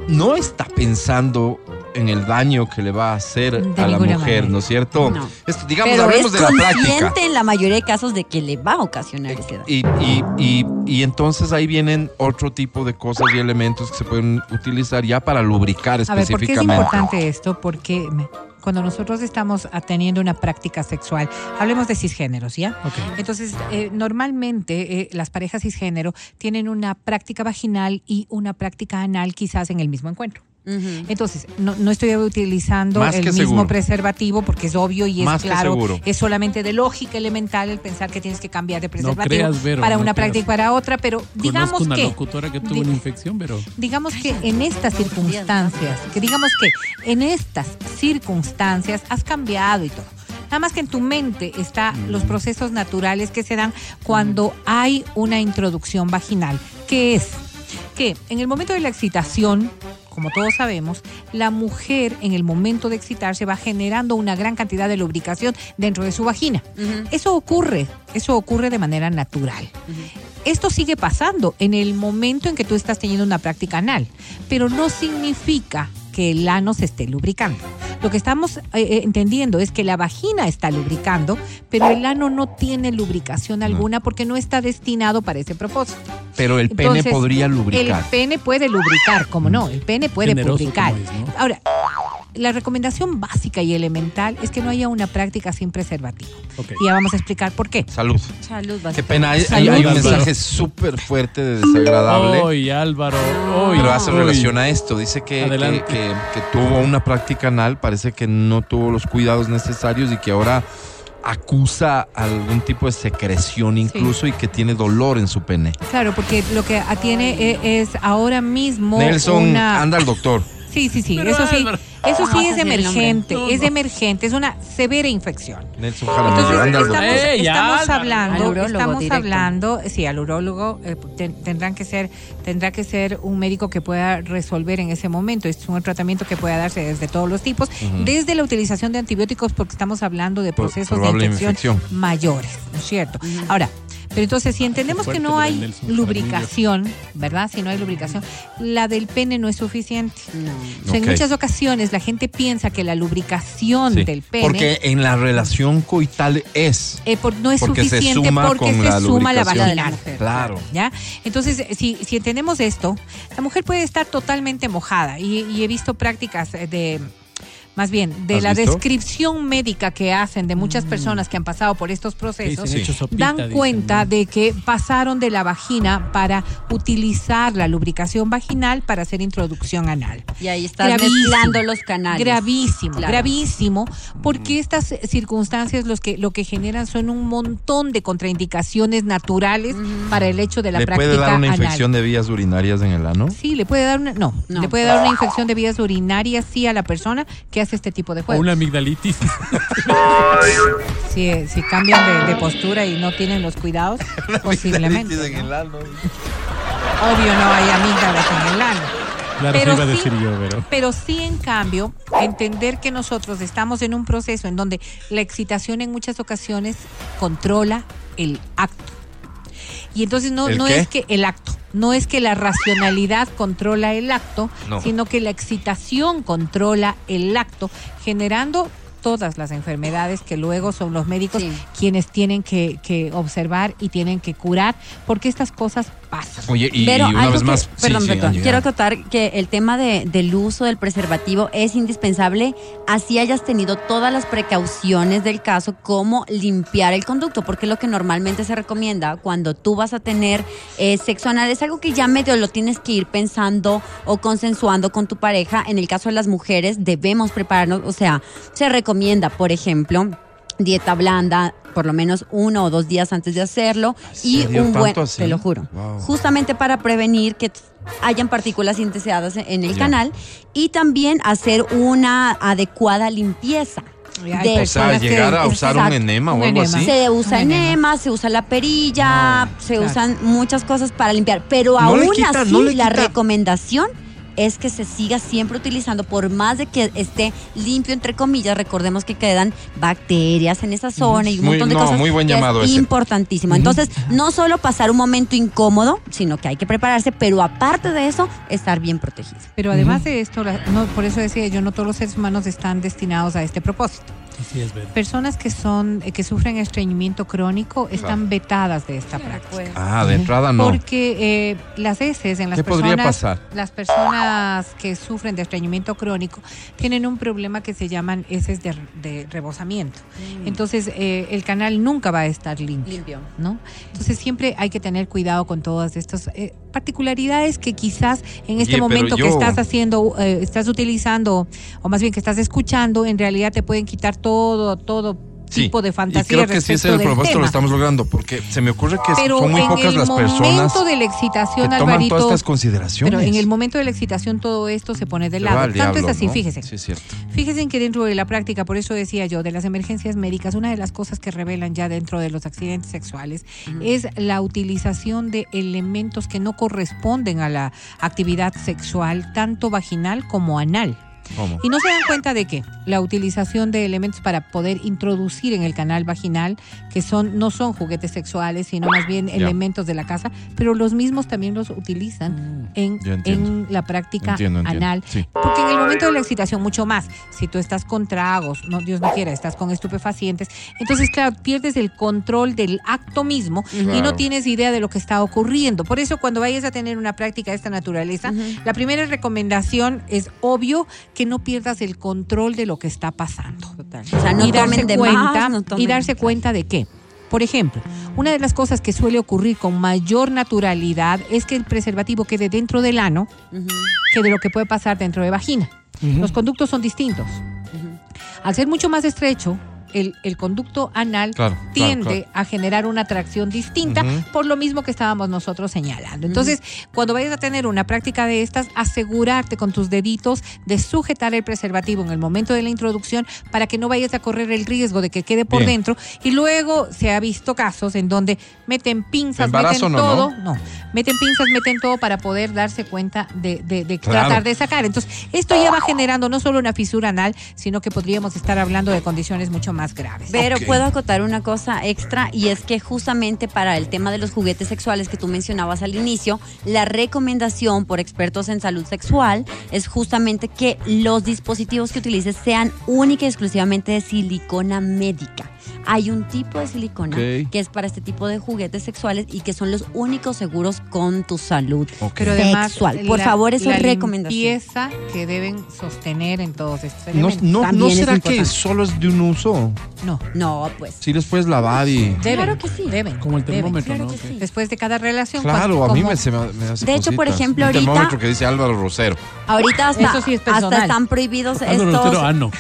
Speaker 2: no está pensando en el daño que le va a hacer
Speaker 5: De
Speaker 2: a la
Speaker 5: ninguna
Speaker 2: mujer,
Speaker 5: manera.
Speaker 2: ¿no es cierto?
Speaker 4: No.
Speaker 2: Esto, digamos,
Speaker 4: Pero es
Speaker 2: hablemos de la práctica.
Speaker 4: consciente en la mayoría de casos de que le va a ocasionar ese daño.
Speaker 2: Y, y- y- y entonces ahí vienen otro tipo de cosas y elementos que se pueden utilizar ya para lubricar
Speaker 5: A ver, ¿por qué es
Speaker 2: específicamente.
Speaker 5: importante esto? Porque me- cuando nosotros estamos teniendo una práctica sexual, hablemos de cisgéneros, ¿ya? Entonces, eh, normalmente eh, las parejas cisgénero tienen una práctica vaginal y una práctica anal quizás en el mismo encuentro.
Speaker 4: Ujú.
Speaker 5: Entonces, no, no estoy utilizando
Speaker 2: Más
Speaker 5: el
Speaker 2: que
Speaker 5: mismo
Speaker 2: seguro.
Speaker 5: preservativo porque es obvio y es
Speaker 2: Más que
Speaker 5: claro.
Speaker 2: seguro.
Speaker 5: Es solamente de lógica elemental el pensar que tienes que cambiar de preservativo
Speaker 3: creas, Vero,
Speaker 5: para
Speaker 3: no
Speaker 5: una
Speaker 3: creas.
Speaker 5: práctica y para otra, pero digamos
Speaker 3: Conozco una
Speaker 5: que
Speaker 3: locutora que tuvo
Speaker 5: di-
Speaker 3: una infección, pero.
Speaker 5: digamos que en estas circunstancias, que digamos que en estas circunstancias has cambiado y todo. Nada más que en tu mente están los procesos naturales que se dan cuando hay una introducción vaginal, que es que en el momento de la excitación, como todos sabemos, la mujer en el momento de excitarse va generando una gran cantidad de lubricación dentro de su vagina. Eso ocurre, eso ocurre de manera natural. Esto sigue pasando en el momento en que tú estás teniendo una práctica anal, pero no significa que el ano se esté lubricando. Lo que estamos eh, eh, entendiendo es que la vagina está lubricando, pero el ano no tiene lubricación alguna porque no está destinado para ese propósito.
Speaker 2: Pero el pene
Speaker 5: Entonces,
Speaker 2: podría lubricar.
Speaker 5: El pene puede lubricar, como no, el pene puede
Speaker 3: Generoso
Speaker 5: lubricar.
Speaker 3: como es, ¿no?
Speaker 5: Ahora, la recomendación básica y elemental es que no haya una práctica sin preservativo.
Speaker 3: Ok.
Speaker 5: Y ya vamos a explicar por qué.
Speaker 2: Salud.
Speaker 4: Salud,
Speaker 2: Qué
Speaker 4: básicamente.
Speaker 2: pena, hay, hay- hay un
Speaker 3: Salud.
Speaker 2: mensaje súper fuerte de desagradable.
Speaker 3: Hoy, Álvaro. Hoy.
Speaker 2: Pero hace
Speaker 3: hoy.
Speaker 2: relación a esto. Dice que, que,
Speaker 3: Adelante.
Speaker 2: que- que tuvo una práctica anal, parece que no tuvo los cuidados necesarios y que ahora acusa algún tipo de secreción incluso y que tiene dolor en su pene.
Speaker 5: Claro, porque lo que atiene e- es ahora mismo
Speaker 2: Nelson,
Speaker 5: una...
Speaker 2: anda al doctor.
Speaker 5: Sí, sí, sí,
Speaker 3: Pero,
Speaker 5: eso sí,
Speaker 3: Álvaro.
Speaker 5: eso
Speaker 4: No,
Speaker 5: sí
Speaker 4: ese es
Speaker 5: es
Speaker 4: el nombre.
Speaker 5: emergente,
Speaker 3: No,
Speaker 5: es
Speaker 3: no.
Speaker 5: emergente, es una severa infección.
Speaker 2: Nelson
Speaker 5: Entonces,
Speaker 2: Jaramillo, anda al doctor.
Speaker 5: estamos,
Speaker 3: Ey, ya,
Speaker 5: estamos
Speaker 3: Álvaro.
Speaker 5: hablando,
Speaker 4: Al urólogo
Speaker 5: estamos
Speaker 4: directo.
Speaker 5: hablando, sí, al urólogo eh, ten- tendrán que ser, tendrá que ser un médico que pueda resolver en ese momento. Es un tratamiento que pueda darse desde todos los tipos, desde la utilización de antibióticos, porque estamos hablando de
Speaker 2: Por-
Speaker 5: procesos de
Speaker 2: probable
Speaker 5: infección,
Speaker 2: infección. Ah,
Speaker 5: mayores, ¿no es cierto? Ahora, pero entonces si entendemos que no hay lubricación, ¿verdad? Si no hay lubricación, la del pene no es suficiente. O sea,
Speaker 2: Ok.
Speaker 5: En muchas ocasiones la gente piensa que la lubricación
Speaker 2: Sí,
Speaker 5: del pene
Speaker 2: Porque en la relación coital es.
Speaker 5: eh, por- no es
Speaker 2: Porque se
Speaker 5: suficiente
Speaker 2: suma
Speaker 5: porque
Speaker 2: con
Speaker 5: se
Speaker 2: la
Speaker 5: suma la
Speaker 2: lubricación.
Speaker 5: vagina.
Speaker 2: Claro.
Speaker 5: ¿Ya? Entonces, si, si entendemos esto, la mujer puede estar totalmente mojada. Y, y he visto prácticas eh, de. Más bien, de
Speaker 2: ¿Has
Speaker 5: la
Speaker 2: visto?
Speaker 5: descripción médica que hacen de muchas personas que han pasado por estos procesos,
Speaker 2: Mm. Sí.
Speaker 3: hecho sopita,
Speaker 5: dan
Speaker 3: dicen,
Speaker 5: cuenta
Speaker 3: ¿no?
Speaker 5: de que pasaron de la vagina para utilizar la lubricación vaginal para hacer introducción anal.
Speaker 4: Y ahí estás mezclando los canales.
Speaker 5: Gravísimo,
Speaker 4: Claro.
Speaker 5: gravísimo, porque estas circunstancias los que, lo que generan son un montón de contraindicaciones naturales para el hecho de la
Speaker 2: Le
Speaker 5: práctica
Speaker 2: puede dar una
Speaker 5: anal.
Speaker 2: infección de vías urinarias en el ano.
Speaker 5: Sí, le puede dar una, no,
Speaker 4: No.
Speaker 5: le puede dar una infección de vías urinarias sí a la persona que hace este tipo de
Speaker 3: O
Speaker 5: juegos.
Speaker 3: una amigdalitis.
Speaker 5: Si, eh, si cambian de, de postura y no tienen los cuidados, posiblemente.
Speaker 2: Amigdalitis en el ano.
Speaker 5: Obvio no hay amígdalas en el ano.
Speaker 3: Claro,
Speaker 5: Pero
Speaker 3: sí iba a
Speaker 5: sí-
Speaker 3: decir yo, pero.
Speaker 5: Pero sí, en cambio, entender que nosotros estamos en un proceso en donde la excitación en muchas ocasiones controla el acto. Y entonces no,
Speaker 2: ¿El
Speaker 5: no
Speaker 2: qué?
Speaker 5: es que el acto, no es que la racionalidad controla el acto,
Speaker 2: No.
Speaker 5: sino que la excitación controla el acto, generando todas las enfermedades que luego son los médicos
Speaker 4: Sí.
Speaker 5: quienes tienen que, que observar y tienen que curar, porque estas cosas pasan.
Speaker 2: Oye, y,
Speaker 4: Pero
Speaker 2: y una
Speaker 4: algo
Speaker 2: vez
Speaker 4: que-
Speaker 2: más. sí,
Speaker 4: perdón,
Speaker 2: sí,
Speaker 4: perdón.
Speaker 2: Angie,
Speaker 4: Quiero acotar que el tema de- del uso del preservativo es indispensable, así hayas tenido todas las precauciones del caso, como limpiar el conducto, porque lo que normalmente se recomienda cuando tú vas a tener eh, sexo anal es algo que ya medio lo tienes que ir pensando o consensuando con tu pareja. En el caso de las mujeres, debemos prepararnos, o sea, se recomienda, por ejemplo, dieta blanda por lo menos uno o dos días antes de hacerlo y
Speaker 2: ¿se dio
Speaker 4: un buen
Speaker 2: tanto así?
Speaker 4: te lo juro
Speaker 2: Wow.
Speaker 4: justamente para prevenir que hayan partículas indeseadas en el
Speaker 2: Ya.
Speaker 4: canal y también hacer una adecuada limpieza.
Speaker 5: Y
Speaker 2: O
Speaker 4: de-
Speaker 5: hay
Speaker 2: sea,
Speaker 5: personas que-
Speaker 2: llegar a usar un
Speaker 4: Exacto.
Speaker 2: enema o
Speaker 5: Un
Speaker 2: algo
Speaker 5: enema.
Speaker 2: así.
Speaker 4: Se usa
Speaker 5: Un enema.
Speaker 4: enema, se usa la perilla, se
Speaker 5: claro.
Speaker 4: usan muchas cosas para limpiar, pero
Speaker 2: No le
Speaker 4: aún
Speaker 2: quita,
Speaker 4: así
Speaker 2: no le
Speaker 4: la
Speaker 2: quita.
Speaker 4: recomendación es que se siga siempre utilizando por más de que esté limpio entre comillas, recordemos que quedan bacterias en esa zona y un
Speaker 2: Muy-
Speaker 4: montón de
Speaker 2: no,
Speaker 4: cosas.
Speaker 2: muy buen
Speaker 4: que es
Speaker 2: llamado ese.
Speaker 4: importantísimo. Entonces, no solo pasar un momento incómodo, sino que hay que prepararse, pero aparte de eso, estar bien protegido.
Speaker 5: Pero además de esto, la- no, por eso decía yo, no todos los seres humanos están destinados a este propósito.
Speaker 3: Sí, es verdad.
Speaker 5: Personas que son eh, que sufren estreñimiento crónico están vetadas de esta práctica.
Speaker 2: Ah, de entrada no.
Speaker 5: Porque eh, las heces en las
Speaker 2: ¿Qué
Speaker 5: personas,
Speaker 2: podría pasar?
Speaker 5: las personas que sufren de estreñimiento crónico tienen un problema que se llaman heces de, de rebosamiento. Entonces eh, el canal nunca va a estar limpio.
Speaker 4: Limpio.
Speaker 5: ¿no? Entonces siempre hay que tener cuidado con todas estas eh, particularidades que quizás en
Speaker 2: Oye,
Speaker 5: este
Speaker 2: pero
Speaker 5: momento
Speaker 2: yo-
Speaker 5: que estás haciendo, eh, estás utilizando, o más bien que estás escuchando, en realidad te pueden quitar todo, todo
Speaker 2: Sí.
Speaker 5: tipo de fantasía.
Speaker 2: Y creo que sí es
Speaker 5: respecto
Speaker 2: el
Speaker 5: del
Speaker 2: propósito, lo
Speaker 5: tema.
Speaker 2: estamos logrando, porque se me ocurre que
Speaker 5: Pero
Speaker 2: son muy
Speaker 5: en
Speaker 2: pocas
Speaker 5: el
Speaker 2: las personas
Speaker 5: momento de la
Speaker 2: que
Speaker 5: excitación,
Speaker 2: toman
Speaker 5: Alvarito,
Speaker 2: todas estas consideraciones.
Speaker 5: pero en el momento de la excitación todo esto se pone de
Speaker 2: Se
Speaker 5: lado.
Speaker 2: va al
Speaker 5: Tanto es
Speaker 2: diablo,
Speaker 5: así,
Speaker 2: ¿no?
Speaker 5: fíjese.
Speaker 2: Sí, es cierto.
Speaker 5: Fíjense que dentro de la práctica, por eso decía yo, de las emergencias médicas, una de las cosas que revelan ya dentro de los accidentes sexuales es la utilización de elementos que no corresponden a la actividad sexual, tanto vaginal como anal.
Speaker 2: ¿Cómo?
Speaker 5: Y no se dan cuenta de que la utilización de elementos para poder introducir en el canal vaginal, que son no son juguetes sexuales, sino más bien
Speaker 2: Ya.
Speaker 5: elementos de la casa, pero los mismos también los utilizan en,
Speaker 2: Mm. Yo entiendo.
Speaker 5: en la práctica
Speaker 2: Entiendo, entiendo.
Speaker 5: anal.
Speaker 2: Sí.
Speaker 5: Porque en el momento de la excitación, mucho más. Si tú estás con tragos, no, Dios no quiera, estás con estupefacientes, entonces, claro, pierdes el control del acto mismo y
Speaker 2: Claro.
Speaker 5: no tienes idea de lo que está ocurriendo. Por eso, cuando vayas a tener una práctica de esta naturaleza, la primera recomendación es obvio que no pierdas el control de lo que está pasando.
Speaker 4: O sea, no
Speaker 5: y darse
Speaker 4: tomen de
Speaker 5: cuenta,
Speaker 4: más, no tomen-
Speaker 5: y darse cuenta de qué. Por ejemplo, una de las cosas que suele ocurrir con mayor naturalidad es que el preservativo quede dentro del ano que de lo que puede pasar dentro de vagina. Los conductos son distintos. Al ser mucho más estrecho, el, el conducto anal
Speaker 2: Claro, claro,
Speaker 5: tiende
Speaker 2: claro.
Speaker 5: a generar una atracción distinta
Speaker 2: Ujú.
Speaker 5: por lo mismo que estábamos nosotros señalando. Entonces, cuando vayas a tener una práctica de estas, asegurarte con tus deditos de sujetar el preservativo en el momento de la introducción para que no vayas a correr el riesgo de que quede por
Speaker 2: Bien.
Speaker 5: dentro. Y luego se ha visto casos en donde meten pinzas,
Speaker 2: Embarazo
Speaker 5: meten
Speaker 2: no,
Speaker 5: todo. No, meten pinzas, meten todo para poder darse cuenta de, de- de
Speaker 2: Claro.
Speaker 5: tratar de sacar. Entonces, esto ya va generando no solo una fisura anal, sino que podríamos estar hablando de condiciones mucho más graves.
Speaker 4: Pero
Speaker 2: Ok.
Speaker 4: puedo acotar una cosa extra y es que justamente para el tema de los juguetes sexuales que tú mencionabas al inicio, la recomendación por expertos en salud sexual es justamente que los dispositivos que utilices sean única y exclusivamente de silicona médica. Hay un tipo de silicona
Speaker 2: Ok.
Speaker 4: que es para este tipo de juguetes sexuales y que son los únicos seguros con tu salud.
Speaker 2: Ok.
Speaker 5: Pero además, eh,
Speaker 4: Sexual. Por favor, eso
Speaker 5: la
Speaker 4: es recomendación.
Speaker 5: limpieza que deben sostener en todos estos
Speaker 2: No,
Speaker 5: elementos.
Speaker 2: no-
Speaker 4: También
Speaker 2: ¿no
Speaker 4: es
Speaker 2: será que
Speaker 4: importante.
Speaker 2: solo es de un uso.
Speaker 5: No.
Speaker 4: No, pues.
Speaker 2: Sí les puedes lavar y.
Speaker 5: Deben,
Speaker 4: Claro que sí.
Speaker 5: Deben.
Speaker 3: Como el
Speaker 5: deben.
Speaker 3: termómetro,
Speaker 4: Claro
Speaker 3: ¿no?
Speaker 4: que sí.
Speaker 5: Después de cada relación.
Speaker 2: Claro,
Speaker 5: cuando-
Speaker 2: a mí
Speaker 5: como-
Speaker 2: me, se me, me hace
Speaker 4: De hecho, por
Speaker 2: cositas.
Speaker 4: ejemplo,
Speaker 2: Un
Speaker 4: ahorita-
Speaker 2: termómetro que dice Álvaro Rosero.
Speaker 4: Ahorita hasta,
Speaker 5: Eso sí es
Speaker 4: hasta
Speaker 5: personal.
Speaker 4: están prohibidos
Speaker 3: Álvaro
Speaker 4: estos.
Speaker 3: Rosero, ah, no.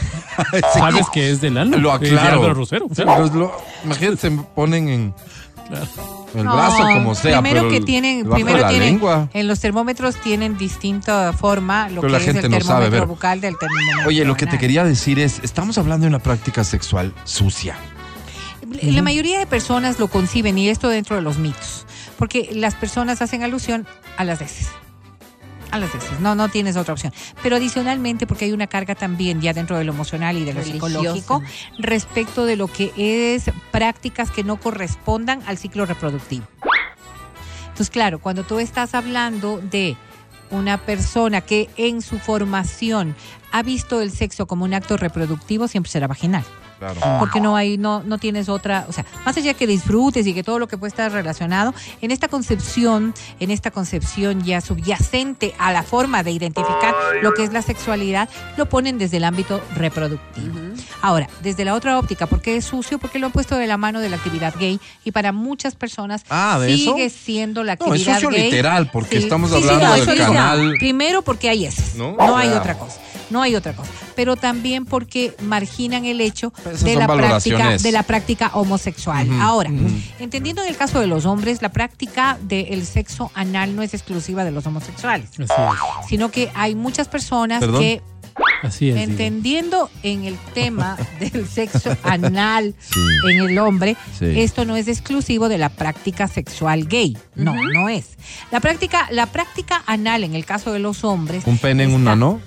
Speaker 3: ¿Sabes que es del ano?
Speaker 2: Lo
Speaker 3: Es de
Speaker 2: aclaro.
Speaker 3: Álvaro Rosero.
Speaker 2: Sí,
Speaker 3: claro.
Speaker 2: pues lo- imagínate, se me ponen en el
Speaker 5: No,
Speaker 2: brazo como sea.
Speaker 5: Primero
Speaker 2: pero
Speaker 5: que
Speaker 2: el-
Speaker 5: tienen,
Speaker 2: debajo de
Speaker 5: primero
Speaker 2: la
Speaker 5: tienen,
Speaker 2: lengua.
Speaker 5: en los termómetros tienen distinta forma
Speaker 2: Pero
Speaker 5: lo que
Speaker 2: la
Speaker 5: es
Speaker 2: gente
Speaker 5: el
Speaker 2: no sabe,
Speaker 5: termómetro
Speaker 2: pero-
Speaker 5: bucal del termómetro.
Speaker 2: Oye, lo que te
Speaker 5: anal.
Speaker 2: quería decir es, estamos hablando de una práctica sexual sucia.
Speaker 5: La mayoría de personas lo conciben y esto dentro de los mitos, porque las personas hacen alusión a las veces. A las veces, no, no tienes otra opción. Pero adicionalmente, porque hay una carga también ya dentro de lo emocional y de lo
Speaker 4: Religiosa.
Speaker 5: psicológico respecto de lo que es prácticas que no correspondan al ciclo reproductivo. Entonces, claro, cuando tú estás hablando de una persona que en su formación ha visto el sexo como un acto reproductivo, siempre será vaginal
Speaker 2: Claro.
Speaker 5: porque no hay no no tienes otra o sea más allá que disfrutes y que todo lo que puede estar relacionado en esta concepción en esta concepción ya subyacente a la forma de identificar lo que es la sexualidad lo ponen desde el ámbito reproductivo ahora desde la otra óptica porque es sucio porque lo han puesto de la mano de la actividad gay y para muchas personas
Speaker 2: Ah, ¿de eso?
Speaker 5: sigue siendo la
Speaker 2: No,
Speaker 5: actividad
Speaker 2: es sucio
Speaker 5: gay
Speaker 2: literal, porque
Speaker 5: Sí.
Speaker 2: estamos
Speaker 5: Sí, sí,
Speaker 2: hablando
Speaker 5: no,
Speaker 2: del
Speaker 5: eso dice,
Speaker 2: canal.
Speaker 5: Primero porque hay heces.
Speaker 2: ¿No?
Speaker 5: No,
Speaker 2: O
Speaker 5: hay
Speaker 2: sea-
Speaker 5: otra cosa. No hay otra cosa. Pero también porque marginan el hecho
Speaker 2: Pero esas
Speaker 5: de
Speaker 2: son
Speaker 5: la, práctica,
Speaker 2: valoraciones.
Speaker 5: de la práctica homosexual.
Speaker 2: Ujú,
Speaker 5: Ahora,
Speaker 2: ujú.
Speaker 5: entendiendo en el caso de los hombres, la práctica del sexo anal no es exclusiva de los homosexuales, sino que hay muchas personas
Speaker 2: Perdón.
Speaker 5: que,
Speaker 3: Así es. Así es. digo.
Speaker 5: entendiendo en el tema del sexo anal
Speaker 2: Sí.
Speaker 5: en el hombre,
Speaker 2: Sí.
Speaker 5: esto no es exclusivo de la práctica sexual gay. No, no es. La práctica, la práctica anal en el caso de los hombres.
Speaker 2: Un pene en un
Speaker 5: está-
Speaker 2: ano,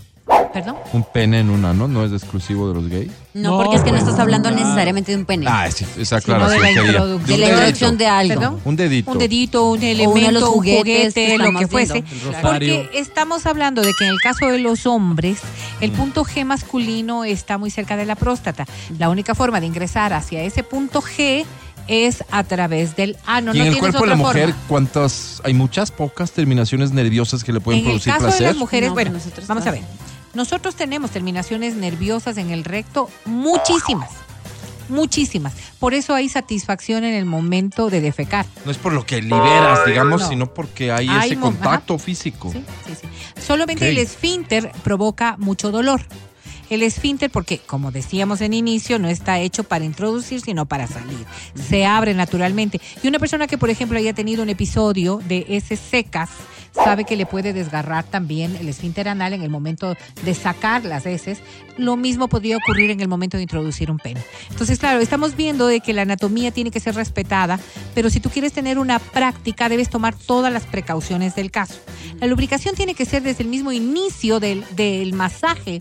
Speaker 5: Perdón.
Speaker 2: un pene en un ano, no es exclusivo de los gays.
Speaker 4: No,
Speaker 3: No,
Speaker 4: porque es que no
Speaker 3: pues,
Speaker 4: estás hablando
Speaker 3: claro.
Speaker 4: necesariamente de un pene.
Speaker 2: Ah, sí, esa
Speaker 5: sino
Speaker 2: aclaración
Speaker 5: de la
Speaker 2: quería.
Speaker 5: introducción.
Speaker 4: De la
Speaker 2: un dedito.
Speaker 4: introducción de algo.
Speaker 5: Perdón.
Speaker 2: Un dedito.
Speaker 5: Un dedito, un
Speaker 4: uno de los
Speaker 5: elemento, un
Speaker 4: juguetes que
Speaker 5: juguete, lo que
Speaker 4: estamos
Speaker 5: fuese.
Speaker 4: viendo.
Speaker 3: El rosario.
Speaker 5: Porque estamos hablando de que en el caso de los hombres, el
Speaker 2: Mm.
Speaker 5: punto G masculino está muy cerca de la próstata. La única forma de ingresar hacia ese punto G es a través del ano.
Speaker 2: y
Speaker 5: no
Speaker 2: en el
Speaker 5: tienes
Speaker 2: cuerpo de la
Speaker 5: otra
Speaker 2: mujer,
Speaker 5: forma.
Speaker 2: ¿cuántas? Hay muchas pocas terminaciones nerviosas que le pueden
Speaker 5: en el
Speaker 2: producir
Speaker 5: caso de
Speaker 2: placer.
Speaker 5: las mujeres,
Speaker 4: No,
Speaker 5: bueno,
Speaker 4: pero nosotros
Speaker 5: vamos a ver.
Speaker 4: también.
Speaker 5: Nosotros tenemos terminaciones nerviosas en el recto, muchísimas, muchísimas. Por eso hay satisfacción en el momento de defecar.
Speaker 2: No es por lo que liberas, digamos,
Speaker 5: No.
Speaker 2: sino porque hay
Speaker 5: Hay
Speaker 2: ese
Speaker 5: mo-
Speaker 2: contacto físico.
Speaker 5: Sí, sí, sí. Solamente
Speaker 2: Ok.
Speaker 5: el esfínter provoca mucho dolor. El esfínter, porque como decíamos en inicio, no está hecho para introducir, sino para salir. Se abre naturalmente. Y una persona que, por ejemplo, haya tenido un episodio de heces secas, sabe que le puede desgarrar también el esfínter anal en el momento de sacar las heces. Lo mismo podría ocurrir en el momento de introducir un pene. Entonces, claro, estamos viendo de que la anatomía tiene que ser respetada, pero si tú quieres tener una práctica, debes tomar todas las precauciones del caso. La lubricación tiene que ser desde el mismo inicio del, del masaje.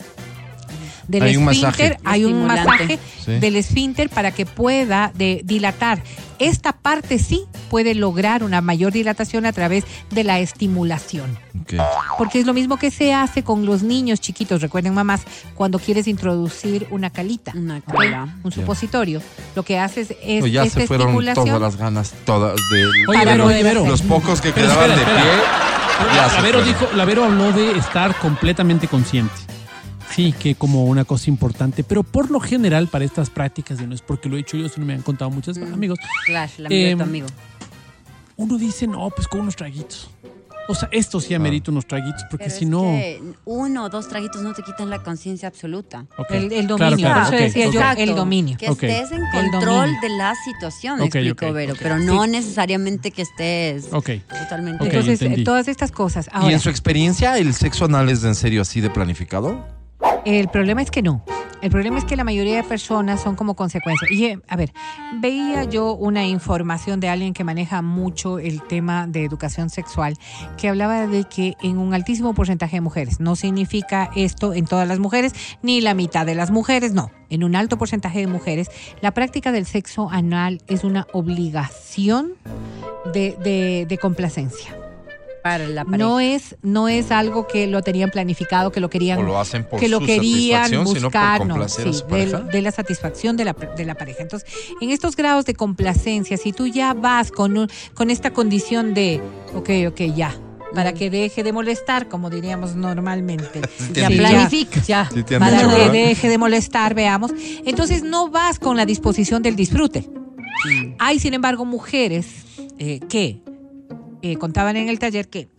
Speaker 5: Del
Speaker 2: Hay un
Speaker 5: esfínter,
Speaker 2: masaje.
Speaker 5: hay un
Speaker 4: Estimulante.
Speaker 5: masaje
Speaker 2: Sí.
Speaker 5: del esfínter para que pueda de- dilatar. Esta parte sí puede lograr una mayor dilatación a través de la estimulación.
Speaker 2: Ok.
Speaker 5: Porque es lo mismo que se hace con los niños chiquitos, recuerden mamás, cuando quieres introducir una calita,
Speaker 4: Una
Speaker 5: ¿ok?
Speaker 4: cala.
Speaker 5: un supositorio. Lo que haces es
Speaker 2: No, ya
Speaker 5: esta
Speaker 2: se fueron
Speaker 5: estimulación.
Speaker 2: todas las ganas, todas de
Speaker 3: Oye,
Speaker 5: Para
Speaker 3: Vero,
Speaker 5: no
Speaker 3: oye, Vero.
Speaker 2: los pocos
Speaker 5: ¿eh?
Speaker 2: que
Speaker 3: Pero
Speaker 2: quedaban
Speaker 3: espera,
Speaker 2: de pie. ya se
Speaker 3: La Vero,
Speaker 2: fueron.
Speaker 3: dijo, la Vero habló de estar completamente consciente. Sí, que como una cosa importante, pero por lo general para estas prácticas, y no es porque lo he dicho yo, sino me han contado
Speaker 5: Mm.
Speaker 3: muchos amigos,
Speaker 4: Clash, la amiga de
Speaker 3: Em,
Speaker 4: tu amigo.
Speaker 3: uno dice, no, pues con unos traguitos. O sea, esto
Speaker 2: Ah.
Speaker 3: sí amerita unos traguitos, porque
Speaker 4: Pero
Speaker 3: si
Speaker 4: es
Speaker 3: no.
Speaker 4: que uno o dos traguitos no te quitan la conciencia absoluta.
Speaker 3: Ok.
Speaker 5: El, el
Speaker 3: Claro,
Speaker 5: dominio,
Speaker 3: claro,
Speaker 5: por eso
Speaker 3: ok,
Speaker 5: decía
Speaker 3: ok.
Speaker 5: yo,
Speaker 4: Exacto.
Speaker 5: el dominio.
Speaker 4: Que
Speaker 3: Ok.
Speaker 4: estés en
Speaker 5: El
Speaker 4: control
Speaker 5: dominio.
Speaker 4: de la situación,
Speaker 3: Ok,
Speaker 4: explicó
Speaker 3: ok,
Speaker 4: Vero,
Speaker 3: ok.
Speaker 4: pero no necesariamente que estés
Speaker 3: Ok.
Speaker 4: totalmente.
Speaker 3: Ok,
Speaker 5: Entonces, eh,
Speaker 3: entendí.
Speaker 5: todas estas cosas. Ahora,
Speaker 2: ¿Y en su experiencia el sexo anal es en serio así de planificado?
Speaker 5: El problema es que no. El problema es que la mayoría de personas son como consecuencia. Y eh, a ver, veía yo una información de alguien que maneja mucho el tema de educación sexual que hablaba de que en un altísimo porcentaje de mujeres, no significa esto en todas las mujeres, ni la mitad de las mujeres, no. En un alto porcentaje de mujeres, la práctica del sexo anal es una obligación de, de- de complacencia.
Speaker 4: para la pareja.
Speaker 5: No es, no es algo que lo tenían planificado, que lo querían
Speaker 2: ¿O lo hacen por
Speaker 5: que lo
Speaker 2: su
Speaker 5: querían
Speaker 2: satisfacción, sino por
Speaker 5: buscar no,
Speaker 2: complacer a
Speaker 5: sí,
Speaker 2: su
Speaker 5: del-
Speaker 2: pareja?
Speaker 5: de, la satisfacción de la, de la pareja. Entonces, en estos grados de complacencia, si tú ya vas con, un- con esta condición de, ok, ok, ya, para que deje de molestar, como diríamos normalmente.
Speaker 2: Sí,
Speaker 5: ya
Speaker 2: sí,
Speaker 5: planifica, ya,
Speaker 2: Sí, te han
Speaker 5: para
Speaker 2: dicho,
Speaker 5: que
Speaker 2: ¿verdad?
Speaker 5: deje de molestar, veamos. Entonces, no vas con la disposición del disfrute. Hay, sin embargo, mujeres eh, que eh, contaban en el taller que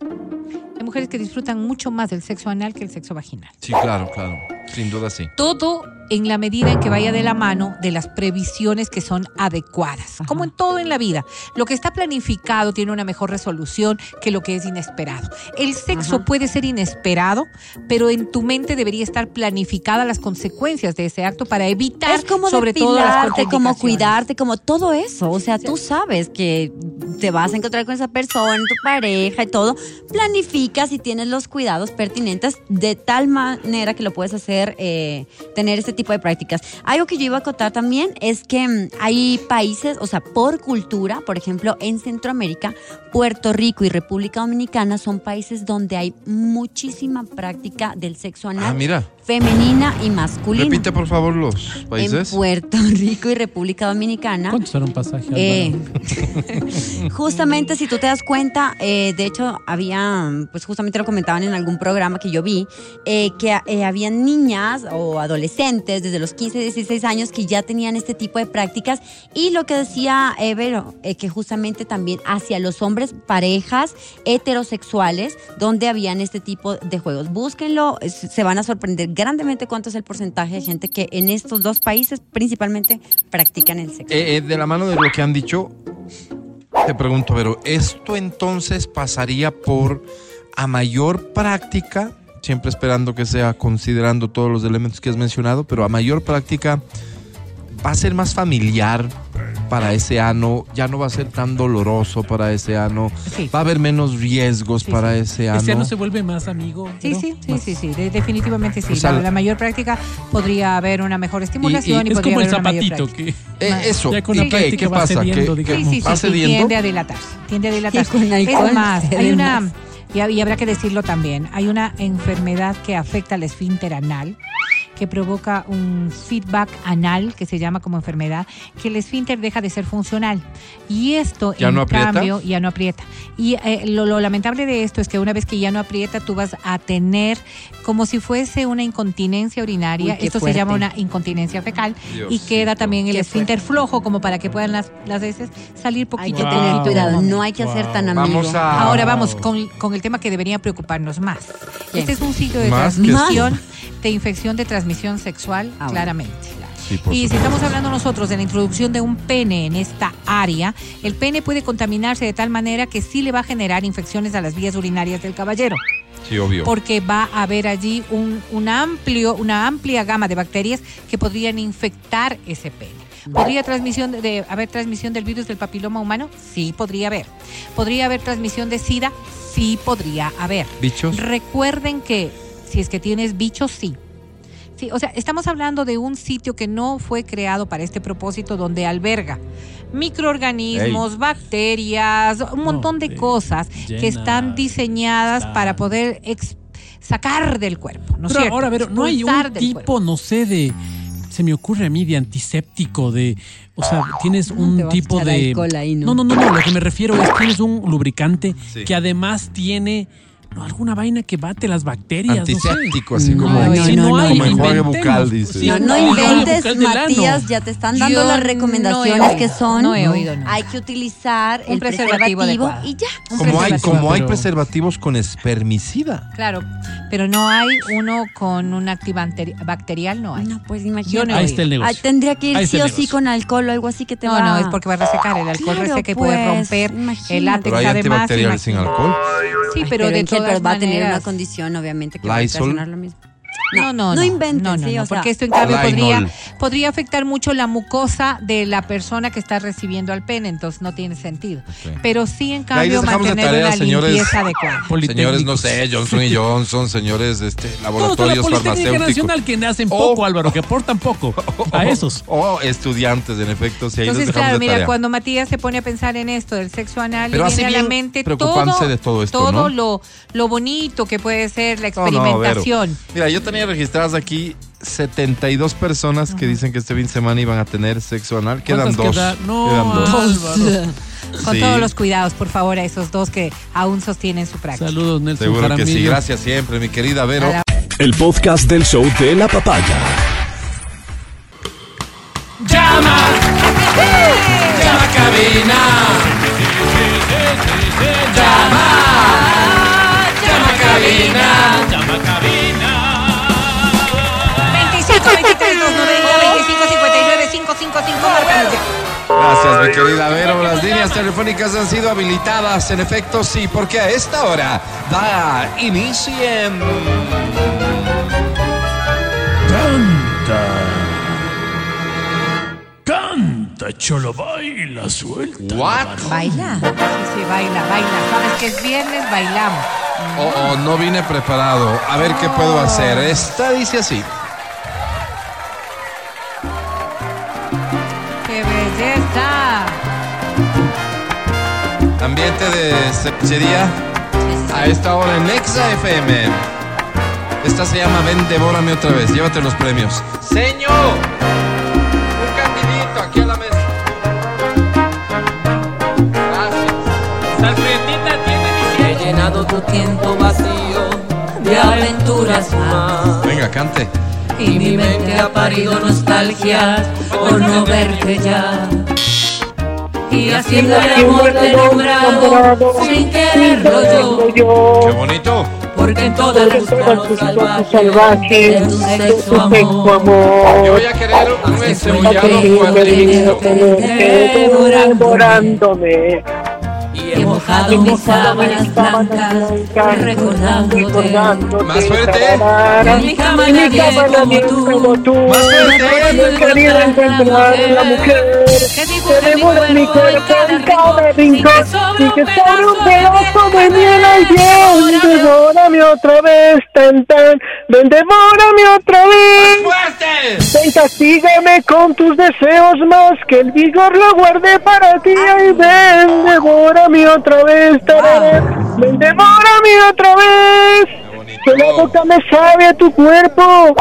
Speaker 5: hay mujeres que disfrutan mucho más del sexo anal que el sexo vaginal
Speaker 2: Sí, claro, claro. Sin duda sí.
Speaker 5: todo en la medida en que vaya de la mano de las previsiones que son adecuadas, como en todo en la vida. Lo que está planificado tiene una mejor resolución que lo que es inesperado. El sexo puede ser inesperado, pero en tu mente debería estar planificada las consecuencias de ese acto para evitar
Speaker 4: Es como
Speaker 5: sobre todo las
Speaker 4: depilarte, como
Speaker 5: complicaciones.
Speaker 4: cuidarte, como todo eso. O sea, tú sabes que te vas a encontrar con esa persona, tu pareja y todo. Planificas y tienes los cuidados pertinentes de tal manera que lo puedes hacer, eh, tener este tipo de prácticas. Algo que yo iba a acotar también es que mm, hay países, o sea, por cultura, por ejemplo, en Centroamérica, Puerto Rico y República Dominicana son países donde hay muchísima práctica del sexo anal
Speaker 2: Ah, mira.
Speaker 4: femenina y masculina.
Speaker 2: Repite, por favor, los países.
Speaker 4: En Puerto Rico y República Dominicana.
Speaker 3: ¿Cuánto será un pasaje?
Speaker 4: Eh,
Speaker 3: Álvaro?
Speaker 4: justamente si tú te das cuenta, eh, de hecho había, pues justamente lo comentaban en algún programa que yo vi, eh, que eh, habían niñas o adolescentes desde los 15, 16 años que ya tenían este tipo de prácticas y lo que decía Evero, eh, que justamente también hacia los hombres, parejas heterosexuales, donde habían este tipo de juegos. Búsquenlo, es- se van a sorprender grandemente cuánto es el porcentaje de gente que en estos dos países principalmente practican el sexo.
Speaker 2: Eh, eh, de la mano de lo que han dicho, te pregunto, pero ¿esto entonces pasaría por a mayor práctica? Siempre esperando que sea considerando todos los elementos que has mencionado, pero a mayor práctica va a ser más familiar para ese ano, ya no va a ser tan doloroso para ese ano,
Speaker 5: Sí.
Speaker 2: va a haber menos riesgos
Speaker 5: Sí,
Speaker 2: para ese ano.
Speaker 3: Este ano se vuelve más amigo.
Speaker 5: Sí,
Speaker 3: ¿no?
Speaker 5: sí, sí,
Speaker 4: Pues
Speaker 3: Más-
Speaker 5: sí, sí, de- definitivamente sí.
Speaker 3: Pues
Speaker 2: O sea,
Speaker 5: la, la mayor práctica podría haber una mejor estimulación y,
Speaker 3: Es
Speaker 5: podría
Speaker 3: como el
Speaker 5: haber una mayor
Speaker 3: zapatito
Speaker 5: práctica.
Speaker 3: que.
Speaker 2: Eh, eso,
Speaker 3: Ya con
Speaker 2: ¿y
Speaker 3: la
Speaker 2: qué?
Speaker 3: práctica
Speaker 2: ¿Qué
Speaker 3: va
Speaker 2: pasa? ¿Qué-
Speaker 3: cediendo,
Speaker 2: qué-
Speaker 3: digamos.
Speaker 5: Sí, sí,
Speaker 2: ¿Va
Speaker 5: sí,
Speaker 2: cediendo?
Speaker 5: tiende a dilatarse, tiende a dilatarse.
Speaker 4: con alcohol
Speaker 5: es más,
Speaker 4: se
Speaker 5: hay
Speaker 4: ve
Speaker 5: una,
Speaker 4: más.
Speaker 5: y hab- y habrá que decirlo también, hay una enfermedad que afecta al esfínter anal que provoca un feedback anal que se llama como enfermedad, que el esfínter deja de ser funcional. Y esto,
Speaker 2: ¿Ya
Speaker 5: en
Speaker 2: no aprieta?
Speaker 5: cambio, ya no aprieta. Y eh, lo, lo lamentable de esto es que una vez que ya no aprieta, tú vas a tener como si fuese una incontinencia urinaria.
Speaker 4: Uy, qué
Speaker 5: esto
Speaker 4: fuerte.
Speaker 5: se llama una incontinencia fecal y
Speaker 2: Diosito.
Speaker 5: queda también el
Speaker 4: Qué
Speaker 5: esfínter flojo como para que puedan las, las heces salir
Speaker 4: Hay
Speaker 5: poquito
Speaker 4: que
Speaker 3: Wow.
Speaker 5: a
Speaker 4: tener
Speaker 5: poquito.
Speaker 4: cuidado, no hay que hacer
Speaker 3: Wow.
Speaker 4: tan amigo.
Speaker 2: Vamos a-
Speaker 5: Ahora
Speaker 2: Wow.
Speaker 5: vamos con, con el tema que debería preocuparnos más.
Speaker 4: ¿Qué?
Speaker 5: Este es un sitio de
Speaker 2: Más que
Speaker 5: transmisión, de infección de transmisión sexual,
Speaker 4: Ah, bueno.
Speaker 5: claramente.
Speaker 2: Sí, por
Speaker 5: y si
Speaker 2: supuesto.
Speaker 5: estamos hablando nosotros de la introducción de un pene en esta área, el pene puede contaminarse de tal manera que sí le va a generar infecciones a las vías urinarias del caballero
Speaker 2: Sí, obvio.
Speaker 5: porque va a haber allí un, un amplio, una amplia gama de bacterias que podrían infectar ese pene. ¿Podría transmisión de, de- haber transmisión del virus del papiloma humano? Sí, podría haber. ¿Podría haber transmisión de SIDA? Sí, podría haber.
Speaker 2: ¿Bichos?
Speaker 5: Recuerden que si es que tienes bichos, sí. Sí, o sea, estamos hablando de un sitio que no fue creado para este propósito, donde alberga microorganismos, bacterias, un montón de
Speaker 3: hombre,
Speaker 5: cosas que están
Speaker 3: llenas,
Speaker 5: diseñadas
Speaker 3: están.
Speaker 5: para poder ex- sacar del cuerpo, ¿no es
Speaker 3: Pero
Speaker 5: cierto?
Speaker 3: ahora, pero no hay
Speaker 5: Expulsar
Speaker 3: un
Speaker 5: del cuerpo.
Speaker 3: tipo, no sé, de. Se me ocurre a mí de antiséptico, de. O sea, tienes un
Speaker 4: Mm, te vas a
Speaker 3: tipo
Speaker 4: echar
Speaker 3: de.
Speaker 4: alcohol ahí, ¿no?
Speaker 3: no, no, no, no, Lo que me refiero es tienes un lubricante
Speaker 2: Sí.
Speaker 3: que además tiene No, alguna vaina que bate las bacterias.
Speaker 2: Antiséptico, así
Speaker 4: No,
Speaker 2: como,
Speaker 3: No, sé.
Speaker 4: no,
Speaker 3: Si
Speaker 4: no,
Speaker 3: hay,
Speaker 4: no.
Speaker 2: como enjuague
Speaker 3: inventemos.
Speaker 2: bucal, dice.
Speaker 3: Sí,
Speaker 4: No, no
Speaker 3: enjuague
Speaker 4: inventes,
Speaker 3: bucal del ano.
Speaker 4: Matías, ya te están dando
Speaker 5: Yo
Speaker 4: las
Speaker 5: no he
Speaker 4: recomendaciones
Speaker 5: oído,
Speaker 4: que son.
Speaker 5: no he oído nada.
Speaker 4: Hay que utilizar
Speaker 5: Un
Speaker 4: el
Speaker 5: preservativo
Speaker 4: preservativo,
Speaker 5: adecuado.
Speaker 4: y ya.
Speaker 5: Un
Speaker 2: Como hay,
Speaker 5: preservativo.
Speaker 2: como hay
Speaker 3: Pero-
Speaker 2: preservativos con espermicida.
Speaker 5: Claro, pero no hay uno con un activante bacterial, no hay.
Speaker 4: No, pues
Speaker 5: Yo
Speaker 4: imagínate.
Speaker 5: no
Speaker 3: Ahí está el negocio.
Speaker 4: Ah, tendría que ir
Speaker 3: Ahí está
Speaker 4: sí
Speaker 3: el
Speaker 4: o sí
Speaker 3: negocio.
Speaker 4: con alcohol o algo así que te
Speaker 5: No,
Speaker 4: va
Speaker 5: no, es porque va a resecar. El alcohol
Speaker 4: Claro,
Speaker 5: reseca y puede
Speaker 4: pues,
Speaker 5: romper
Speaker 4: imagínate.
Speaker 5: el
Speaker 2: Pero
Speaker 5: látex.
Speaker 2: hay
Speaker 5: además,
Speaker 2: antibacterial sin
Speaker 5: imagínate.
Speaker 2: alcohol.
Speaker 5: Sí,
Speaker 4: Ay,
Speaker 5: pero, de
Speaker 4: en que
Speaker 5: todas
Speaker 4: va a tener una
Speaker 5: maneras-
Speaker 4: condición, obviamente, que va a
Speaker 2: Lysol.
Speaker 4: ocasionar lo mismo.
Speaker 5: No, no, no.
Speaker 4: No inventen,
Speaker 5: no, no,
Speaker 4: sí,
Speaker 5: no,
Speaker 4: o sea.
Speaker 5: porque esto en cambio podría,
Speaker 2: Lainol.
Speaker 5: podría afectar mucho la mucosa de la persona que está recibiendo al pene, entonces no tiene sentido.
Speaker 2: Ok.
Speaker 5: Pero sí, en
Speaker 2: Ahí les
Speaker 5: cambio,
Speaker 2: dejamos de
Speaker 5: mantener
Speaker 2: tarea,
Speaker 5: una
Speaker 2: señores.
Speaker 5: limpieza adecuada.
Speaker 2: Señores, no sé, Johnson y Johnson, señores, este,
Speaker 3: Todos de la
Speaker 2: laboratorios
Speaker 3: Politécnica
Speaker 2: farmacéuticos.
Speaker 3: Nacional que hacen
Speaker 2: Oh.
Speaker 3: poco, Álvaro, que aportan poco. A esos.
Speaker 2: O estudiantes, en efecto, si ahí les
Speaker 5: Entonces,
Speaker 2: dejamos de
Speaker 5: claro, mira,
Speaker 2: tarea.
Speaker 5: cuando Matías se pone a pensar en esto del sexo anal,
Speaker 2: Pero
Speaker 5: le
Speaker 2: hace
Speaker 5: viene a la
Speaker 2: bien
Speaker 5: mente
Speaker 2: preocuparse
Speaker 5: todo,
Speaker 2: de todo esto, ¿no?
Speaker 5: lo, lo bonito que puede ser la
Speaker 2: No, no, Vero.
Speaker 5: experimentación.
Speaker 2: Mira, yo tenía registradas aquí 72 personas que dicen que este fin de semana iban a tener sexo anal. Quedan
Speaker 3: ¿Cuántas
Speaker 2: dos.
Speaker 3: queda? No,
Speaker 2: Quedan dos.
Speaker 3: Álvaro.
Speaker 5: Con
Speaker 2: Sí.
Speaker 5: todos los cuidados, por favor, a esos dos que aún sostienen su práctica.
Speaker 3: Saludos, Nelson
Speaker 2: Seguro que sí.
Speaker 3: Jaramillo.
Speaker 2: Gracias siempre, mi querida Vero.
Speaker 5: A
Speaker 1: El podcast del show de la papaya.
Speaker 5: cabina. 25 23 290 25 59 555 márcanos ya.
Speaker 2: Gracias, mi querida Vero. Las líneas telefónicas han sido habilitadas. En efecto, sí, porque a esta hora da inicio. en-
Speaker 7: Canta, cholo, baila, suelta.
Speaker 2: ¿What?
Speaker 4: Baila.
Speaker 5: Sí, sí, baila, baila. Sabes que es viernes, bailamos.
Speaker 2: Oh, oh, no vine preparado. A ver qué puedo hacer. Esta dice así.
Speaker 5: ¡Qué belleza!
Speaker 2: Ambiente de sexería a esta hora en Exa FM. Esta se llama Ven, devórame otra vez. Llévate los premios. Señor, un candidito aquí a la mesa. Gracias.
Speaker 8: He llenado tu tiempo vacío de aventuras más.
Speaker 2: Venga, cante.
Speaker 8: Y mi mente ha parido nostalgias por no verte ya. Y haciendo el amor deslumbrado sin quererlo yo.
Speaker 2: Qué bonito.
Speaker 8: Porque en todas las manos salvajes de tu sexo amor.
Speaker 2: Yo voy a querer un estrellado cuadrilito.
Speaker 8: cuadrilito.
Speaker 9: Devorándome.
Speaker 8: Y he mojado mis sábanas blancas recordándote.
Speaker 2: Más fuerte.
Speaker 8: En mi cama nadie como
Speaker 9: como
Speaker 8: tú.
Speaker 9: tú.
Speaker 2: Más fuerte.
Speaker 9: No he querido encontrar la mujer.
Speaker 8: Que
Speaker 9: Te devora mi cuerpo en cada rincón. Y que sobre un pedazo de miel hay bien. Devórame otra vez, tan tan. Ven, devórame otra vez.
Speaker 2: ¡Fuerte!
Speaker 9: Ven, castígame con tus deseos más que el vigor lo guardé para ti. Ay, ven, devórame otra vez, tarará. Ven, devórame otra vez.
Speaker 2: bonito.
Speaker 9: Que la boca me sabe a tu cuerpo.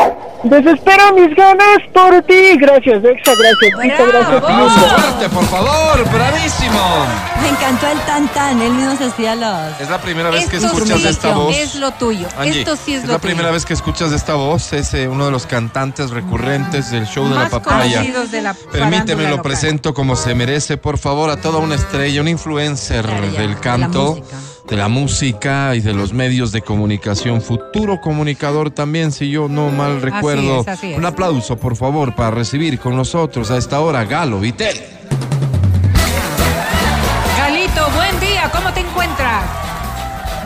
Speaker 9: Desespero mis ganas por ti. Gracias, Exa, gracias, Exa, gracias.
Speaker 2: Aplauso fuerte, por favor. Bravísimo.
Speaker 4: Me encantó el tan tan. Él mismo se hacía los.
Speaker 2: Es la primera vez que
Speaker 5: Esto
Speaker 2: escuchas
Speaker 5: sí
Speaker 2: esta voz.
Speaker 5: Es lo tuyo.
Speaker 2: Angie,
Speaker 5: Esto sí es, lo
Speaker 2: la
Speaker 5: tuyo.
Speaker 2: primera vez que escuchas esta voz, es eh, uno de los cantantes recurrentes del show de la
Speaker 5: Más
Speaker 2: papaya.
Speaker 5: conocidos de la farándula
Speaker 2: Permíteme,
Speaker 5: local.
Speaker 2: lo presento como se merece, por favor, a toda una estrella, un influencer
Speaker 4: Estrella de
Speaker 2: del
Speaker 4: la
Speaker 2: canto,
Speaker 4: música.
Speaker 2: de la música y de los medios de comunicación, futuro comunicador también, si yo no mal recuerdo.
Speaker 5: es, así es.
Speaker 2: Un aplauso, por favor, para recibir con nosotros a esta hora Galo Vitel.
Speaker 5: Galito, buen día. ¿Cómo te encuentras?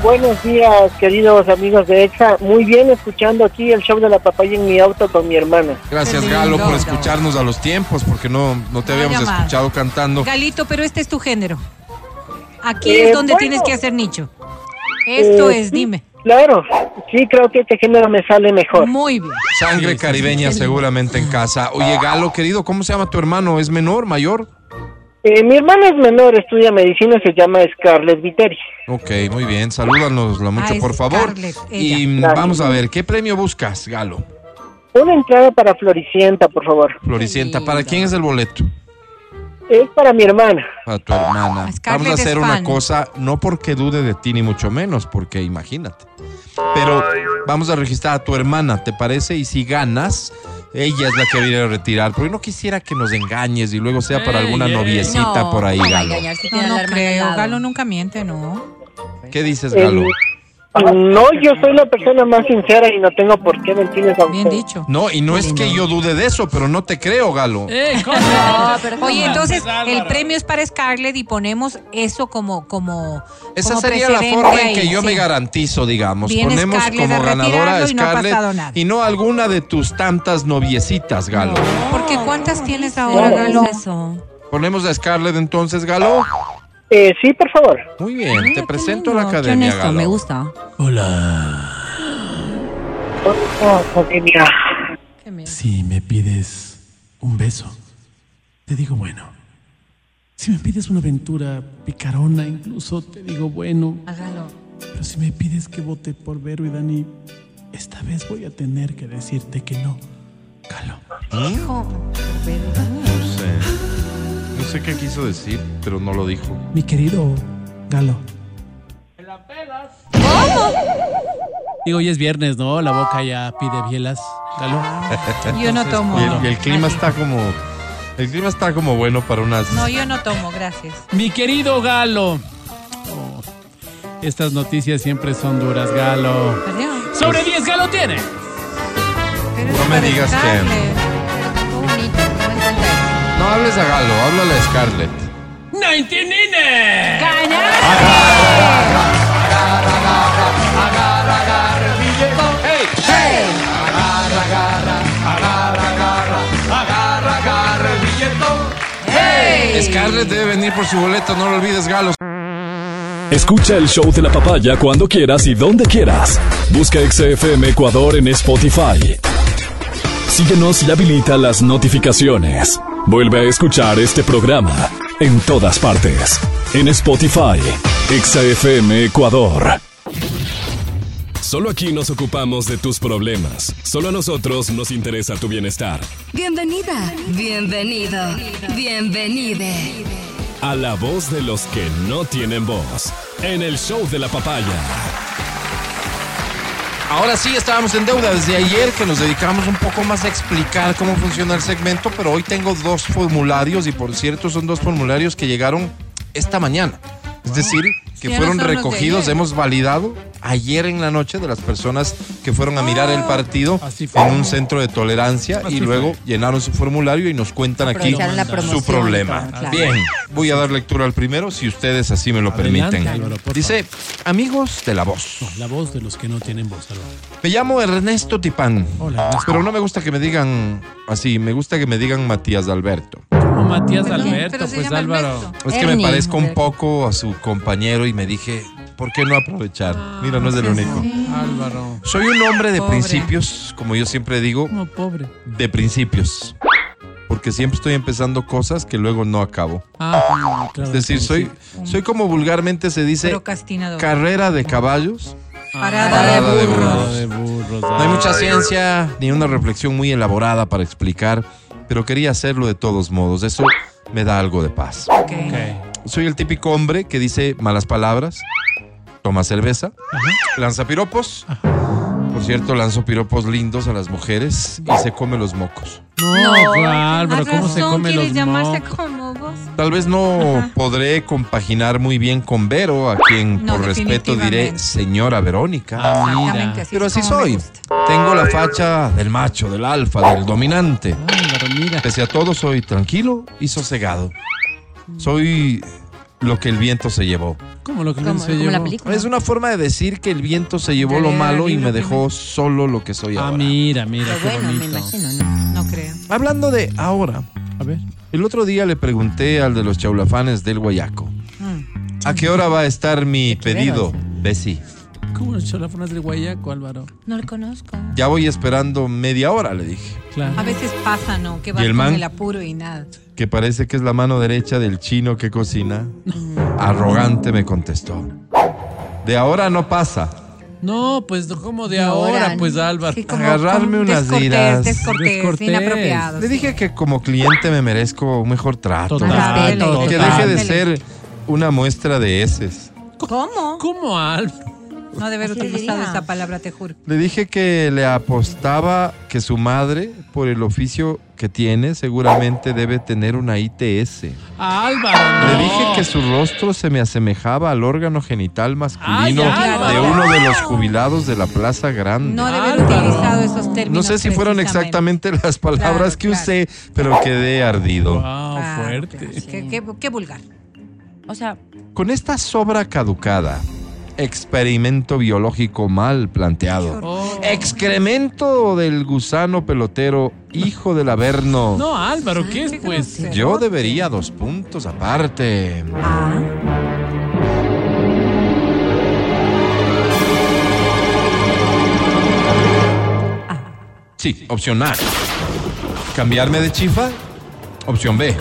Speaker 9: Buenos días, queridos amigos de Exa. Muy bien, escuchando aquí el show de la papaya en mi auto con mi hermana.
Speaker 2: Gracias,
Speaker 5: Qué
Speaker 2: Galo, por
Speaker 5: lindo.
Speaker 2: escucharnos a los tiempos, porque no, no te
Speaker 5: No
Speaker 2: habíamos
Speaker 5: llamadas.
Speaker 2: escuchado cantando.
Speaker 5: Galito, pero este es tu género. Aquí
Speaker 9: Eh,
Speaker 5: es donde
Speaker 9: bueno.
Speaker 5: tienes que hacer nicho. Esto
Speaker 9: Eh,
Speaker 5: es,
Speaker 9: sí,
Speaker 5: dime.
Speaker 9: Claro, sí, creo que este género me sale mejor.
Speaker 5: Muy bien.
Speaker 2: Sangre caribeña seguramente en casa. Oye, Galo, querido, ¿cómo se llama tu hermano? ¿Es menor, mayor?
Speaker 9: Eh, mi hermana es menor, estudia medicina, se llama Scarlett Viteri.
Speaker 2: Ok, muy bien. Salúdanoslo mucho,
Speaker 5: Ah,
Speaker 2: por
Speaker 5: es
Speaker 2: favor.
Speaker 5: Scarlett,
Speaker 2: y
Speaker 5: ella.
Speaker 2: mm,
Speaker 9: Gracias.
Speaker 2: vamos a ver, ¿qué premio buscas, Galo?
Speaker 9: Una entrada para Floricienta, por favor.
Speaker 2: Floricienta, ¿para
Speaker 4: lindo.
Speaker 2: quién es el boleto?
Speaker 9: Es para mi hermana.
Speaker 2: Para tu hermana.
Speaker 5: Ah, Scarlett
Speaker 2: Vamos a
Speaker 5: es
Speaker 2: hacer una
Speaker 5: fan.
Speaker 2: cosa, no porque dude de ti ni mucho menos, porque imagínate. Pero vamos a registrar a tu hermana, ¿te parece? Y si ganas, ella es la que viene a retirar. Porque no quisiera que nos engañes y luego sea para
Speaker 3: Ey,
Speaker 2: alguna
Speaker 3: ey.
Speaker 2: noviecita por
Speaker 5: Oh
Speaker 2: ahí,
Speaker 4: ¿cómo va a
Speaker 2: Galo.
Speaker 4: engañar si
Speaker 5: No,
Speaker 4: tiene a
Speaker 5: no
Speaker 4: la hermana al
Speaker 5: creo.
Speaker 4: lado?
Speaker 5: Galo nunca miente, ¿no?
Speaker 2: ¿Qué dices, Galo?
Speaker 5: Ah,
Speaker 9: No, yo soy la persona más sincera y no tengo por qué mentirles a
Speaker 5: Bien
Speaker 9: ustedes.
Speaker 5: dicho.
Speaker 2: No, y no es que yo dude de eso, pero no te creo, Galo.
Speaker 3: Eh, ¿cómo?
Speaker 4: No, pero
Speaker 5: Oye,
Speaker 4: ¿cómo?
Speaker 5: entonces el
Speaker 3: Álvaro.
Speaker 5: premio es para Scarlett y ponemos eso como como
Speaker 2: Esa
Speaker 5: como
Speaker 2: sería la
Speaker 5: precedente
Speaker 2: forma en que
Speaker 5: ahí,
Speaker 2: yo
Speaker 5: sí.
Speaker 2: me garantizo, digamos.
Speaker 5: Viene
Speaker 2: Ponemos
Speaker 5: Scarlett
Speaker 2: como
Speaker 5: a
Speaker 2: ganadora a
Speaker 5: retirarlo y no ha
Speaker 2: Scarlett
Speaker 5: pasado nada.
Speaker 2: y no alguna de tus tantas noviecitas, Galo.
Speaker 5: Porque
Speaker 4: No,
Speaker 5: ¿cuántas
Speaker 4: ¿cómo
Speaker 5: tienes
Speaker 4: dices
Speaker 5: ahora, Galo?
Speaker 4: eso?
Speaker 2: Ponemos a Scarlett entonces, Galo.
Speaker 9: Eh, sí, por favor.
Speaker 2: Muy bien,
Speaker 4: Mira,
Speaker 2: te
Speaker 4: Ah, qué
Speaker 2: presento a la
Speaker 4: lindo, qué
Speaker 2: academia,
Speaker 4: honesto,
Speaker 2: Galo.
Speaker 4: me gusta.
Speaker 7: Hola.
Speaker 5: Ah,
Speaker 9: Oh, academia.
Speaker 7: Si me pides un beso, te digo bueno. Si me pides una aventura picarona, incluso te digo bueno.
Speaker 5: Hágalo.
Speaker 7: Pero si me pides que vote por Vero y Dani, esta vez voy a tener que decirte que no. Calo.
Speaker 2: No sé. No sé qué quiso decir, pero no lo dijo.
Speaker 7: Mi querido Galo.
Speaker 3: Digo, hoy es viernes, ¿no? La boca ya pide bielas. Galo.
Speaker 5: Yo no tomo.
Speaker 2: Y el, y el clima
Speaker 5: Así.
Speaker 2: está como. El clima está como bueno para unas.
Speaker 5: No, yo no tomo, gracias.
Speaker 3: Mi querido Galo. Oh, estas noticias siempre son duras, Galo.
Speaker 5: Perdón.
Speaker 3: Sobre 10, Galo tiene.
Speaker 5: Pero
Speaker 2: No
Speaker 5: es
Speaker 2: me
Speaker 5: para
Speaker 2: digas que-
Speaker 5: Scarlett.
Speaker 2: No hables a Galo, háblale a Scarlett.
Speaker 3: 99.
Speaker 2: Scarlett debe venir por su boleto, no lo olvides, Galo.
Speaker 1: Escucha el show de la papaya cuando quieras y donde quieras. Busca XFM Ecuador en Spotify. Síguenos y habilita las notificaciones. Vuelve a escuchar este programa en todas partes. En Spotify, XFM Ecuador. Solo aquí nos ocupamos de tus problemas. Solo a nosotros nos interesa tu bienestar.
Speaker 6: Bienvenida, bienvenido, bienvenide.
Speaker 1: A la voz de los que no tienen voz. En el show de la papaya.
Speaker 2: Ahora sí, estábamos en deuda desde ayer que nos dedicamos un poco más a explicar cómo funciona el segmento, pero hoy tengo dos formularios y por cierto son dos formularios que llegaron esta mañana. Es decir, que
Speaker 5: ya no
Speaker 2: fueron
Speaker 5: son los de
Speaker 2: recogidos,
Speaker 5: ayer.
Speaker 2: hemos validado ayer en la noche de las personas que fueron a mirar el partido
Speaker 3: Así fue.
Speaker 2: en un centro de tolerancia y luego llenaron su formulario y nos cuentan aquí
Speaker 4: Aprovecharon la
Speaker 2: su
Speaker 4: promoción,
Speaker 2: problema.
Speaker 4: claro.
Speaker 2: Bien, voy a dar lectura al primero si ustedes así me lo
Speaker 3: Adelante,
Speaker 2: permiten.
Speaker 3: Álvaro, por favor.
Speaker 2: Dice, amigos de la voz.
Speaker 3: No, la voz de los que no tienen voz, Álvaro.
Speaker 2: Me llamo Ernesto Tipán.
Speaker 3: Hola, Ernesto.
Speaker 2: Pero no me gusta que me digan así, me gusta que me digan Matías Alberto.
Speaker 3: Como Matías
Speaker 5: Pero
Speaker 3: Alberto,
Speaker 5: se
Speaker 3: pues
Speaker 5: llama
Speaker 3: Álvaro.
Speaker 5: Ernesto.
Speaker 2: Es que me
Speaker 4: Ernie.
Speaker 2: parezco un poco a su compañero y me dije, ¿por qué no aprovechar? Mira, no es el único.
Speaker 3: Álvaro.
Speaker 2: Soy un hombre de
Speaker 5: Pobre.
Speaker 2: principios, como yo siempre digo,
Speaker 3: Como pobre.
Speaker 2: de principios. Porque siempre estoy empezando cosas que luego no acabo.
Speaker 3: Ah, claro.
Speaker 2: Es decir, soy, soy como vulgarmente se dice,
Speaker 5: Procrastinador.
Speaker 2: carrera de caballos.
Speaker 5: Parada,
Speaker 2: Parada
Speaker 5: de
Speaker 2: de
Speaker 5: burro.
Speaker 2: burros. No hay
Speaker 5: Ah,
Speaker 2: mucha ciencia ni una reflexión muy elaborada para explicar, pero quería hacerlo de todos modos. Eso me da algo de paz.
Speaker 5: Ok.
Speaker 2: Soy el típico hombre que dice malas palabras, toma cerveza, lanza piropos. Por cierto, lanzo piropos lindos a las mujeres y se come los mocos.
Speaker 3: No, pues, Álvaro,
Speaker 5: Con
Speaker 3: ¿cómo se
Speaker 5: razón
Speaker 3: come los
Speaker 5: quieres llamarse
Speaker 3: mocos?
Speaker 5: como vos?
Speaker 2: Tal vez no podré compaginar muy bien con Vero, a quien
Speaker 5: No,
Speaker 2: por respeto diré
Speaker 5: definitivamente.
Speaker 2: señora Verónica.
Speaker 3: Ah, mira.
Speaker 5: Exactamente así.
Speaker 2: pero
Speaker 5: es
Speaker 2: así
Speaker 5: como me
Speaker 2: soy.
Speaker 5: gusta.
Speaker 2: Tengo la facha del macho, del alfa, del dominante.
Speaker 3: Álvaro, mira.
Speaker 2: Pese a todo, soy tranquilo y sosegado. Soy lo que el viento se llevó.
Speaker 3: Como lo que
Speaker 4: Como,
Speaker 3: no se
Speaker 4: como
Speaker 3: llevó.
Speaker 4: la película.
Speaker 2: Es una forma de decir que el viento se llevó
Speaker 5: Ya
Speaker 2: lo
Speaker 5: leí el
Speaker 2: malo y
Speaker 5: libro
Speaker 2: me
Speaker 5: que
Speaker 2: dejó solo lo que soy
Speaker 3: Ah,
Speaker 2: ahora.
Speaker 3: mira, mira,
Speaker 4: Pero
Speaker 3: qué
Speaker 4: bueno, me
Speaker 3: bonito.
Speaker 4: imagino, ¿no?
Speaker 5: No creo.
Speaker 2: Hablando de ahora,
Speaker 3: A ver.
Speaker 2: el otro día le pregunté al de los chaulafanes del Guayaco.
Speaker 5: Mm.
Speaker 2: ¿A qué hora va a estar mi pedido,
Speaker 5: eh.
Speaker 2: Pues Bessie?
Speaker 3: ¿Cómo los cholafonas del Guayaco, Álvaro?
Speaker 5: No lo conozco.
Speaker 2: Ya voy esperando media hora, le dije.
Speaker 5: A
Speaker 3: Claro.
Speaker 5: veces pasa, ¿no? Que
Speaker 2: ¿Y
Speaker 5: va
Speaker 2: el
Speaker 5: con
Speaker 2: man?
Speaker 5: el apuro y nada.
Speaker 2: que parece que es la mano derecha del chino que
Speaker 5: Mm.
Speaker 2: cocina, arrogante me contestó. De ahora no pasa.
Speaker 3: No, pues como de
Speaker 5: No,
Speaker 3: ahora,
Speaker 5: Orán.
Speaker 3: pues Álvaro.
Speaker 5: Sí, como-
Speaker 2: Agarrarme
Speaker 5: como
Speaker 2: unas
Speaker 5: descortés,
Speaker 2: iras.
Speaker 5: Descortés,
Speaker 3: Descortés.
Speaker 5: inapropiado.
Speaker 2: Le
Speaker 5: sí.
Speaker 2: dije que como cliente me merezco un mejor trato.
Speaker 3: Total,
Speaker 5: Ajá,
Speaker 2: Que
Speaker 5: total.
Speaker 2: deje de ser una muestra de heces.
Speaker 5: ¿Cómo?
Speaker 3: ¿Cómo Álvaro?
Speaker 5: No de haber
Speaker 4: Así
Speaker 5: utilizado
Speaker 4: diría.
Speaker 5: esa palabra, te juro.
Speaker 2: Le dije que le apostaba que su madre, por el oficio que tiene, seguramente debe tener una ITS.
Speaker 3: A Álvaro.
Speaker 2: Le
Speaker 3: no.
Speaker 2: dije que su rostro se me asemejaba al órgano genital masculino
Speaker 3: Ay,
Speaker 2: de
Speaker 3: Álvaro.
Speaker 2: uno de los jubilados de la Plaza Grande.
Speaker 5: No de haber
Speaker 3: Álvaro.
Speaker 5: utilizado esos términos.
Speaker 2: Mm, No sé si fueron
Speaker 5: precisamente.
Speaker 2: exactamente las palabras
Speaker 5: Claro,
Speaker 2: que
Speaker 5: claro.
Speaker 2: usé, pero quedé ardido.
Speaker 3: Wow,
Speaker 5: Ah,
Speaker 3: fuerte.
Speaker 5: claro, Qué, qué- qué vulgar.
Speaker 4: O sea,
Speaker 2: Con esta sobra caducada, experimento biológico mal planteado,
Speaker 3: Oh.
Speaker 2: excremento del gusano pelotero, hijo del averno.
Speaker 3: No, Álvaro, ¿qué es
Speaker 5: qué
Speaker 3: pues?
Speaker 5: grosero.
Speaker 2: Yo debería dos puntos aparte. Sí, opción A. ¿Cambiarme de chifa? Opción B.